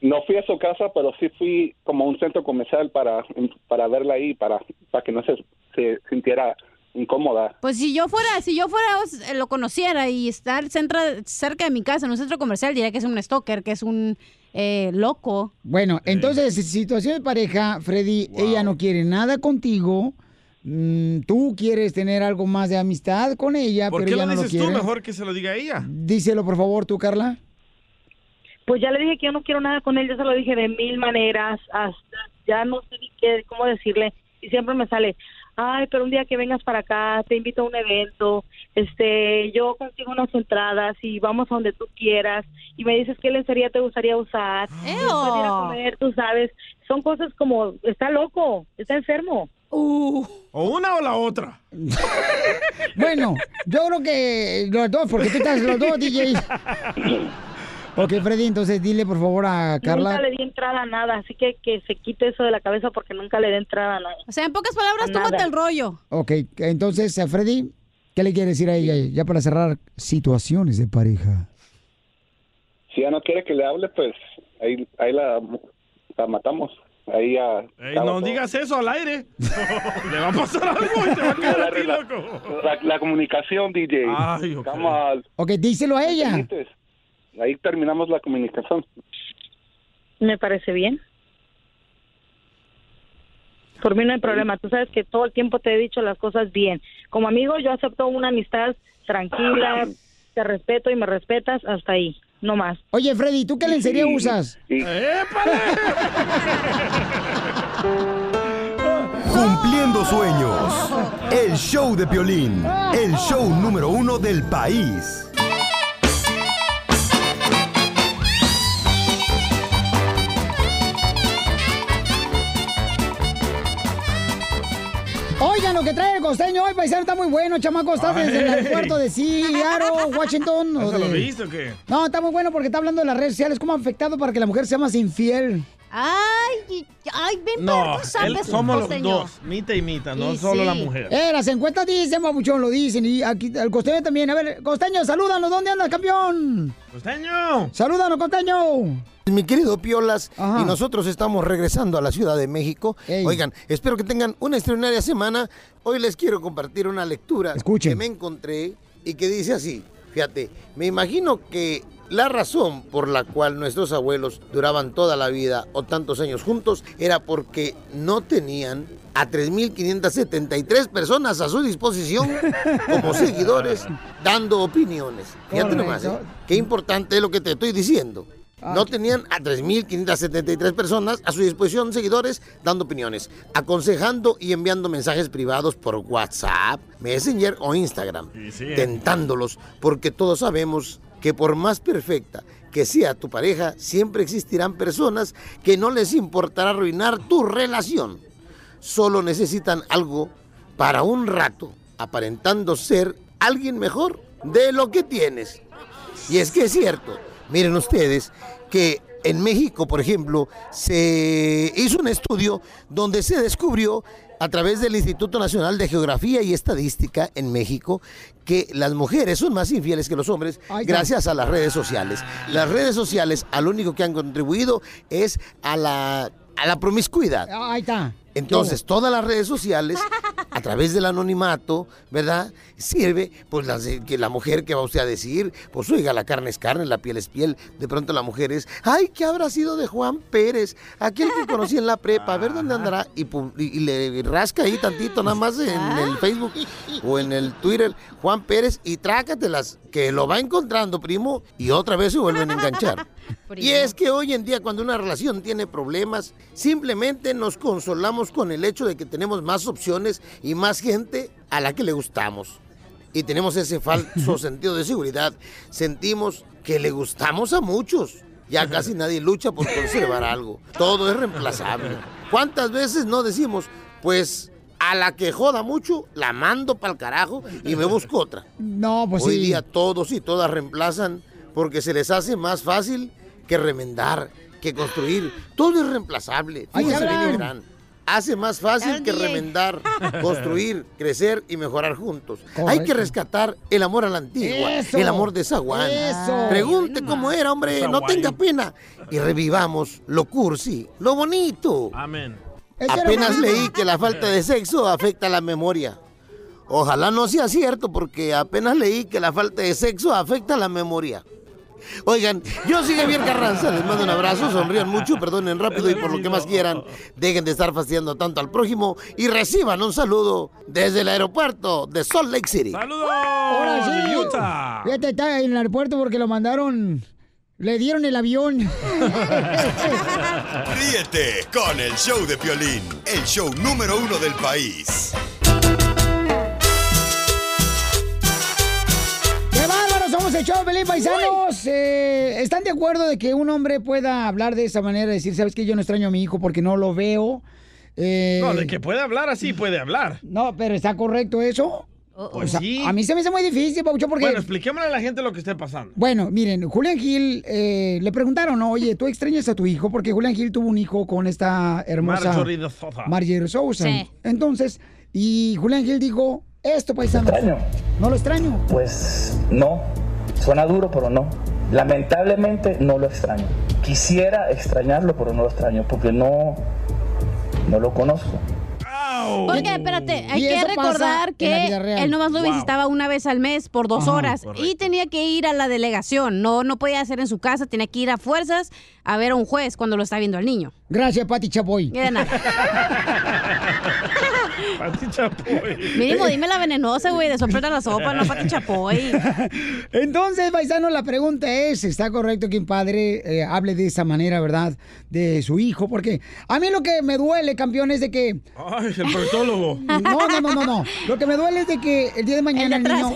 Speaker 29: no fui a su casa pero sí fui como a un centro comercial para para verla ahí para para que no se, se sintiera incómoda.
Speaker 6: Pues si yo fuera, si yo fuera, os- eh, lo conociera y estar centra- cerca de mi casa, en un centro comercial, diría que es un stalker, que es un eh, loco.
Speaker 3: Bueno, entonces, si- situación de pareja, Freddy, ella no quiere nada contigo. mm, tú quieres tener algo más de amistad con ella,
Speaker 5: ¿Por
Speaker 3: pero
Speaker 5: qué
Speaker 3: ella
Speaker 5: lo
Speaker 3: no
Speaker 5: Mm.
Speaker 3: lo
Speaker 5: dices tú?
Speaker 3: quiere.
Speaker 5: Mejor que se lo diga a ella.
Speaker 3: Díselo, por favor, tú, Carla.
Speaker 8: Pues ya le dije que yo no quiero nada con él, yo se lo dije de mil maneras, hasta ya no sé ni qué, cómo decirle, y siempre me sale, ay, pero un día que vengas para acá, te invito a un evento, este, yo consigo unas entradas y vamos a donde tú quieras, y me dices qué lencería te gustaría usar, ¿Qué vas a ir a comer, tú sabes, son cosas como, está loco, está enfermo.
Speaker 6: Uh.
Speaker 5: O una o la otra.
Speaker 3: Bueno, yo creo que los dos, porque tú estás los dos, DJ. Ok, Freddy, entonces dile, por favor, a Carla.
Speaker 8: Nunca le di entrada a nada, así que que se quite eso de la cabeza porque nunca le di entrada a nada.
Speaker 6: O sea, en pocas palabras, tómate el rollo.
Speaker 3: Ok, entonces, a Freddy, ¿qué le quiere decir a ella? Ya para cerrar, situaciones de pareja.
Speaker 29: Si ella no quiere que le hable, pues ahí, ahí la, la matamos. Ahí ya.
Speaker 5: Ey, no digas eso al aire. Le va a pasar algo y te va a caer a ti, loco.
Speaker 29: La, la comunicación, DJ. Come on.
Speaker 3: Ok, díselo a ella.
Speaker 29: Entonces, Ahí terminamos la comunicación.
Speaker 8: Me parece bien. Por mí no hay problema. Tú sabes que todo el tiempo te he dicho las cosas bien. Como amigo, yo acepto una amistad tranquila, te respeto y me respetas hasta ahí, no más.
Speaker 3: Oye, Freddy, ¿tú qué lencería
Speaker 8: Sí.
Speaker 3: usas?
Speaker 2: Cumpliendo sueños. El show de Piolín. El show número uno del país.
Speaker 3: Oigan, lo que trae el costeño hoy, paisano, está muy bueno, chamaco. Está
Speaker 5: Ay.
Speaker 3: desde el aeropuerto de Seattle, Washington. o
Speaker 5: ¿Eso lo
Speaker 3: de-
Speaker 5: viste o qué?
Speaker 3: No, está muy bueno porque está hablando de las redes sociales, cómo ha afectado para que la mujer sea más infiel.
Speaker 6: Ay, ay, ven
Speaker 5: No,
Speaker 6: para tú sabes,
Speaker 5: él- somos los
Speaker 6: costeño.
Speaker 5: dos, mita y mita, no
Speaker 6: Y
Speaker 5: solo
Speaker 6: sí.
Speaker 5: la mujer.
Speaker 3: Eh, las encuestas dicen, babuchón, lo dicen. Y aquí el costeño también. A ver, costeño, salúdanos. ¿Dónde andas, campeón?
Speaker 5: ¡Costeño!
Speaker 3: ¡Salúdanos, costeño! Ah,
Speaker 11: Mi querido Piolas, y nosotros estamos regresando a la Ciudad de México. Oigan, espero que tengan una extraordinaria semana. Hoy les quiero compartir una lectura que me encontré y que dice así. Fíjate, me imagino que la razón por la cual nuestros abuelos duraban toda la vida o tantos años juntos era porque no tenían a 3.573 personas a su disposición como seguidores dando opiniones. Fíjate nomás, ¿eh?
Speaker 17: Correcto.
Speaker 11: qué importante es lo que te estoy diciendo. No tenían a 3.573 personas a su disposición seguidores dando opiniones, aconsejando y enviando mensajes privados por WhatsApp, Messenger o Instagram, tentándolos, porque todos sabemos que por más perfecta que sea tu pareja, siempre existirán personas que no les importará arruinar tu relación. Solo necesitan algo para un rato, aparentando ser alguien mejor de lo que tienes. Y es que es cierto, miren ustedes, que en México, por ejemplo, se hizo un estudio donde se descubrió a través del Instituto Nacional de Geografía y Estadística en México que las mujeres son más infieles que los hombres
Speaker 25: Ay,
Speaker 11: gracias a las redes sociales. Las redes sociales al único que han contribuido es a la, a la promiscuidad.
Speaker 3: Ahí está.
Speaker 11: Entonces, todas las redes sociales, a través del anonimato, ¿verdad? Sirve, pues, las- que la mujer que va usted a decir, pues, oiga, la carne es carne, la piel es piel. De pronto la mujer es, ay, ¿qué habrá sido de Juan Pérez? Aquel que conocí en la prepa, a ver dónde andará. Y, pu- y- y le rasca ahí tantito, nada más en el Facebook o en el Twitter, Juan Pérez, y trácatelas, que lo va encontrando, primo, y otra vez se vuelven a enganchar. Y es que hoy en día cuando una relación tiene problemas, simplemente nos consolamos con el hecho de que tenemos más opciones y más gente a la que le gustamos. Y tenemos ese falso sentido de seguridad. Sentimos que le gustamos a muchos. Ya casi nadie lucha por conservar algo. Todo es reemplazable. ¿Cuántas veces no decimos, pues a la que joda mucho, la mando para el carajo y me busco otra?
Speaker 3: No, pues
Speaker 11: Hoy
Speaker 3: sí.
Speaker 11: día todos y todas reemplazan porque se les hace más fácil que remendar, que construir. Todo es reemplazable.
Speaker 3: Ahí
Speaker 11: Fíjense bien,
Speaker 3: hablan.
Speaker 11: Gran. Hace más fácil que remendar, construir, crecer y mejorar juntos. Hay que
Speaker 25: Correcto.
Speaker 11: rescatar el amor a la antigua,
Speaker 25: Eso.
Speaker 11: el amor de Zaguán.
Speaker 25: Eso.
Speaker 11: Pregunte cómo era, hombre, no
Speaker 25: Zaguán.
Speaker 11: tenga pena. Y revivamos lo cursi, lo bonito.
Speaker 5: Amén.
Speaker 11: Apenas leí que la falta de sexo afecta la memoria. Ojalá no sea cierto, porque apenas leí que la falta de sexo afecta la memoria. Oigan, yo soy Javier Carranza, les mando un abrazo, sonrían mucho, perdonen rápido y por lo que más quieran, dejen de estar fastidiando tanto al prójimo y reciban un saludo desde el aeropuerto de Salt Lake City.
Speaker 5: ¡Saludos!
Speaker 3: Ahora sí.
Speaker 5: Oh, Utah.
Speaker 3: Fíjate, está en el aeropuerto porque lo mandaron. Le dieron el avión.
Speaker 2: Ríete con el show de Piolín, el show número uno del país.
Speaker 3: ¡Qué bárbaro! Somos el show, de Pelín Paisanos. Eh, ¿Están de acuerdo de que un hombre pueda hablar de esa manera? Decir, ¿sabes qué? Yo no extraño a mi hijo porque no lo veo. Eh,
Speaker 5: No, de que puede hablar así, puede hablar.
Speaker 3: no, pero ¿está correcto eso?
Speaker 6: Oh,
Speaker 5: Pues sí.
Speaker 3: A mí se me hace muy difícil, Paucho, porque...
Speaker 5: Bueno, expliquémosle a la gente lo que esté pasando.
Speaker 3: Bueno, miren, Julián Gil, eh, le preguntaron, ¿no? oye, ¿tú extrañas a tu hijo? Porque Julián Gil tuvo un hijo con esta hermosa...
Speaker 5: Marjorie de Sosa.
Speaker 3: Marjorie Sousa.
Speaker 5: Sí.
Speaker 3: Entonces, y Julián Gil dijo, esto, paisano. No lo extraño.
Speaker 17: Pues no, suena duro, pero no. Lamentablemente no lo extraño. Quisiera extrañarlo, pero no lo extraño, porque no, no lo conozco.
Speaker 6: Porque, espérate, hay
Speaker 17: Y
Speaker 6: que
Speaker 17: eso pasa
Speaker 6: recordar
Speaker 17: en la
Speaker 6: que
Speaker 17: vida real.
Speaker 6: él nomás lo
Speaker 17: Wow.
Speaker 6: visitaba una vez al mes por dos
Speaker 17: Ajá,
Speaker 6: horas y tenía que ir a la delegación. No, no podía hacer en su casa, tenía que ir a fuerzas a ver a un juez cuando lo está viendo al niño.
Speaker 3: Gracias, Pati Chapoy.
Speaker 6: Y de nada.
Speaker 5: Pati Chapoy.
Speaker 6: Mínimo, dime la venenosa, güey, de sorpresa la sopa, no Pati Chapoy.
Speaker 3: Entonces, paisano, la pregunta es, ¿está correcto que un padre eh, hable de esa manera, verdad, de su hijo? Porque a mí lo que me duele, campeón, es de que...
Speaker 5: Ay, el proctólogo.
Speaker 3: No, no, no, no, no. Lo que me duele es de que el día de mañana el, niño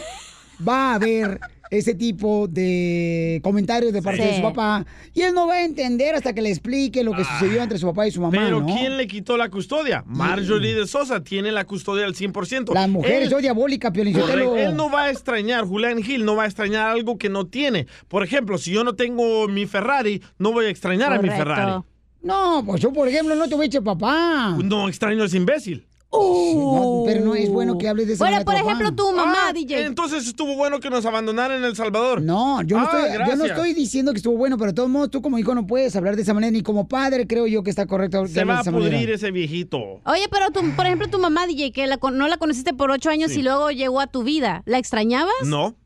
Speaker 3: va a ver ese tipo de comentarios de parte
Speaker 5: Sí.
Speaker 3: de su papá y él no va a entender hasta que le explique lo que sucedió entre su papá y su mamá,
Speaker 5: Ah. Pero
Speaker 3: ¿no?
Speaker 5: ¿quién le quitó la custodia? Marjorie de Sosa tiene la custodia al 100%.
Speaker 3: Las mujeres
Speaker 5: Él-
Speaker 3: son diabólicas, Piolín. Yo te
Speaker 5: Correcto.
Speaker 3: lo-
Speaker 5: Él no va a extrañar, Julián Gil no va a extrañar algo que no tiene. Por ejemplo, si yo no tengo mi Ferrari, no voy a extrañar a mi
Speaker 3: Correcto.
Speaker 5: Ferrari.
Speaker 3: No, pues yo, por ejemplo, no tuve hecho papá.
Speaker 5: No extraño a ese imbécil.
Speaker 3: No, pero no es bueno que hables de esa manera de tu papá.
Speaker 5: Ah, Entonces estuvo bueno que nos abandonaran en El Salvador.
Speaker 3: No, yo no,
Speaker 5: Ah,
Speaker 3: estoy, yo no
Speaker 5: gracias.
Speaker 3: estoy diciendo que estuvo bueno, pero de todos modos tú como hijo no puedes hablar de esa manera, ni como padre creo yo que está correcto
Speaker 5: Se
Speaker 3: hablar
Speaker 5: va
Speaker 3: de
Speaker 5: a
Speaker 3: esa
Speaker 5: pudrir
Speaker 3: manera.
Speaker 5: ese viejito.
Speaker 6: Oye, pero tú, por ejemplo, tu mamá, DJ, que la con- no la conociste por ocho años
Speaker 5: Sí.
Speaker 6: y luego llegó a tu vida, ¿la extrañabas?
Speaker 5: No.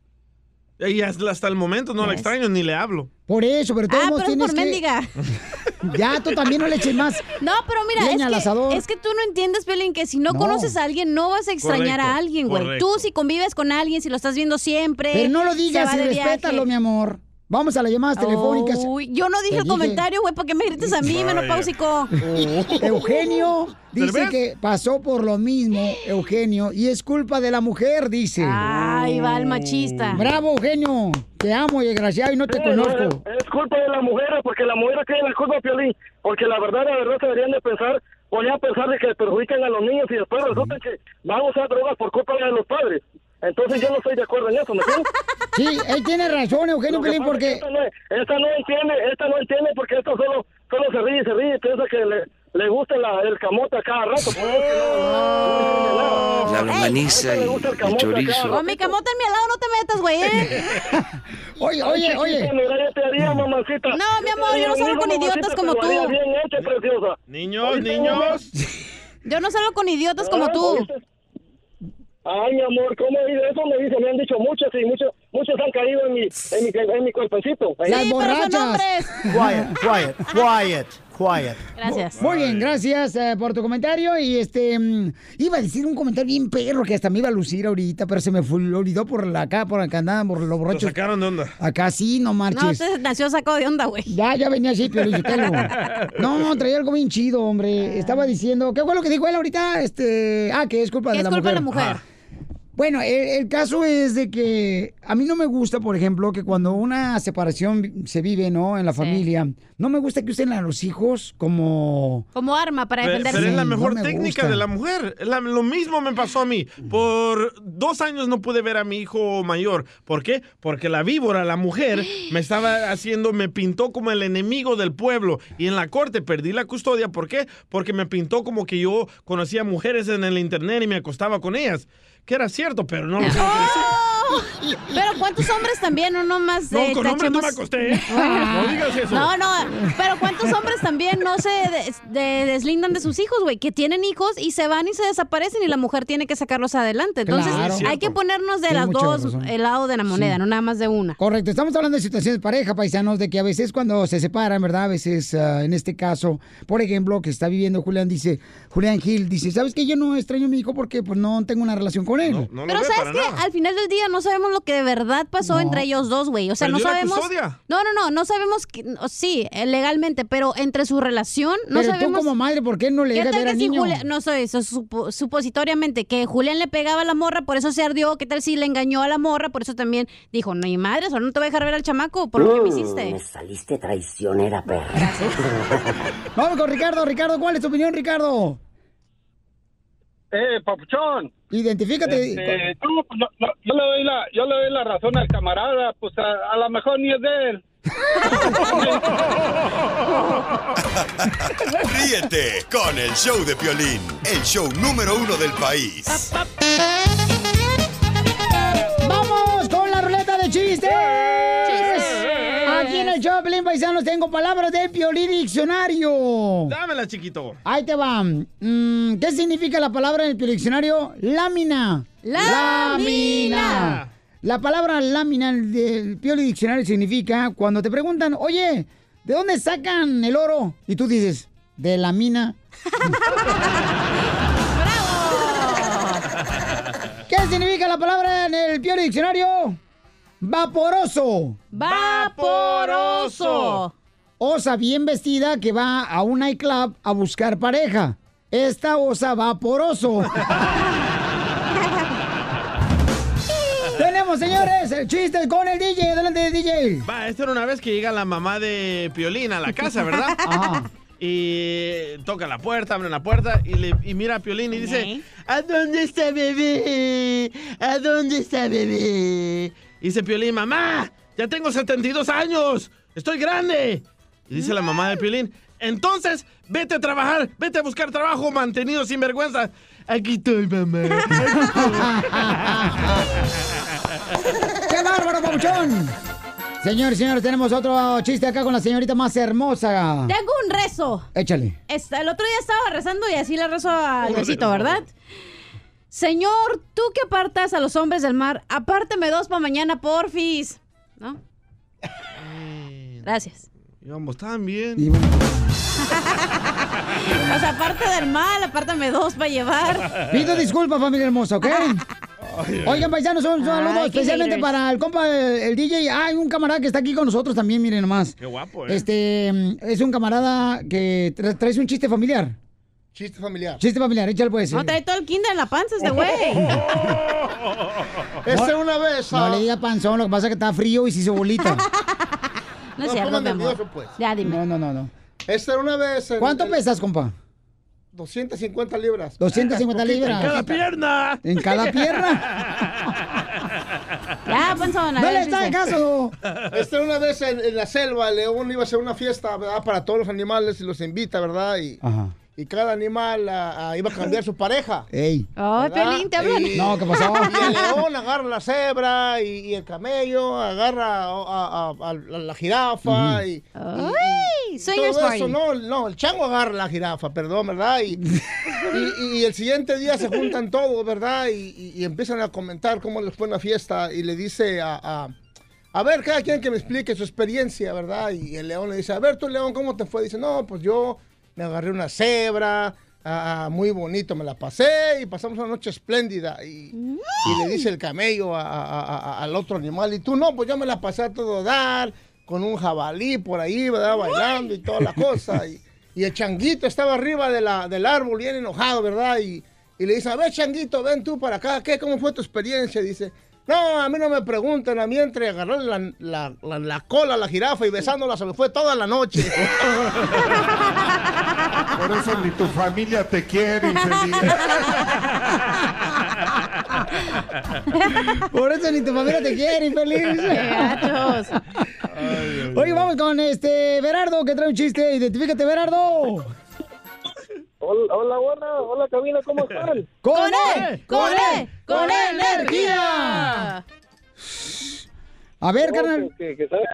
Speaker 5: Y hasta hasta el momento no la extraño ni le hablo.
Speaker 3: Por eso, pero de todos
Speaker 6: Ah,
Speaker 3: modos
Speaker 6: pero es
Speaker 3: tienes que...
Speaker 6: por mendiga.
Speaker 3: Ya, tú también no le eches más.
Speaker 6: No, pero mira,
Speaker 3: Leña al
Speaker 6: es
Speaker 3: asador.
Speaker 6: que, es que tú no entiendes, Pelín, que si no,
Speaker 3: No.
Speaker 6: conoces a alguien, no vas a extrañar a
Speaker 3: Correcto,
Speaker 6: alguien, güey.
Speaker 3: correcto.
Speaker 6: Tú si convives con alguien, si lo estás viendo siempre.
Speaker 3: Pero no lo
Speaker 6: Este, se
Speaker 3: digas
Speaker 6: va
Speaker 3: y
Speaker 6: de viaje.
Speaker 3: respétalo, mi amor. Vamos a las llamadas telefónicas.
Speaker 6: Uy, yo no dije
Speaker 3: Te
Speaker 6: el comentario, güey, para que me grites a mí,
Speaker 3: Vaya.
Speaker 6: menopáusico.
Speaker 3: Eugenio dice
Speaker 6: ¿Cerveza?
Speaker 3: que pasó por lo mismo, Eugenio, y es culpa de la mujer, dice.
Speaker 6: Ay,
Speaker 16: Oh.
Speaker 6: va el machista.
Speaker 3: Bravo, Eugenio. Te amo, desgraciado, y no
Speaker 16: Eh,
Speaker 3: te conozco.
Speaker 16: Es, es culpa de las mujeres, porque las mujeres tienen la culpa, Piolín. Porque la verdad, la verdad, se deberían de pensar, ponían a pensar de que perjudican a los niños y después resulta que van a usar drogas por culpa de los padres. Entonces yo no estoy de acuerdo en eso, ¿me entiendes?
Speaker 3: Sí, él tiene razón, Eugenio
Speaker 16: Lo que
Speaker 3: Pelín,
Speaker 16: pasa
Speaker 3: porque...
Speaker 16: es que Esta no, esta no entiende, esta no entiende porque esta solo, solo se ríe, se ríe, piensa que le, le gusta la, el camote a cada rato. pues, es que no- no entiende nada.
Speaker 20: La longaniza y el chorizo.
Speaker 6: Con mi camota en mi lado, no te metas, güey. ¿eh?
Speaker 3: Oye,
Speaker 16: Ay,
Speaker 6: oye,
Speaker 16: chiquita,
Speaker 6: oye.
Speaker 16: mira, yo te haría, mamacita.
Speaker 6: No, mi amor, yo no salgo con
Speaker 16: Mamacita,
Speaker 6: idiotas
Speaker 16: te
Speaker 6: como
Speaker 16: lo haría
Speaker 6: tú.
Speaker 16: bien hecho, preciosa.
Speaker 5: Niños,
Speaker 16: Ahorita, ¿eh?
Speaker 5: niños.
Speaker 6: Yo no salgo con idiotas como
Speaker 16: Ah,
Speaker 6: tú.
Speaker 16: ¿oíste? Ay, mi amor, ¿cómo dice eso? Me dice, me han dicho muchas y muchos, muchos han caído en mi, en mi, en mi cuerpecito. Ahí.
Speaker 20: Quiet, quiet, quiet, quiet.
Speaker 6: Gracias.
Speaker 3: Muy bien, gracias eh, por tu comentario. Y este, mm, iba a decir un comentario bien perro que hasta me iba a lucir ahorita, pero se me fue- lo olvidó por la, acá, por acá andaban, por los
Speaker 5: Lo
Speaker 3: borrachos.
Speaker 5: sacaron de onda.
Speaker 3: Acá sí, no
Speaker 6: No,
Speaker 3: marches.
Speaker 6: usted nació sacado de onda, güey.
Speaker 3: Ya, ya venía así, pero No, traía algo bien chido,
Speaker 6: Ah.
Speaker 3: hombre. Estaba diciendo, ¿qué fue lo que dijo él ahorita? Este, ah, que es culpa de
Speaker 6: Que es
Speaker 3: la
Speaker 6: culpa de
Speaker 3: mujer.
Speaker 6: la mujer.
Speaker 3: Bueno, el, el caso es de que a mí no me gusta, por ejemplo, que cuando una separación vi- se vive, ¿no? En la familia, no me gusta que usen a los hijos como...
Speaker 6: Como arma para
Speaker 5: Pero,
Speaker 6: defenderse.
Speaker 5: pero es la
Speaker 3: Sí, no
Speaker 5: mejor
Speaker 3: me
Speaker 5: técnica
Speaker 3: gusta.
Speaker 5: de la mujer. Es la- lo mismo me pasó a mí. Por dos años no pude ver a mi hijo mayor. ¿Por qué? Porque la víbora, la mujer, me estaba haciendo, me pintó como el enemigo del pueblo. Y en la corte perdí la custodia. ¿Por qué? Porque me pintó como que yo conocía mujeres en el internet y me acostaba con ellas. Que era cierto, pero no lo sé.
Speaker 6: Pero ¿cuántos hombres también? No nomás
Speaker 5: No,
Speaker 6: eh,
Speaker 5: con hombres no me
Speaker 6: tachemos- Ah.
Speaker 5: acosté, ¿eh? No digas eso.
Speaker 6: No, no, pero ¿cuántos hombres también no se des- de- deslindan de sus hijos, güey? Que tienen hijos y se van y se desaparecen y la mujer tiene que sacarlos adelante. Entonces,
Speaker 3: Claro.
Speaker 6: hay que ponernos de
Speaker 3: Tiene
Speaker 6: las
Speaker 3: mucha
Speaker 6: dos
Speaker 3: razón.
Speaker 6: el lado de la moneda,
Speaker 3: Sí.
Speaker 6: no nada más de una.
Speaker 3: Correcto, estamos hablando de situaciones de pareja, paisanos, de que a veces cuando se separan, ¿verdad? A veces, ah, en este caso, por ejemplo, que está viviendo Julián, dice, Julián Gil, dice, ¿sabes que Yo no extraño a mi hijo porque pues no tengo una relación con él.
Speaker 6: Pero sabes que al final del día no sabemos lo que de verdad pasó entre ellos dos, güey. O sea, no
Speaker 3: Perdió la
Speaker 6: sabemos.
Speaker 3: custodia.
Speaker 6: No, no, no, no sabemos que, o sí, eh, legalmente, pero entre su relación no
Speaker 3: Pero
Speaker 6: sabemos.
Speaker 3: tú como madre, ¿por qué no le
Speaker 6: ¿Qué
Speaker 3: dejas
Speaker 6: tal
Speaker 3: ver
Speaker 6: que
Speaker 3: al
Speaker 6: si
Speaker 3: niño?
Speaker 6: Julián- no sé, eso es supo- supositoriamente, que Julián le pegaba a la morra, por eso se ardió, qué tal si le engañó a la morra, por eso también dijo, no, mi madre, solo no te voy a dejar ver al chamaco por lo que me hiciste.
Speaker 1: Uh, saliste traicionera, perra.
Speaker 3: Vamos con Ricardo, Ricardo, ¿cuál es tu opinión, Ricardo?
Speaker 19: Eh, papuchón.
Speaker 3: Identifícate.
Speaker 19: Este, no, pues, no, no, yo, le doy la, yo le doy la razón al camarada, pues a, a lo mejor ni es de él.
Speaker 2: Ríete con el show de Piolín, el show número uno del país.
Speaker 3: ¡Vamos con la ruleta de chistes! Aquí en el Choplin, paisanos, tengo palabras del Piolín Diccionario.
Speaker 5: Dámela, chiquito.
Speaker 3: Ahí te va. Mm, ¿Qué significa la palabra en el diccionario? Lámina.
Speaker 6: Lámina.
Speaker 3: La palabra lámina del Pioli Diccionario significa cuando te preguntan, oye, ¿de dónde sacan el oro? Y tú dices, de la mina. ¿Qué significa la palabra en el Pioli Diccionario? Vaporoso.
Speaker 6: Vaporoso.
Speaker 3: Osa bien vestida que va a un nightclub a buscar pareja. Esta osa vaporoso. Tenemos, señores, el chiste con el DJ. Adelante, DJ.
Speaker 5: Va, esta era una vez que llega la mamá de Piolín a la casa, ¿verdad? Y toca la puerta, abre la puerta y, le, y mira a Piolín y dice, ¿a dónde está bebé? ¿A dónde está bebé? Y dice Piolín, mamá, ya tengo 72 años, estoy grande. Y dice la mamá de Piolín, entonces vete a trabajar, vete a buscar trabajo mantenido sin vergüenza. Aquí estoy, mamá.
Speaker 3: ¡Qué bárbaro, papuchón! Señores, señores, tenemos otro chiste acá con la señorita más hermosa.
Speaker 6: Tengo un rezo.
Speaker 3: Échale.
Speaker 6: Está- el otro día estaba rezando y así le rezo al besito, ¿verdad? Señor, tú que apartas a los hombres del mar, apártame dos para mañana, porfis. ¿No? Gracias.
Speaker 5: Íbamos tan bien.
Speaker 6: O sea, aparte del mal, apártame dos para llevar.
Speaker 3: Pido disculpas, familia hermosa, ¿ok? Oigan, paisanos, un saludo
Speaker 6: Ay, qué
Speaker 3: especialmente
Speaker 6: haters.
Speaker 3: para el compa, el, el DJ. Hay un camarada que está aquí con nosotros también, miren nomás.
Speaker 5: Qué guapo, ¿eh?
Speaker 3: Este, mm, es un camarada que tra- traes un chiste familiar.
Speaker 6: Chiste familiar.
Speaker 3: Chiste familiar, échale pues.
Speaker 6: No, trae todo el kinder en la panza este güey.
Speaker 3: Este
Speaker 6: una vez.
Speaker 3: No le diga panzón, lo que pasa es que está frío y se hizo bolita.
Speaker 6: No es cierto,
Speaker 22: pongas
Speaker 6: mi amor.
Speaker 22: nervioso, pues.
Speaker 6: Ya, dime.
Speaker 3: No, no, no, no.
Speaker 22: Esta era una vez. en-
Speaker 3: ¿Cuánto
Speaker 22: en-
Speaker 3: pesas, compa?
Speaker 22: 250 libras.
Speaker 3: 250 libras.
Speaker 22: En cada
Speaker 5: pierna.
Speaker 3: En cada pierna.
Speaker 22: Ya, Ponzón, a
Speaker 3: No
Speaker 22: ver,
Speaker 3: le está
Speaker 22: dice.
Speaker 3: caso.
Speaker 22: Este, una vez en, en la selva, el león iba a hacer una fiesta, ¿verdad? Para todos los animales y los invita, ¿verdad? Y,
Speaker 3: Ajá.
Speaker 22: y cada animal ah, ah, iba a cambiar su pareja.
Speaker 3: Ey.
Speaker 6: Oh,
Speaker 22: Ay, Pelín, te hablan.
Speaker 3: No, ¿qué pasó?
Speaker 22: Y el león agarra la cebra y, y el camello agarra a, a- a- a la jirafa
Speaker 6: Ujú.
Speaker 22: y, y-
Speaker 6: Ay,
Speaker 22: y
Speaker 6: swingers
Speaker 22: todo
Speaker 6: party.
Speaker 22: eso. No, no, el chango agarra la jirafa, perdón, ¿verdad? Y, y- y el siguiente día se juntan todos, ¿verdad? Y, y- y empiezan a comentar cómo les fue en la fiesta y le dice a... a- a ver, cada quien que me explique su experiencia, ¿verdad? Y el león le dice, a ver, tú, león, ¿cómo te fue? Dice, no, pues yo me agarré una cebra, ah, muy bonito me la pasé y pasamos una noche espléndida. Y, y le dice el camello a- a- a- a- al otro animal, y tú, no, pues yo me la pasé a todo dar, con un jabalí por ahí, ¿verdad? Bailando y toda la cosa. Y, y el changuito estaba arriba de la, del árbol, bien enojado, ¿verdad? Y, y le dice, a ver, changuito, ven tú para acá, ¿qué? ¿Cómo fue tu experiencia? Dice, no, a mí no me preguntan, a mí entre agarrar la, la- la- la cola a la jirafa y besándola se me fue toda la noche.
Speaker 13: Por eso ni tu familia te quiere, infeliz.
Speaker 3: Por eso ni tu familia te quiere, infeliz.
Speaker 6: Qué gachos.
Speaker 3: Oye, vamos con este Berardo que trae un chiste. Identifícate, Berardo.
Speaker 16: Hola, hola, hola, hola, cabina, ¿cómo están?
Speaker 3: ¡Con él! ¡Con él! ¡Con él,
Speaker 6: Ah.
Speaker 3: energía! A ver,
Speaker 16: No,
Speaker 3: carnal.
Speaker 16: Oh, que- que- que sabe-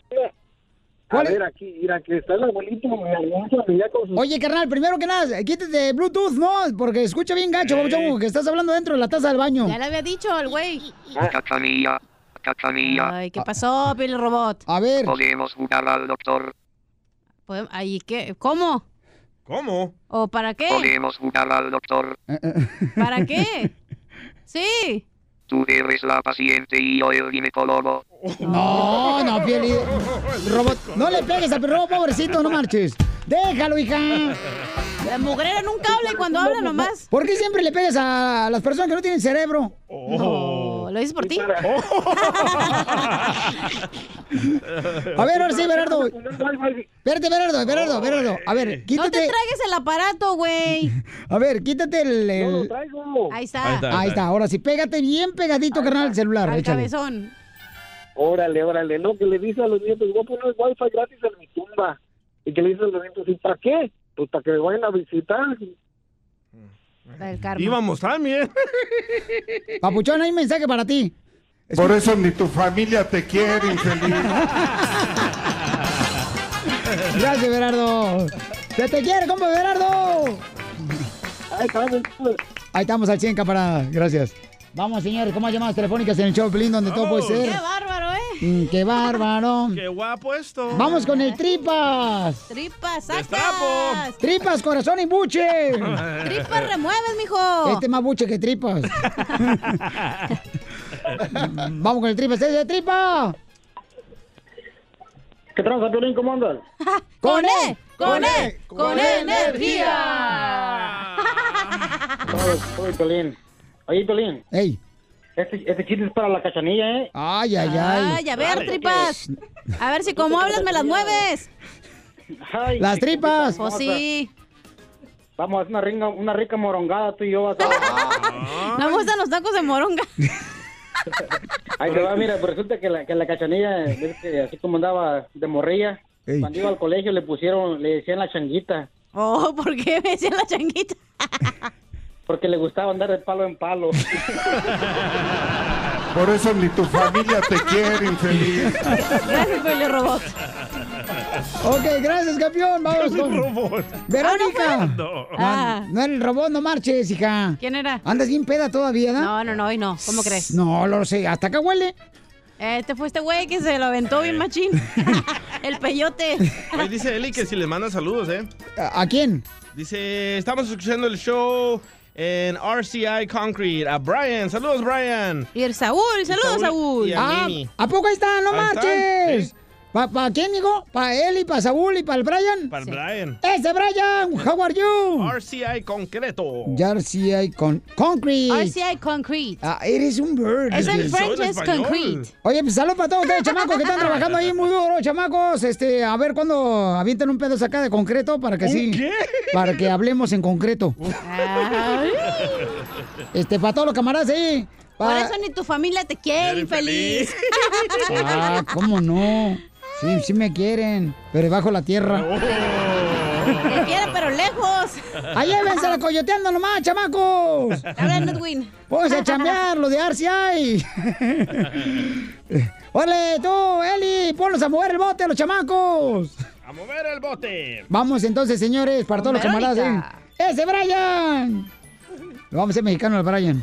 Speaker 3: ¿Cuál
Speaker 16: A
Speaker 3: es?
Speaker 16: ver, aquí, mira, que está el abuelito, mi abuelito, que ya con sus...
Speaker 3: Oye, carnal, primero que nada, quítate Bluetooth, ¿no? Porque escucha bien gacho, babuchón, que estás hablando dentro de la taza del baño.
Speaker 6: Ya le había dicho al güey.
Speaker 30: Cachanilla, cachanilla.
Speaker 6: Ay, ¿qué pasó, Pili Robot?
Speaker 3: A ver.
Speaker 30: Podemos jugar al doctor.
Speaker 6: Ahí, ¿qué? ¿Cómo?
Speaker 5: ¿Cómo?
Speaker 6: ¿O para qué?
Speaker 30: Podemos jugar al doctor.
Speaker 6: ¿Para qué? Sí.
Speaker 30: Tú eres la paciente y yo el ginecólogo.
Speaker 3: No, no, Pioli. Robot, no le pegues al perro, pobrecito, no marches. Déjalo, hija.
Speaker 6: La mugrera nunca habla y cuando habla nomás.
Speaker 3: ¿Por qué siempre le pegas a las personas que no tienen cerebro?
Speaker 6: Oh. No, lo hice por ti. Oh.
Speaker 3: A ver, ahora sí, Berardo. Espérate, Berardo, Berardo, Berardo. A ver,
Speaker 6: No te
Speaker 3: quítate.
Speaker 6: tragues el aparato, güey.
Speaker 3: A ver, quítate el. el-
Speaker 6: Ahí está.
Speaker 3: Ahí está, ahora sí, pégate bien pegadito, carnal, el celular.
Speaker 6: Al
Speaker 3: Échale.
Speaker 6: cabezón.
Speaker 16: Órale, órale, no, que le dice a los nietos, voy a poner wifi gratis en mi tumba. Y que le dice a los nietos, ¿y para qué? Pues para que me vayan a visitar.
Speaker 6: Del karma.
Speaker 5: Íbamos también.
Speaker 3: Papuchón, hay un mensaje para ti.
Speaker 10: Por eso ni tu familia te quiere, infeliz.
Speaker 3: Gracias, Berardo. ¡Se te quiere, compa, Berardo!
Speaker 16: Ahí estamos.
Speaker 3: Ahí estamos al 100, camarada. Gracias. Vamos, señores, ¿cómo hay llamadas telefónicas en el show, de Pelín, donde todo puede ser?
Speaker 6: Qué bárbaro, ¿eh?
Speaker 3: Mm, ¡Qué bárbaro!
Speaker 5: Qué guapo esto.
Speaker 3: Vamos con el tripas.
Speaker 6: Tripas, sacas.
Speaker 3: Tripas, corazón y buche.
Speaker 6: Tripas remueves, mijo.
Speaker 3: Este es más buche que tripas. Vamos con el tripas. ¡Ese es el tripa!
Speaker 16: ¿Qué tranza, Piolín? ¿Cómo andas?
Speaker 3: ¡Con él!
Speaker 6: ¡Con E! ¡Con E
Speaker 16: energía! Oye, Piolín. Oye, Piolín.
Speaker 3: Ey.
Speaker 16: Este, este chiste es para la cachanilla, ¿eh?
Speaker 3: Ay, ay,
Speaker 6: Ay, a ver, tripas.
Speaker 2: pues.
Speaker 6: A ver si como hablas me las mueves.
Speaker 16: Las tripas.
Speaker 18: Oh,
Speaker 6: Pues sí.
Speaker 16: Vamos a hacer una, ringa- una rica morongada tú y yo. Vas
Speaker 3: Ah.
Speaker 16: a...
Speaker 6: No me gustan los tacos de moronga.
Speaker 16: Ahí te va, mira, pues resulta que la, que la cachanilla, ves que así como andaba de morrilla,
Speaker 3: Ey.
Speaker 16: cuando iba al colegio le pusieron, le decían la changuita,
Speaker 6: Oh, ¿por qué me decían la changuita?
Speaker 16: porque le gustaba andar de palo en palo.
Speaker 10: Por eso ni tu familia te quiere, infeliz.
Speaker 6: Gracias, Pele Robot.
Speaker 3: Ok, gracias, campeón. Vamos
Speaker 6: Yo soy
Speaker 3: con.
Speaker 6: robot.
Speaker 3: Verónica.
Speaker 6: Ah,
Speaker 3: No,
Speaker 6: ¿no fue? Ah.
Speaker 3: no, el robot, no marches, hija.
Speaker 6: ¿Quién era?
Speaker 3: ¿Andas bien peda todavía, no?
Speaker 6: No, no, no, hoy no. ¿Cómo crees?
Speaker 3: No, lo sé. Hasta acá huele.
Speaker 6: Este fue este güey que se lo aventó bien machín. El peyote.
Speaker 5: Oye, dice Eli que si le manda saludos, ¿eh?
Speaker 3: ¿A, a quién?
Speaker 5: Dice, estamos escuchando el show en RCI Concrete. A Brian, saludos, Brian.
Speaker 6: Y el Saúl, saludos,
Speaker 5: Saúl
Speaker 6: Saúl.
Speaker 5: y a
Speaker 3: Ah,
Speaker 5: Mimi.
Speaker 3: ¿A poco ahí está? No
Speaker 5: Ahí están,
Speaker 3: marches. ¿Para quién, hijo? ¿Para él y para Saúl y para el Brian?
Speaker 5: Para el Brian.
Speaker 3: ¡Ese Brian! ¡How are you?
Speaker 5: RCI Concreto.
Speaker 6: Pues.
Speaker 3: RCI con Concrete.
Speaker 6: RCI Concrete.
Speaker 3: Ah, eres un bird.
Speaker 6: Es en French es concrete.
Speaker 3: Oye, pues saludos para todos ustedes, chamacos, que están trabajando ahí muy duro, chamacos. Este, a ver cuándo avientan un pedo acá de concreto para que sí. Para que hablemos en concreto. Este, para todos los camaradas ahí.
Speaker 6: Por
Speaker 3: para-
Speaker 6: eso ni tu familia te quiere, infeliz.
Speaker 3: Ah, cómo no. Sí, sí me quieren, pero bajo la tierra.
Speaker 6: Te quiere, pero lejos.
Speaker 3: Ah. Ahí vense la coyoteando nomás, chamacos.
Speaker 6: Habla, Nutwin.
Speaker 3: Vamos a chambear lo de RCI. ¡Ole, tú, Eli! ¡Ponlos a mover el bote, los chamacos!
Speaker 5: A mover el bote.
Speaker 3: Vamos entonces, señores, para todos los
Speaker 6: Verónica.
Speaker 3: camaradas. ¿eh? ¡Ese Brian! Lo vamos a ser mexicano al Brian.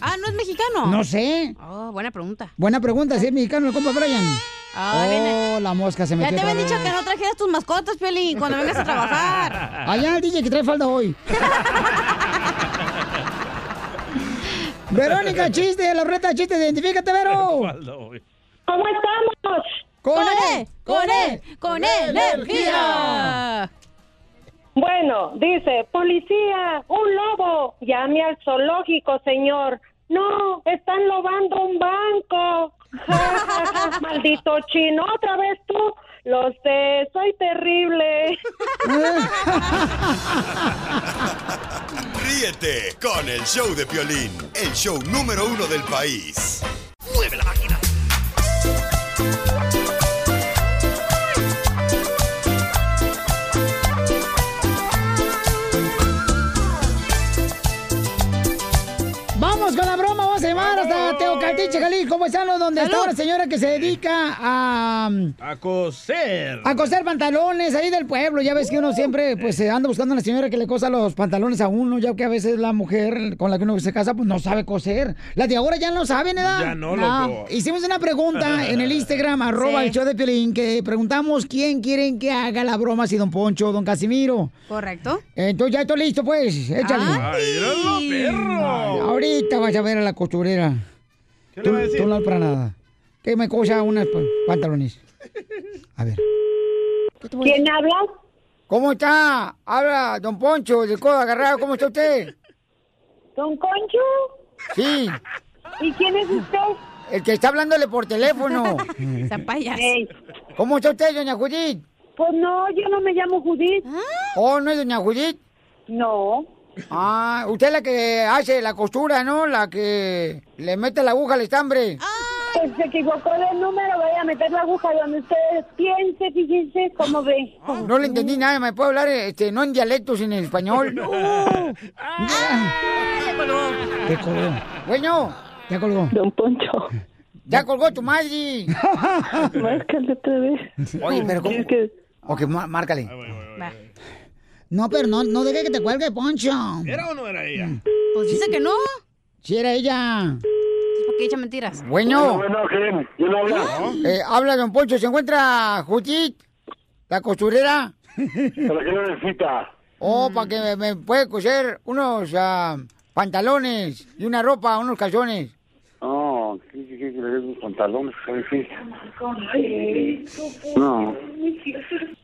Speaker 6: Ah, ¿no es mexicano?
Speaker 3: No sé.
Speaker 6: Oh, buena pregunta.
Speaker 3: Buena pregunta, si es mexicano el compa Brian.
Speaker 6: Ah, viene.
Speaker 3: oh, la mosca se
Speaker 6: Ya
Speaker 3: metió.
Speaker 6: te
Speaker 3: otra
Speaker 6: habían dicho
Speaker 3: vez.
Speaker 6: que no trajeras tus mascotas, Piolín, cuando vengas a trabajar.
Speaker 3: Allá el DJ que trae falda hoy. Verónica, chiste, la reta, chiste, identifícate, Vero.
Speaker 12: ¿Cómo estamos?
Speaker 3: Con E,
Speaker 12: él,
Speaker 3: con
Speaker 12: él,
Speaker 6: con él, energía.
Speaker 28: Bueno, dice, policía, un lobo. Llame al zoológico, señor. No, están lobando un banco. Ja, ja, ja, Maldito chino, otra vez tú. Lo sé, soy terrible.
Speaker 2: Ríete con el show de Piolín, el show número uno del país.
Speaker 31: Mueve la máquina.
Speaker 3: Campeche, Jalisco, paisano, donde está una señora que se dedica a,
Speaker 5: A coser.
Speaker 3: a coser pantalones ahí del pueblo. Ya ves que uno siempre pues se anda buscando una señora que le cosa los pantalones a uno, ya que a veces la mujer con la que uno se casa pues no sabe coser. Las de ahora ya no saben, ¿verdad?
Speaker 5: Ya no, loco.
Speaker 3: Hicimos una pregunta en el Instagram, arroba
Speaker 6: Sí.
Speaker 3: el show de Piolín, que preguntamos quién quieren que haga la broma, si don Poncho o don Casimiro.
Speaker 6: ¿Correcto?
Speaker 3: Entonces ya está listo, pues. Échale.
Speaker 6: ¡Ay!
Speaker 3: Ay, ahorita vas a ver a la costurera.
Speaker 5: ¿Qué
Speaker 3: tú, tú no para nada. Que me cosa unas pa- pantalones.
Speaker 14: ¿Quién habla?
Speaker 3: ¿Cómo está? Habla don Poncho, del codo agarrado. ¿Cómo está usted?
Speaker 14: ¿Don Concho?
Speaker 3: Sí.
Speaker 14: ¿Y quién es usted?
Speaker 3: El que está hablándole por teléfono.
Speaker 14: Ey.
Speaker 3: ¿Cómo está usted, doña Judith?
Speaker 14: Pues no, yo no me llamo Judith.
Speaker 3: ¿Oh, no es doña Judith?
Speaker 14: No.
Speaker 3: Ah, usted es la que hace la costura, ¿no? La que le mete la aguja al estambre.
Speaker 14: Pues se equivocó del número, voy a meter la aguja donde ustedes piense, fíjense cómo ve.
Speaker 3: Ah, No le entendí nada, me puede hablar este, no en dialecto, sino en español. Ya colgó. Bueno. Ya colgó.
Speaker 14: Don Poncho.
Speaker 3: Ya colgó tu madre.
Speaker 14: Márcale otra vez.
Speaker 3: Oye, pero ¿cómo? Ok, má- márcale. No, pero no, no deje que te cuelgue, Poncho.
Speaker 5: ¿Era o no era ella?
Speaker 6: Pues dice que no.
Speaker 3: Si era ella.
Speaker 6: Entonces, ¿Por qué echa mentiras?
Speaker 3: Bueno.
Speaker 16: ¿quién? ¿Quién habla?
Speaker 3: Eh, habla, don Poncho. ¿Se encuentra Judith, la costurera?
Speaker 16: ¿Para qué lo necesita?
Speaker 6: Mm.
Speaker 3: Oh, para que me, me puede coser unos ah, pantalones y una ropa, unos calzones.
Speaker 16: No, ¿qué, qué, qué, qué le ves los pantalones? ¿Qué sí. No.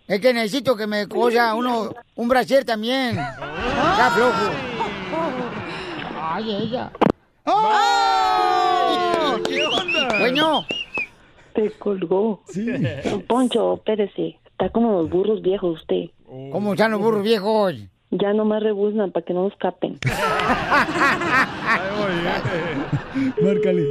Speaker 3: Es que necesito que me cosa uno, un brasier también. Está flojo. Ay, ella. ¡Oh!
Speaker 14: ¿Qué onda?
Speaker 3: Bueno.
Speaker 14: Te colgó. Don Poncho, espérese. Está como los burros viejos usted.
Speaker 5: Oh.
Speaker 3: ¿Cómo están los burros viejos?
Speaker 14: Ya nomás rebuznan para que no escapen. eh.
Speaker 3: Márcale.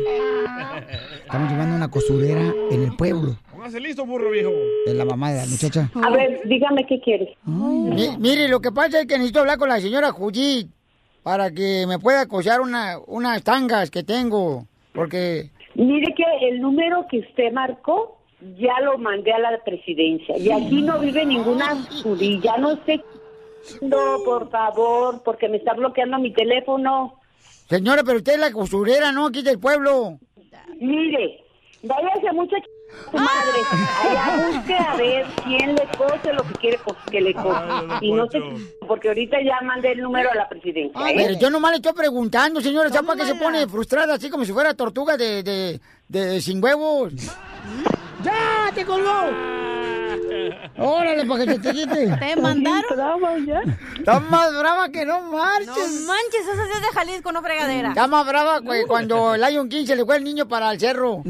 Speaker 3: Estamos llevando una costurera en el pueblo.
Speaker 5: Póngase listo, burro viejo.
Speaker 3: Es la mamá de la muchacha.
Speaker 14: A ver, dígame qué quiere.
Speaker 3: Mi- mire, lo que pasa es que necesito hablar con la señora Judith para que me pueda coser una, unas tangas que tengo. Porque.
Speaker 14: Mire que el número que usted marcó ya lo mandé a la presidencia y aquí no vive ninguna judía. No sé. No, por favor, porque me está bloqueando mi teléfono.
Speaker 3: Señora, pero usted es la costurera, ¿no? Aquí del pueblo.
Speaker 14: Mire, váyase mucho a su madre. Allá busque a ver quién le cose lo que quiere co- que le cose. Y no sé, porque ahorita ya mandé el número a la presidencia. ¿eh?
Speaker 3: Pero yo nomás le estoy preguntando, señora, ¿sabe para qué se pone frustrada así como si fuera tortuga de, de, de sin huevos? ¡Ya! ¡Te colgó! Órale, para que te quite.
Speaker 6: ¿Te mandaron?
Speaker 3: Está más brava que no marches.
Speaker 6: No manches, esa sí es de Jalisco, no fregadera.
Speaker 3: Está más brava cu- cuando el Lion King se le fue el niño para el cerro.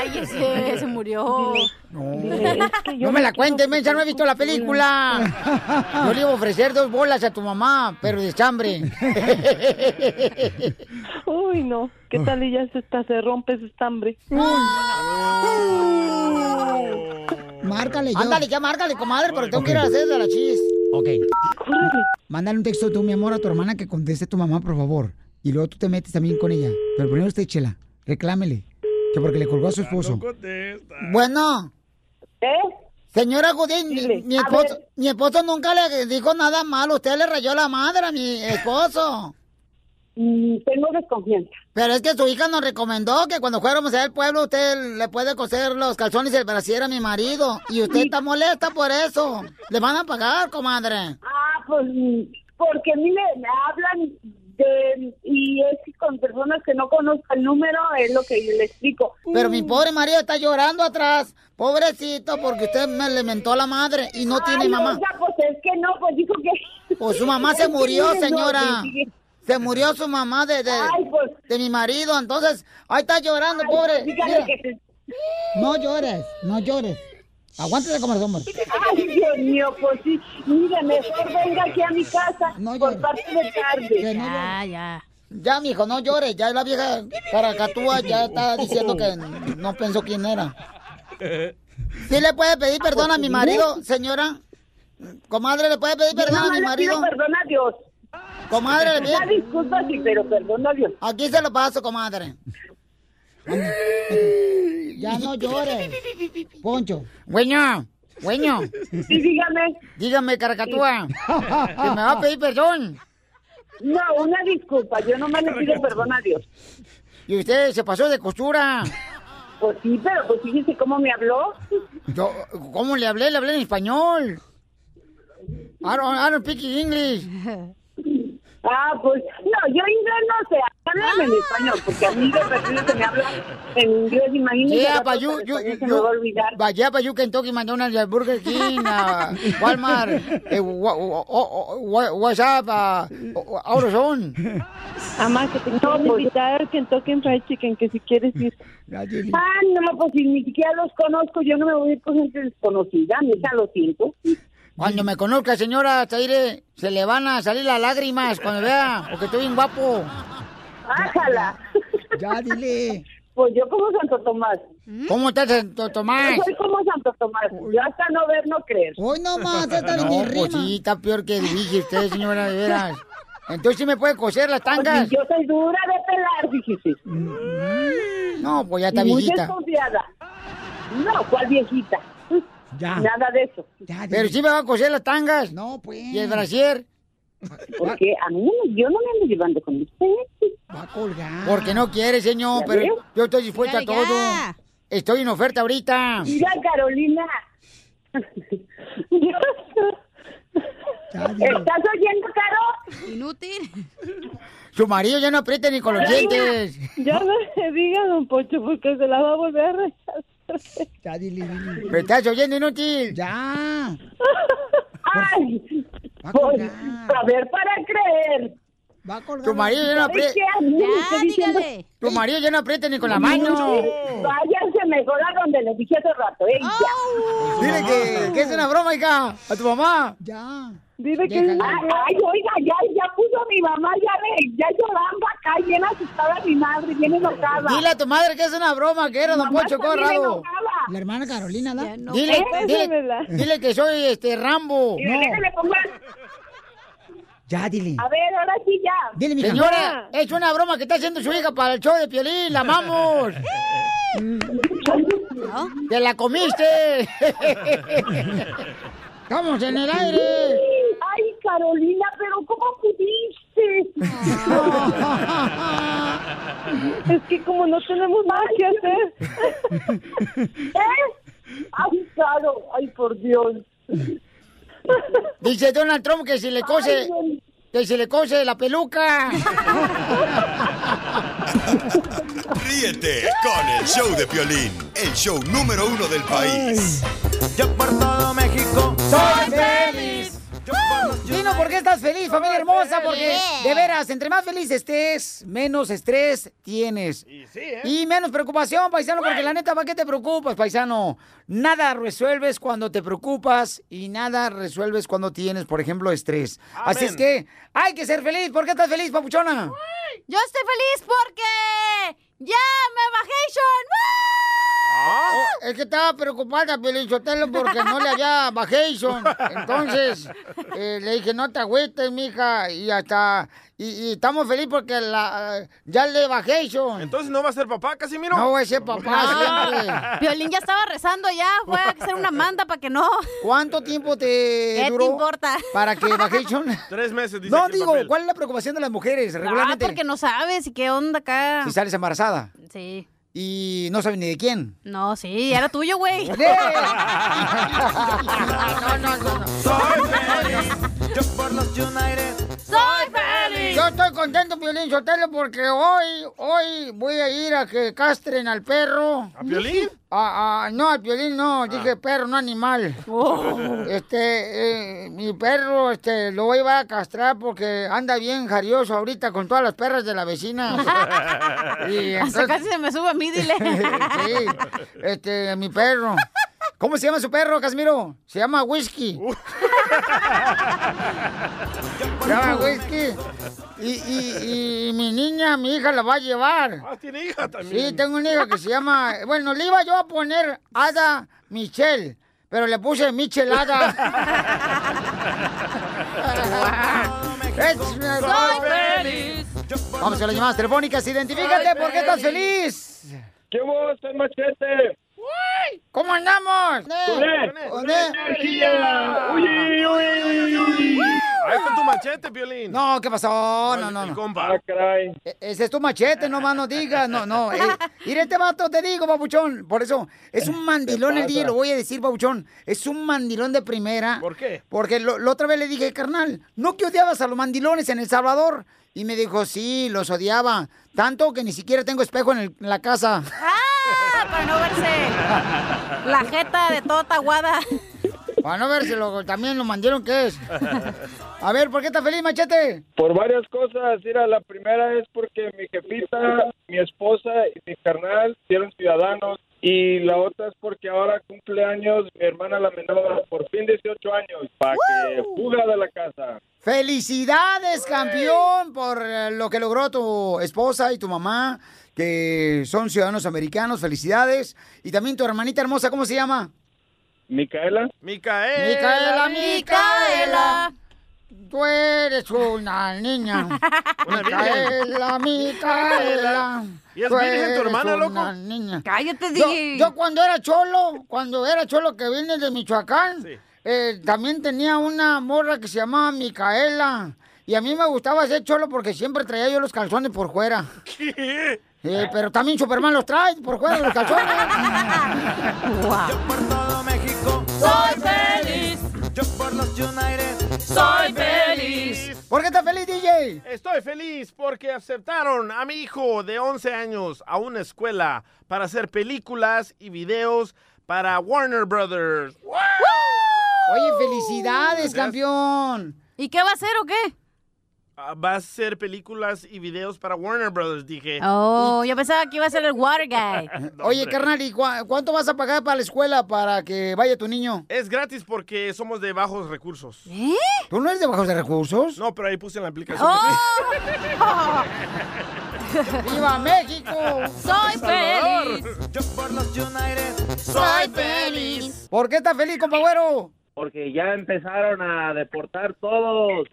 Speaker 6: Ay, ese se murió.
Speaker 3: No me la cuentes, mensa, no he visto la película. Yo le iba a ofrecer dos bolas a tu mamá, pero de chambre.
Speaker 14: Uy, no. ¿Qué tal y ya se, está, se rompe ese estambre?
Speaker 3: Márcale, Oh. Ándale, ya márcale, comadre, porque tengo que ir a hacer de la chis. Ok. Mándale un texto tú, mi amor, a tu hermana que conteste tu mamá, por favor. Y luego tú te metes también con ella. Pero primero usted, Chela, reclámele. Que porque le colgó a su esposo. Bueno.
Speaker 14: ¿Eh?
Speaker 3: Señora Godín, mi, mi esposo, mi esposo nunca le dijo nada malo. Usted le rayó la madre a mi esposo.
Speaker 14: Mm, Tengo desconfianza.
Speaker 3: Pero es que su hija nos recomendó que cuando fuéramos allá al pueblo usted le puede coser los calzones y el brasier a mi marido. Y usted está molesta por eso. Le van a pagar, comadre.
Speaker 14: Ah, pues, porque a mí me, me hablan de, y es que con personas que no conozco el número, es lo que yo le explico.
Speaker 3: Pero mi pobre marido está llorando atrás. Pobrecito, porque usted me le mentó a la madre y no tiene
Speaker 14: Ay,
Speaker 3: mamá.
Speaker 14: oiga, pues es que no, pues dijo que...
Speaker 3: Pues su mamá se murió,
Speaker 14: No,
Speaker 3: señora.
Speaker 14: sí, sí.
Speaker 3: Se murió su mamá de, de,
Speaker 14: pues.
Speaker 3: de mi marido. Entonces, ahí está llorando, pobre.
Speaker 14: dígale
Speaker 3: Mira.
Speaker 14: que
Speaker 3: No llores, no llores. Aguántate, comadre, hombre.
Speaker 14: Ay, Dios mío, pues sí. Mira, mejor venga aquí a mi casa por parte de tarde.
Speaker 6: Ya, ya.
Speaker 3: Ya, mijo, no llores. Ya la vieja caracatúa ya está diciendo que no pensó quién era. ¿Sí le puede
Speaker 14: Ah,
Speaker 3: pedir perdón a mi marido, señora? Comadre, ¿le puede pedir
Speaker 14: Yo
Speaker 3: perdón a
Speaker 14: nomás
Speaker 3: mi
Speaker 14: le
Speaker 3: marido?
Speaker 14: pido perdón a Dios.
Speaker 3: Comadre, le pido-
Speaker 14: Una disculpa, sí, pero perdón a Dios.
Speaker 3: Aquí se lo paso, comadre.
Speaker 12: Ya no llores. Poncho.
Speaker 3: Bueno, bueno.
Speaker 12: Sí,
Speaker 3: dígame. Dígame, caracatúa. Que me va a pedir perdón.
Speaker 14: No, una disculpa. Yo nomás le pido perdón a Dios.
Speaker 3: Y usted se pasó de costura.
Speaker 14: Pues sí, pero pues fíjese cómo me habló.
Speaker 3: Yo, ¿Cómo le hablé? Le hablé en español. I don't, I don't speak English.
Speaker 14: Ah, pues no, yo inglés no sé. Háblame
Speaker 3: Ah.
Speaker 14: en español, porque a mí de repente se me habla en inglés. Imagínese.
Speaker 3: Yeah,
Speaker 14: la
Speaker 3: but
Speaker 14: cosa
Speaker 3: you,
Speaker 14: en
Speaker 3: you,
Speaker 14: español, se me va a
Speaker 3: you, but yeah, but you Kentucky, McDonald's, uh, Burger King, uh, Walmart, uh, wha- wha- wha- what's up, uh, AutoZone.
Speaker 28: Amá, Ah, que te quiero
Speaker 14: pues.
Speaker 28: invitar al Kentucky Fried Chicken, que si quieres ir.
Speaker 14: Ah, no, pues si ni siquiera los conozco, yo no me voy a ir con gente desconocida, mira, lo siento.
Speaker 3: Cuando me conozca, señora Zaire, se le van a salir las lágrimas cuando vea, porque estoy bien guapo.
Speaker 14: ¡Ájala!
Speaker 12: Ya, dile.
Speaker 14: Pues yo como Santo Tomás.
Speaker 3: Ah, ¿Mm? ¿Cómo estás, Santo Tomás?
Speaker 14: Yo soy como Santo Tomás. Yo hasta no ver, no creer.
Speaker 12: Hoy no más,
Speaker 3: esta no, pues sí, está peor que dije usted, señora, de veras. Entonces sí me puede coser las tangas.
Speaker 14: yo soy dura de pelar, dijiste.
Speaker 3: No, pues ya está
Speaker 14: Y muy
Speaker 3: viejita.
Speaker 14: desconfiada. No, ¿cuál viejita? Nada de eso.
Speaker 3: Pero sí me va a coser las tangas.
Speaker 12: No, pues.
Speaker 3: Y el brasier.
Speaker 14: Porque a mí no- yo no me ando llevando con usted.
Speaker 12: Va a colgar.
Speaker 3: Porque no quiere, señor,
Speaker 14: ¿Ya
Speaker 3: pero
Speaker 14: veo?
Speaker 3: yo estoy dispuesta a
Speaker 14: Ya,
Speaker 3: todo.
Speaker 14: ya.
Speaker 3: Estoy en oferta ahorita.
Speaker 14: Mira, Carolina. ¿Estás oyendo, Caro?
Speaker 6: Inútil.
Speaker 3: Su marido ya no aprieta ni con los dientes.
Speaker 28: Ya no le diga, don Poncho, porque se la va a volver a rechazar.
Speaker 12: Ya, dile, dile.
Speaker 3: ¿Me estás oyendo inútil?
Speaker 12: Ya.
Speaker 14: Ay, pues, a ver, para creer.
Speaker 12: Va a colgar.
Speaker 3: Tu marido ya no aprieta. Tu marido ya no aprieta ni con la mano.
Speaker 14: Váyanse mejor a donde les dije hace rato, ¿eh? Ya.
Speaker 3: Dile que, que es una broma, hija. A tu mamá.
Speaker 12: Ya.
Speaker 14: Dile
Speaker 3: que- Déjala.
Speaker 14: Ah, Ay, oiga, ya, ya puso mi mamá, ya, re- ya llorando acá, bien asustada mi madre, bien enojada.
Speaker 3: Dile a tu madre que es una broma, que era don
Speaker 14: Mamá
Speaker 3: Pocho
Speaker 14: está bien
Speaker 3: Corrado.
Speaker 14: enojada.
Speaker 12: La hermana Carolina, ¿la?
Speaker 3: Dile,
Speaker 12: ¿Eh?
Speaker 3: dile, dile que soy este Rambo.
Speaker 14: Y déjale pongan-
Speaker 12: Ya, dile.
Speaker 14: A ver, ahora sí ya.
Speaker 12: Dile, mija.
Speaker 3: Señora, es una broma que está haciendo su hija para el show de Piolín. ¡La amamos! ¡Te la comiste! ¡Estamos en el aire!
Speaker 14: Ay, Carolina, pero ¿cómo pudiste?
Speaker 28: Es que como no tenemos nada que hacer.
Speaker 14: ¿Eh? Ay, Caro, ay, por Dios.
Speaker 3: Dice Donald Trump que si le cose... Que si le cose la peluca.
Speaker 2: Ríete con el show de Piolín, el show número uno del país.
Speaker 32: Yo por todo México
Speaker 3: soy feliz. Dino, ¿por qué estás feliz, familia hermosa? Porque, de veras, entre más feliz estés, menos estrés tienes. Y, menos preocupación, paisano, porque la neta, ¿para qué te preocupas, paisano? Nada resuelves cuando te preocupas y nada resuelves cuando tienes, por ejemplo, estrés. Así es que hay que ser feliz. ¿Por qué estás feliz, papuchona?
Speaker 6: Yo estoy feliz porque ya me bajé
Speaker 3: Oh, es que estaba preocupada, Pelichotelo, porque no le había bajation. Entonces, eh, le dije, no te agüites, mija, y hasta... Y, y estamos felices porque la, ya le bajation. Entonces, ¿no va a ser papá, Casimiro? Ah. No voy a ser papá,
Speaker 6: No.
Speaker 3: siempre.
Speaker 6: Violín ya estaba rezando ya, voy a hacer una manda para que no.
Speaker 3: ¿Cuánto tiempo te
Speaker 6: ¿Qué
Speaker 3: duró
Speaker 6: te importa?
Speaker 3: para que bajation?
Speaker 5: Tres meses, dice
Speaker 3: No,
Speaker 5: aquí el
Speaker 3: digo,
Speaker 5: papel.
Speaker 3: ¿cuál es la preocupación de las mujeres
Speaker 6: Ah,
Speaker 3: regularmente?
Speaker 6: porque no sabes y qué onda acá.
Speaker 3: Si sales embarazada
Speaker 6: Sí.
Speaker 3: y no sabes ni de quién.
Speaker 6: No, sí, era tuyo, güey.
Speaker 3: No,
Speaker 6: no,
Speaker 3: Ah, no, no.
Speaker 32: soy feliz. Yo por los United
Speaker 3: ¡Soy feliz! Yo estoy contento, Piolín Sotelo, porque hoy, hoy voy a ir a que castren al perro. ¿A
Speaker 32: Piolín?
Speaker 3: Ah, ah, no, al Piolín no, dije perro, no animal. Este, eh, mi perro, este, lo voy a llevar a castrar porque anda bien jarioso ahorita con todas las perras de la vecina. Y
Speaker 6: Hasta
Speaker 3: entonces-
Speaker 6: casi se me sube a mí, dile.
Speaker 3: sí, este, mi perro. ¿Cómo se llama su perro, Casimiro? Se llama Whisky. Se llama Whisky. Y, y- y mi niña, mi hija la va a llevar.
Speaker 5: Ah, tiene hija
Speaker 3: Sí,
Speaker 5: también.
Speaker 3: tengo una hija que se llama... Bueno, le iba yo a poner Ada Michelle, pero le puse Michelada. Vamos a las llamadas telefónicas. Identifícate por qué estás feliz.
Speaker 16: ¿Qué vos, el machete?
Speaker 3: ¿Cómo andamos?
Speaker 16: Con él, con energía. Uy, uy, uy, uy, uy.
Speaker 5: Ahí con tu machete, Piolín.
Speaker 3: No, ¿qué pasó? No, no, no.
Speaker 16: Ah,
Speaker 3: E- Ese es tu machete, no más no digas. No, no. eh, mira, este vato te digo, papuchón. Por eso, es un mandilón el
Speaker 5: pasa?
Speaker 3: día, lo voy a decir, papuchón. Es un mandilón de primera.
Speaker 5: ¿Por qué?
Speaker 3: Porque lo- la otra vez le dije, carnal, ¿no que odiabas a los mandilones en El Salvador? Y me dijo, sí, los odiaba. Tanto que ni siquiera tengo espejo en, el- en la casa.
Speaker 6: Ah,
Speaker 3: pues.
Speaker 6: para no verse la jeta de todo taguada.
Speaker 3: Para no vérselo, también lo mandieron que es. A ver, ¿por qué estás feliz, machete?
Speaker 16: Por varias cosas, mira, la primera es porque mi jefita, mi esposa y mi carnal fueron ciudadanos y la otra es porque ahora cumple años mi hermana la menor, por fin 18 años, para que fuga de la casa.
Speaker 3: Felicidades, campeón, por eh, lo que logró tu esposa y tu mamá, que son ciudadanos americanos. Felicidades. Y también tu hermanita hermosa, ¿cómo se llama?
Speaker 16: Micaela.
Speaker 5: Micaela.
Speaker 3: Micaela,
Speaker 6: Micaela.
Speaker 3: Tú eres una niña. Micaela, Micaela.
Speaker 5: ¿Y es
Speaker 3: tú
Speaker 5: virgen tu
Speaker 3: eres
Speaker 5: hermana,
Speaker 3: Pues, una
Speaker 5: loco?
Speaker 3: niña.
Speaker 6: Cállate,
Speaker 3: yo,
Speaker 6: DJ.
Speaker 3: yo cuando era cholo, cuando era cholo que vine de Michoacán, eh, también tenía una morra que se llamaba Micaela. Y a mí me gustaba ser cholo porque siempre traía yo los calzones por fuera. Eh,
Speaker 5: Ah.
Speaker 3: pero también Superman los trae por fuera los calzones.
Speaker 12: Soy feliz. Yo por los United soy feliz.
Speaker 3: ¿Por qué estás feliz, DJ?
Speaker 5: Estoy feliz porque aceptaron a mi hijo de 11 años a una escuela para hacer películas y videos para Warner Brothers.
Speaker 3: Oye, felicidades, campeón.
Speaker 6: ¿Y qué va a hacer o qué?
Speaker 5: Ah, Va a hacer películas y videos para Warner Brothers, dije.
Speaker 6: Oh, yo pensaba que iba a ser el water guy.
Speaker 3: Oye, carnal, ¿y cua- cuánto vas a pagar para la escuela para que vaya tu niño?
Speaker 5: Es gratis porque somos de bajos recursos.
Speaker 6: ¿Eh?
Speaker 3: ¿Tú no eres de bajos de recursos?
Speaker 5: No, pero ahí puse en la aplicación.
Speaker 12: Oh.
Speaker 3: ¡Viva México!
Speaker 12: Soy
Speaker 3: Salvador.
Speaker 12: feliz. Yo por los United
Speaker 3: soy feliz. ¿Por qué estás feliz, compañero?
Speaker 13: Porque ya empezaron a deportar todos.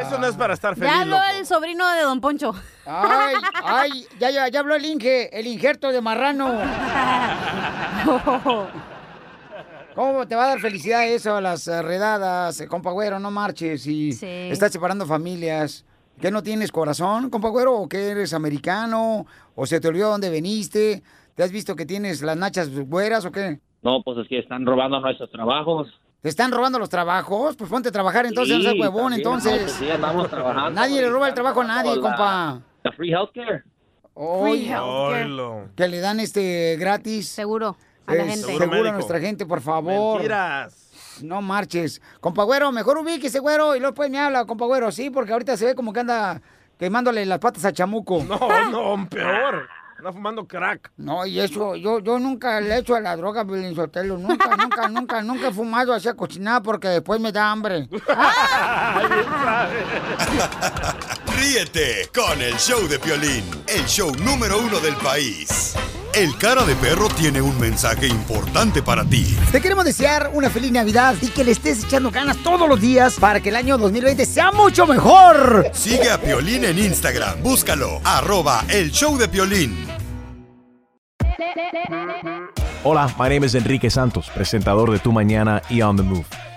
Speaker 5: Eso no es para estar feliz.
Speaker 6: Ya habló
Speaker 5: loco.
Speaker 6: el sobrino de Don Poncho.
Speaker 3: Ay, ay, ya, ya, ya habló el Inge, el injerto de marrano. ¿Cómo te va a dar felicidad eso, las eh, redadas, eh, compa güero? No marches y estás separando familias. ¿Qué no tienes corazón, compa güero? ¿O que eres americano? ¿O se te olvidó dónde veniste? ¿Te has visto que tienes las nachas güeras o qué?
Speaker 13: No, pues es que están robando nuestros trabajos.
Speaker 3: ¿Te están robando los trabajos? Pues ponte a trabajar entonces,
Speaker 13: Sí,
Speaker 3: no seas huevón,
Speaker 13: también, no, pues
Speaker 3: entonces.
Speaker 13: sí, andamos trabajando.
Speaker 3: Nadie le roba el trabajo a nadie,
Speaker 13: La-
Speaker 3: compa.
Speaker 13: La free healthcare.
Speaker 3: Oy, que le dan este gratis. Seguro.
Speaker 13: a la gente. Seguro
Speaker 3: Seguro, a
Speaker 13: médico.
Speaker 3: nuestra gente, por favor.
Speaker 5: Mentiras.
Speaker 3: No marches. Compa güero, mejor ubíquese, güero, y luego pues me habla, compa güero. Sí, porque ahorita se ve como que anda quemándole las patas a chamuco.
Speaker 5: No, no, peor. Anda fumando crack.
Speaker 3: No, y eso, yo, yo nunca le he hecho a la droga, Piolín Sotelo. Nunca, nunca, nunca, nunca he fumado hacia cochinada porque después me da hambre.
Speaker 2: Ríete con el show de Piolín, el show número uno del país. El cara de perro tiene un mensaje importante para ti.
Speaker 3: Te queremos desear una feliz Navidad y que le estés echando ganas todos los días para que el año 2020 sea mucho mejor.
Speaker 2: Sigue a Piolín en Instagram, búscalo, arroba el show de Piolín.
Speaker 21: Hola, my name is Enrique Santos, presentador de Tu Mañana y On the Move.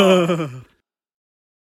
Speaker 1: Vaina!